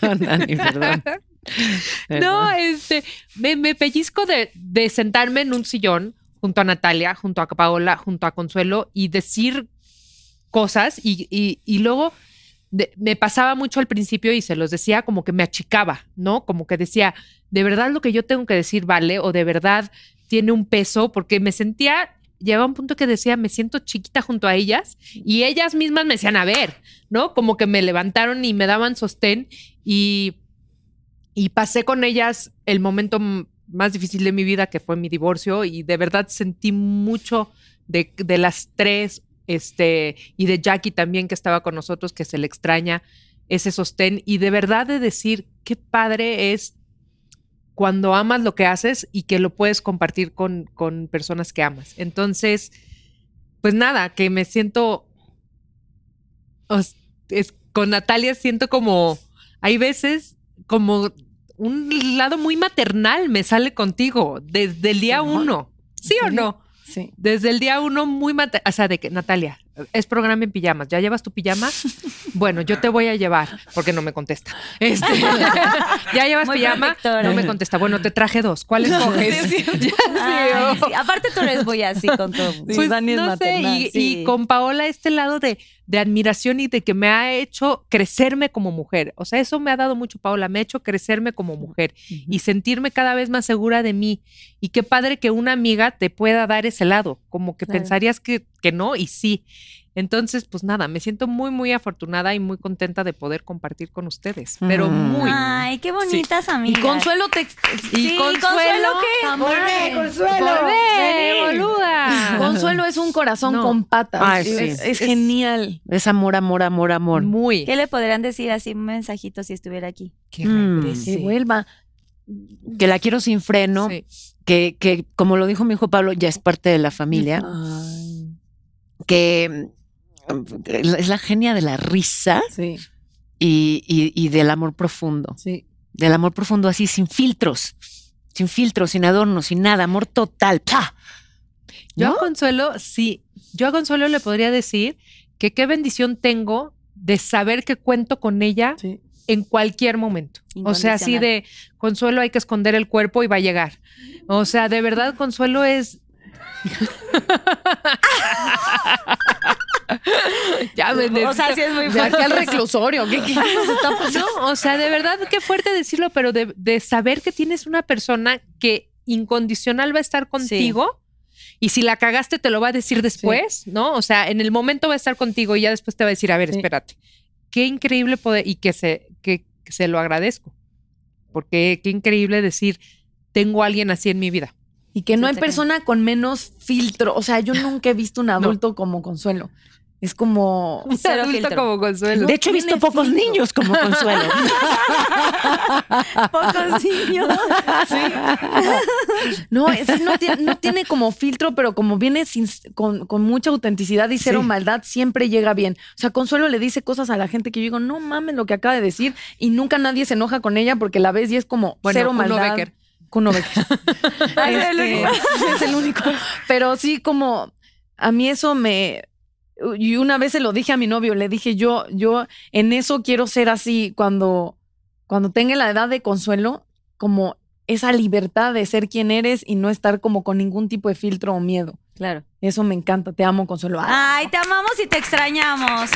E: Perdón, Dani, perdón.
C: No,
E: Perdón.
D: eh.
C: este, me, me pellizco de, de sentarme en un sillón junto a Natalia, junto a Paola, junto a Consuelo y decir cosas y, y- y luego de- me pasaba mucho al principio y se los decía como que me achicaba, ¿no? Como que decía, de verdad lo que yo tengo que decir vale o de verdad tiene un peso porque me sentía, llegaba un punto que decía, me siento chiquita junto a ellas y ellas mismas me decían, a ver, ¿no? Como que me levantaron y me daban sostén y y pasé con ellas el momento m- más difícil de mi vida, que fue mi divorcio, y de verdad sentí mucho de, de las tres, este, y de Jackie también que estaba con nosotros, que se le extraña ese sostén, y de verdad de decir qué padre es cuando amas lo que haces y que lo puedes compartir con, con personas que amas. Entonces, pues nada, que me siento, os- es- con Natalia siento como, hay veces como un lado muy maternal me sale contigo desde el día
D: Ajá.
C: uno. ¿Sí o
D: Sí.
C: no?
D: Sí.
C: Desde el día uno muy maternal. O sea, de que, Natalia, es programa en pijamas. ¿Ya llevas tu pijama? Bueno, yo te voy a llevar porque no me contesta. Este, ¿Ya llevas
B: Muy
C: pijama?
B: protectora.
C: No me contesta. Bueno, te traje dos. ¿Cuáles coges?
B: Ay, sí. Aparte, tú eres voy así con Pues, todo.
D: Sí, Dani es maternal,
C: y,
B: sí.
C: y con Paola este lado de, de admiración y de que me ha hecho crecerme como mujer. O sea, eso me ha dado mucho, Paola, me ha hecho crecerme como mujer y sentirme cada vez más segura de mí. Y qué padre que una amiga te pueda dar ese lado, como que
D: Claro.
C: pensarías que, que no y sí. Entonces, pues nada, me siento muy, muy afortunada y muy contenta de poder compartir con ustedes, pero
E: Mm.
C: muy...
B: Ay, qué bonitas
D: Y
B: amigas.
D: Consuelo te
C: Y
B: Sí,
C: Consuelo,
B: qué? Ay.
C: ¡Volvé, boluda!
D: Consuelo es un corazón
C: No.
D: con patas.
E: Ay,
D: es,
E: sí.
D: es genial.
E: Es amor, amor, amor, amor.
C: Muy.
B: ¿Qué le podrían decir así un mensajito si estuviera aquí?
C: Qué
E: Mm.
C: regrese.
D: Que vuelva.
E: Que la quiero sin freno,
C: Sí.
E: que, que como lo dijo mi hijo Pablo, ya es parte de la familia, que mm, que es la genia de la risa
D: sí,
E: y, y- y del amor profundo.
D: sí.
E: Del amor profundo así, sin filtros, sin filtros, sin adornos, sin nada, amor total. ¡pa!
C: Yo
E: ¿No?
C: a Consuelo, sí, yo a Consuelo le podría decir que qué bendición tengo de saber que cuento con ella
D: sí.
C: en cualquier momento. O sea, así
B: Incondicional.
C: de Consuelo hay que esconder el cuerpo y va a llegar. O sea, de verdad, Consuelo es... ya me
B: O sea, sí es muy
D: De aquí
B: fuerte.
D: al reclusorio. ¿Qué, qué nos está pasando?
C: No, o sea, de verdad, qué fuerte decirlo, pero de, de saber que tienes una persona que incondicional va a estar contigo y si la cagaste te lo va a decir después, ¿no? O sea, en el momento va a estar contigo y ya después te va a decir, a ver,
D: Sí.
C: espérate, qué increíble poder, y que se, que, que se lo agradezco, porque qué increíble decir, tengo a alguien así en mi vida.
D: Y que no
B: Sí,
D: hay
B: te
D: persona con menos filtro. O sea, yo nunca he visto un adulto como Consuelo. Es como.
C: Un
B: Cero
C: adulto
B: filtro.
C: como Consuelo.
E: De hecho, he
D: tiene
E: visto pocos
D: filtro.
E: niños como consuelo.
B: Pocos niños.
D: No, es que no, tiene, no tiene como filtro, pero como viene sin- con, con mucha autenticidad y cero
E: Sí.
D: maldad, siempre llega bien. O sea, Consuelo le dice cosas a la gente que yo digo, no mames lo que acaba de decir. Y nunca nadie se enoja con ella porque la ves y es como
C: Bueno,
D: cero
C: Kuno
D: maldad.
C: Becker.
D: Kuno Becker.
B: Ay, es el
D: Este, es el único. Pero sí, como a mí eso me. Y una vez se lo dije a mi novio, le dije, yo, yo en eso quiero ser así cuando. cuan- cuando tenga la edad de consuelo, como esa libertad de ser quien eres y no estar como con ningún tipo de filtro o miedo.
B: Claro.
D: Eso me encanta, te amo, Consuelo. Ah,
B: Ay, te amamos y te extrañamos.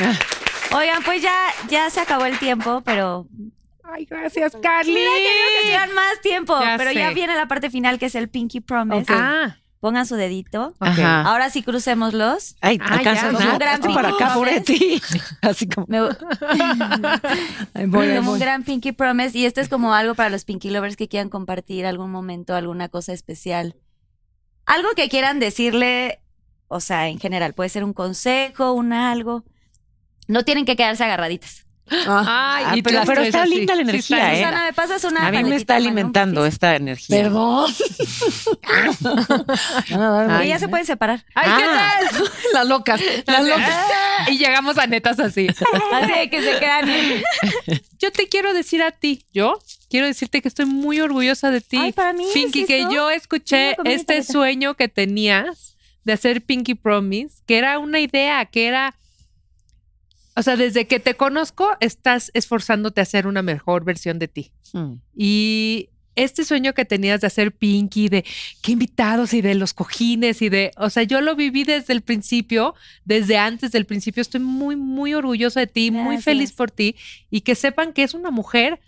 B: Oigan, pues ya, ya se acabó el tiempo, pero
C: Ay, gracias, Carly.
B: Mira, queremos que sigan más tiempo.
C: Ya
B: pero
C: sé.
B: ya viene la parte final que es el Pinky Promise.
C: Ah,
B: Pongan su dedito.
C: ok.
E: Ajá. Ah.
B: Ahora sí crucémoslos.
E: Ay,
C: Ah,
E: alcanzas
C: ya,
E: ¿no?
C: como un
B: gran
E: Hazte para
B: pico,
E: acá, pobre
B: ¿ves?
E: ti. Así como.
B: Me-
D: Ahí voy, ahí
B: como un
D: voy.
B: gran Pinky Promise. Y este es como algo para los Pinky Lovers que quieran compartir algún momento, alguna cosa especial. Algo que quieran decirle, o sea, en general, puede ser un consejo, un algo. No tienen que quedarse agarraditas.
D: Ah,
C: Ay,
E: Ah,
C: y tú
E: pero-
C: las
E: pero
C: traes
E: está
C: así.
E: linda la
C: Sí,
E: energía,
C: está-
E: ¿eh?
B: Susana, ¿me pasas una
E: A mí me
B: paletita
E: está
B: para un
E: alimentando
B: kiss?
E: esta energía.
D: perdón. Ah, Van a dar-
E: Ay,
B: Porque ya se pueden separar.
C: Ay, ¿qué
E: Ah.
C: tal?
D: las locas, las locas.
C: Y llegamos a netas así.
B: Así de que se quedan.
C: Yo te quiero decir a ti, yo quiero decirte que estoy muy orgullosa de ti.
B: Ay, para mí es
C: Pinky, que
B: esto.
C: yo escuché
B: Mira, comí mi
C: este
B: paleta.
C: sueño que tenías de hacer Pinky Promise, que era una idea, que era. O sea, desde que te conozco, estás esforzándote a ser una mejor versión de ti.
E: Mm.
C: Y este sueño que tenías de hacer Pinky, de qué invitados y de los cojines y de, o sea, yo lo viví desde el principio, desde antes del principio. Estoy muy, muy orgullosa de ti, muy
B: Gracias.
C: feliz por ti y que sepan que es una mujer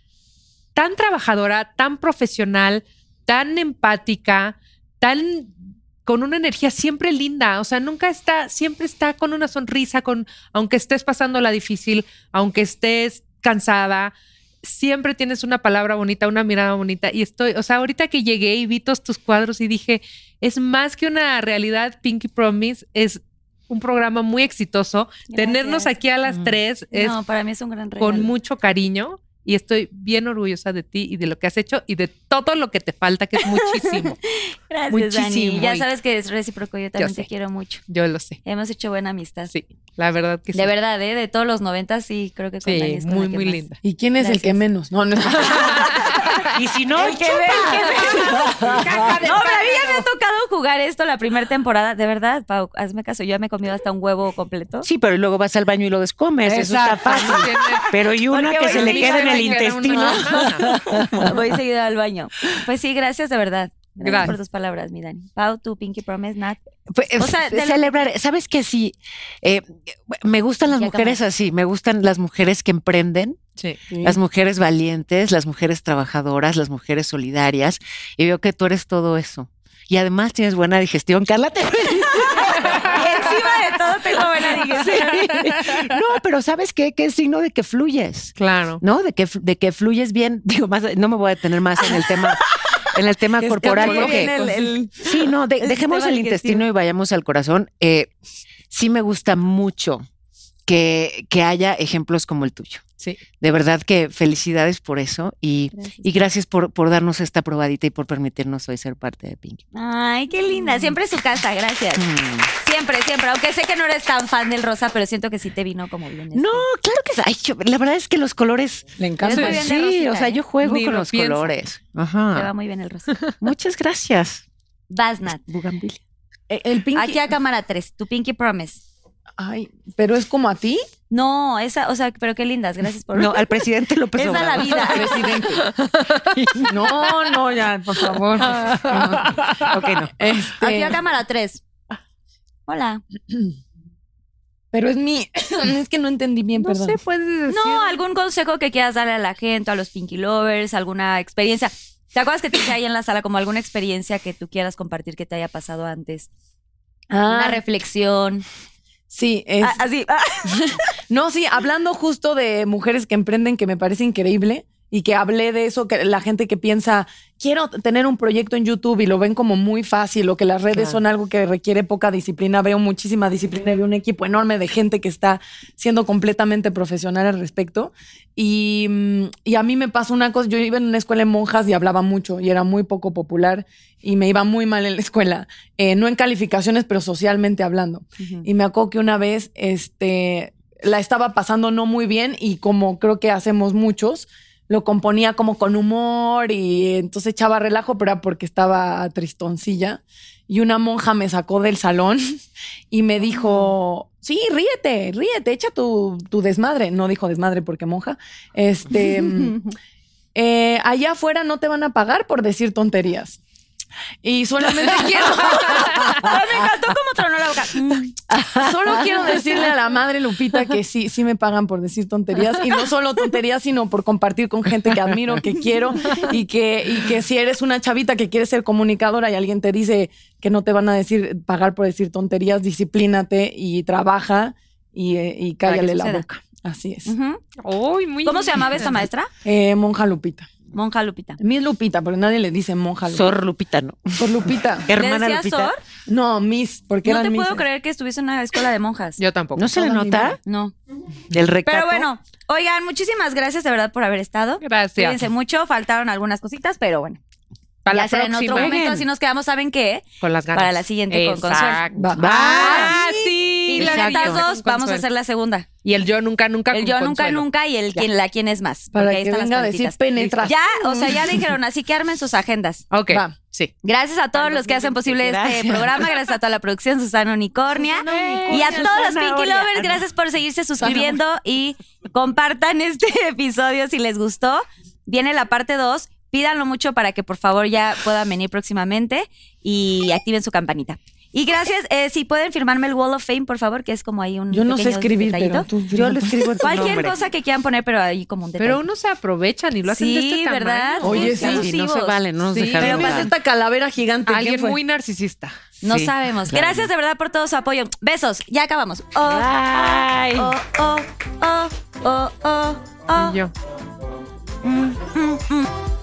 C: tan trabajadora, tan profesional, tan empática, tan con una energía siempre linda, o sea, nunca está, siempre está con una sonrisa, con aunque estés pasándola difícil, aunque estés cansada, siempre tienes una palabra bonita, una mirada bonita. Y estoy, o sea, ahorita que llegué y vi todos tus cuadros y dije, es más que una realidad, Pinky Promise, es un programa muy exitoso.
B: Gracias.
C: Tenernos
B: Mm.
C: aquí a las
E: Ujú.
C: tres es
B: No, para mí es un gran regalo.
C: con mucho cariño. Y estoy bien orgullosa de ti y de lo que has hecho y de todo lo que te falta, que es muchísimo.
B: Gracias,
C: Muchísimo.
B: Dani. Ya
C: Y-
B: sabes que es recíproco, yo también te
C: sé.
B: quiero mucho.
C: Yo lo sé.
B: Hemos hecho buena amistad.
C: Sí, la verdad que sí.
B: De verdad, ¿eh? De todos los 90 sí, creo que con Dani
C: Sí,
B: es con
C: muy,
B: la que
C: muy
B: más.
C: linda.
D: ¿Y quién es el
B: Gracias.
D: que menos? No, no es
E: Y si no,
B: ¡Ay, qué bella! No, pero a mí ya me ha tocado jugar esto la primera temporada. De verdad, Pau, hazme caso, yo ya me he comido hasta un huevo completo.
E: sí, pero luego vas al baño y lo descomes. Eso está fácil. Pero y una
B: Porque
E: que
B: voy
E: se
B: a
E: le
B: misa
E: queda en
B: y
E: el
B: me queda
E: intestino.
B: Voy seguido al baño. Pues sí, gracias de verdad. Gracias,
C: Gracias.
B: por tus palabras, mi Dani. Pau, tu Pinky Promise, Nat.
E: Pues,
B: O sea,
E: ce-
B: de lo-
E: celebrar, sabes que sí, Eh, me gustan las
B: Ya
E: mujeres así, me gustan las mujeres que emprenden,
C: Sí.
E: las mujeres valientes, las mujeres trabajadoras, las mujeres solidarias, y veo que tú eres todo eso. Y además tienes buena digestión, Carla. te-
B: Y encima de todo tengo buena digestión.
E: No, pero ¿sabes qué? Que es signo de que fluyes,
C: Claro.
E: ¿no? De que, fl- de que fluyes bien. Digo, más, no me voy a detener más en el tema, en el tema corporal,
D: Porque
E: porque
D: el, el-
E: Sí, no, de-
B: El
E: dejemos
B: sistema
E: el
B: digestivo.
E: intestino y vayamos al corazón. Eh, sí me gusta mucho que, que haya ejemplos como el tuyo.
C: Sí.
E: De verdad que felicidades por eso y, y gracias por, por darnos esta probadita y por permitirnos hoy ser parte de Pinky.
B: Ay, qué linda. Siempre es su casa, gracias.
E: Mm.
B: Siempre, siempre. Aunque sé que no eres tan fan del rosa, pero siento que sí te vino como bien. esto.
E: No, claro que sí. Ay, yo- la verdad es que los colores.
D: Le
B: Es
D: encanta.
B: muy bien de
E: sí,
B: rosita,
E: o sea,
B: ¿eh?
E: yo juego
C: Ni
E: con
C: lo
E: los
C: pienso.
E: colores.
B: Te va
E: Ajá.
B: muy bien el rosa.
E: Muchas gracias.
B: Vas, Nat.
E: Bugambilia.
D: El, E, el pinky.
B: Aquí a cámara 3, tu Pinky Promise.
D: Ay, pero es como a ti.
B: No, esa, o sea, pero qué lindas, gracias por.
E: No, al presidente López
B: Esa es la
E: Obrador.
B: vida.
D: No, no, ya, por favor.
E: Ok, no.
D: Este,
B: Aquí a cámara 3. Hola.
D: pero es mi. es que no entendí bien,
C: No
D: perdón.
C: sé, puedes decir.
B: No, algún consejo que quieras darle a la gente, a los Pinky Lovers, alguna experiencia. ¿Te acuerdas que te dije ahí en la sala como alguna experiencia que tú quieras compartir que te haya pasado antes? Una
D: Ah,
B: reflexión.
D: sí, es-
B: Ah, así. ah.
D: No, sí, hablando justo de mujeres que emprenden, que me parece increíble y que hablé de eso, que la gente que piensa, quiero tener un proyecto en YouTube y lo ven como muy fácil o que las redes
E: Claro.
D: son algo que requiere poca disciplina. Veo muchísima disciplina y veo un equipo enorme de gente que está siendo completamente profesional al respecto. Y, mm, y a mí me pasó una cosa, yo iba en una escuela de monjas y hablaba mucho y era muy poco popular y me iba muy mal en la escuela, eh, no en calificaciones, pero socialmente hablando. Y me acuerdo que una vez, este, la estaba pasando no muy bien y como creo que hacemos muchos, lo componía como con humor y entonces echaba relajo, pero era porque estaba tristoncilla. Y una monja me sacó del salón y me dijo, sí, ríete, ríete, echa tu, tu desmadre. No dijo desmadre porque monja. Este... eh, allá afuera no te van a pagar por decir tonterías. Y solamente quiero.
B: Me encantó como tronó la boca. Mm.
D: Solo quiero decirle a la madre Lupita que sí, sí me pagan por decir tonterías y no solo tonterías, sino por compartir con gente que admiro, que quiero y que, y que si eres una chavita que quiere ser comunicadora y alguien te dice que no te van a decir pagar por decir tonterías, disciplínate y trabaja y, eh, y
B: Para que
D: cállale la
B: suceda.
D: boca. Así es.
B: Ujú.
C: Uy, muy
B: ¿Cómo se llamaba esta maestra?
D: Eh, monja Lupita.
B: Monja Lupita.
D: A mí es Lupita, porque nadie le dice monja Lupita.
E: Sor Lupita, no.
D: Por Lupita.
E: Hermana
B: ¿Le decías
E: Lupita.
B: Sor?
D: No, Miss, porque
B: No
D: eran
B: te puedo
D: misses.
B: creer que estuviese en una escuela de monjas.
C: Yo tampoco.
E: ¿No se le
D: Toda mi
E: nota
D: vida.
B: No.
E: del recato?
B: Pero bueno, oigan, muchísimas gracias de verdad por haber estado.
C: Gracias.
B: Cuídense mucho, faltaron algunas cositas, pero bueno.
C: Para la
B: ya será en
C: próxima.
B: otro momento,
E: Jueguen.
B: si nos quedamos, ¿saben qué?
C: Con las ganas.
B: Para la siguiente con Consuelo.
C: Exacto.
D: Va.
E: Ah,
C: Ah, sí.
B: Y
C: la
B: las
C: neta,
B: dos,
C: con
B: vamos a
C: Consuelo.
B: hacer la segunda.
C: Y el yo nunca, nunca.
B: El
C: con
B: yo nunca,
C: Consuelo.
B: nunca y el quien, la quien es más.
D: Para
B: porque ahí
D: que
B: están las
D: venga a decir
B: cuentitas.
D: penetra.
B: Ya, o sea, ya dijeron, así que armen sus agendas.
C: Ok.
D: Va.
C: Sí.
B: Gracias a todos los que hacen posible este
E: Gracias.
B: programa, gracias a toda la producción, Susana Unicornia. Y a todos los
E: Susana
B: Pinky
E: Oria.
B: Lovers, gracias por seguirse suscribiendo y compartan este episodio si les gustó. Viene la parte 2. Pídanlo mucho para que por favor ya puedan venir próximamente y activen su campanita. Y gracias, eh, si pueden firmarme el Wall of Fame, por favor, que es como ahí un
D: Yo no sé
B: pequeño
D: escribir,
B: detallito.
D: pero tú
E: Yo lo escribo en tu
B: Cualquier
E: nombre.
B: cosa que quieran poner, pero ahí como un detalle.
C: Pero uno se aprovechan y lo hacen de
B: Sí,
C: este tamaño.
B: ¿verdad?
D: Oye, sí.
E: Sí, no se
B: Abusivos.
E: vale, no nos
C: Sí,
E: dejaron.
B: pero
D: ¿Quién
B: pues
E: nada.
D: es esta calavera gigante? ¿Quién
C: Alguien
D: fue?
C: muy narcisista.
B: No
E: Sí,
B: sabemos.
E: claro.
B: Gracias de verdad por todo su apoyo. Besos. Ya acabamos. Oh,
E: Bye.
B: oh, oh, oh, oh, oh, oh.
C: Y yo.
B: Mm, mm, mm.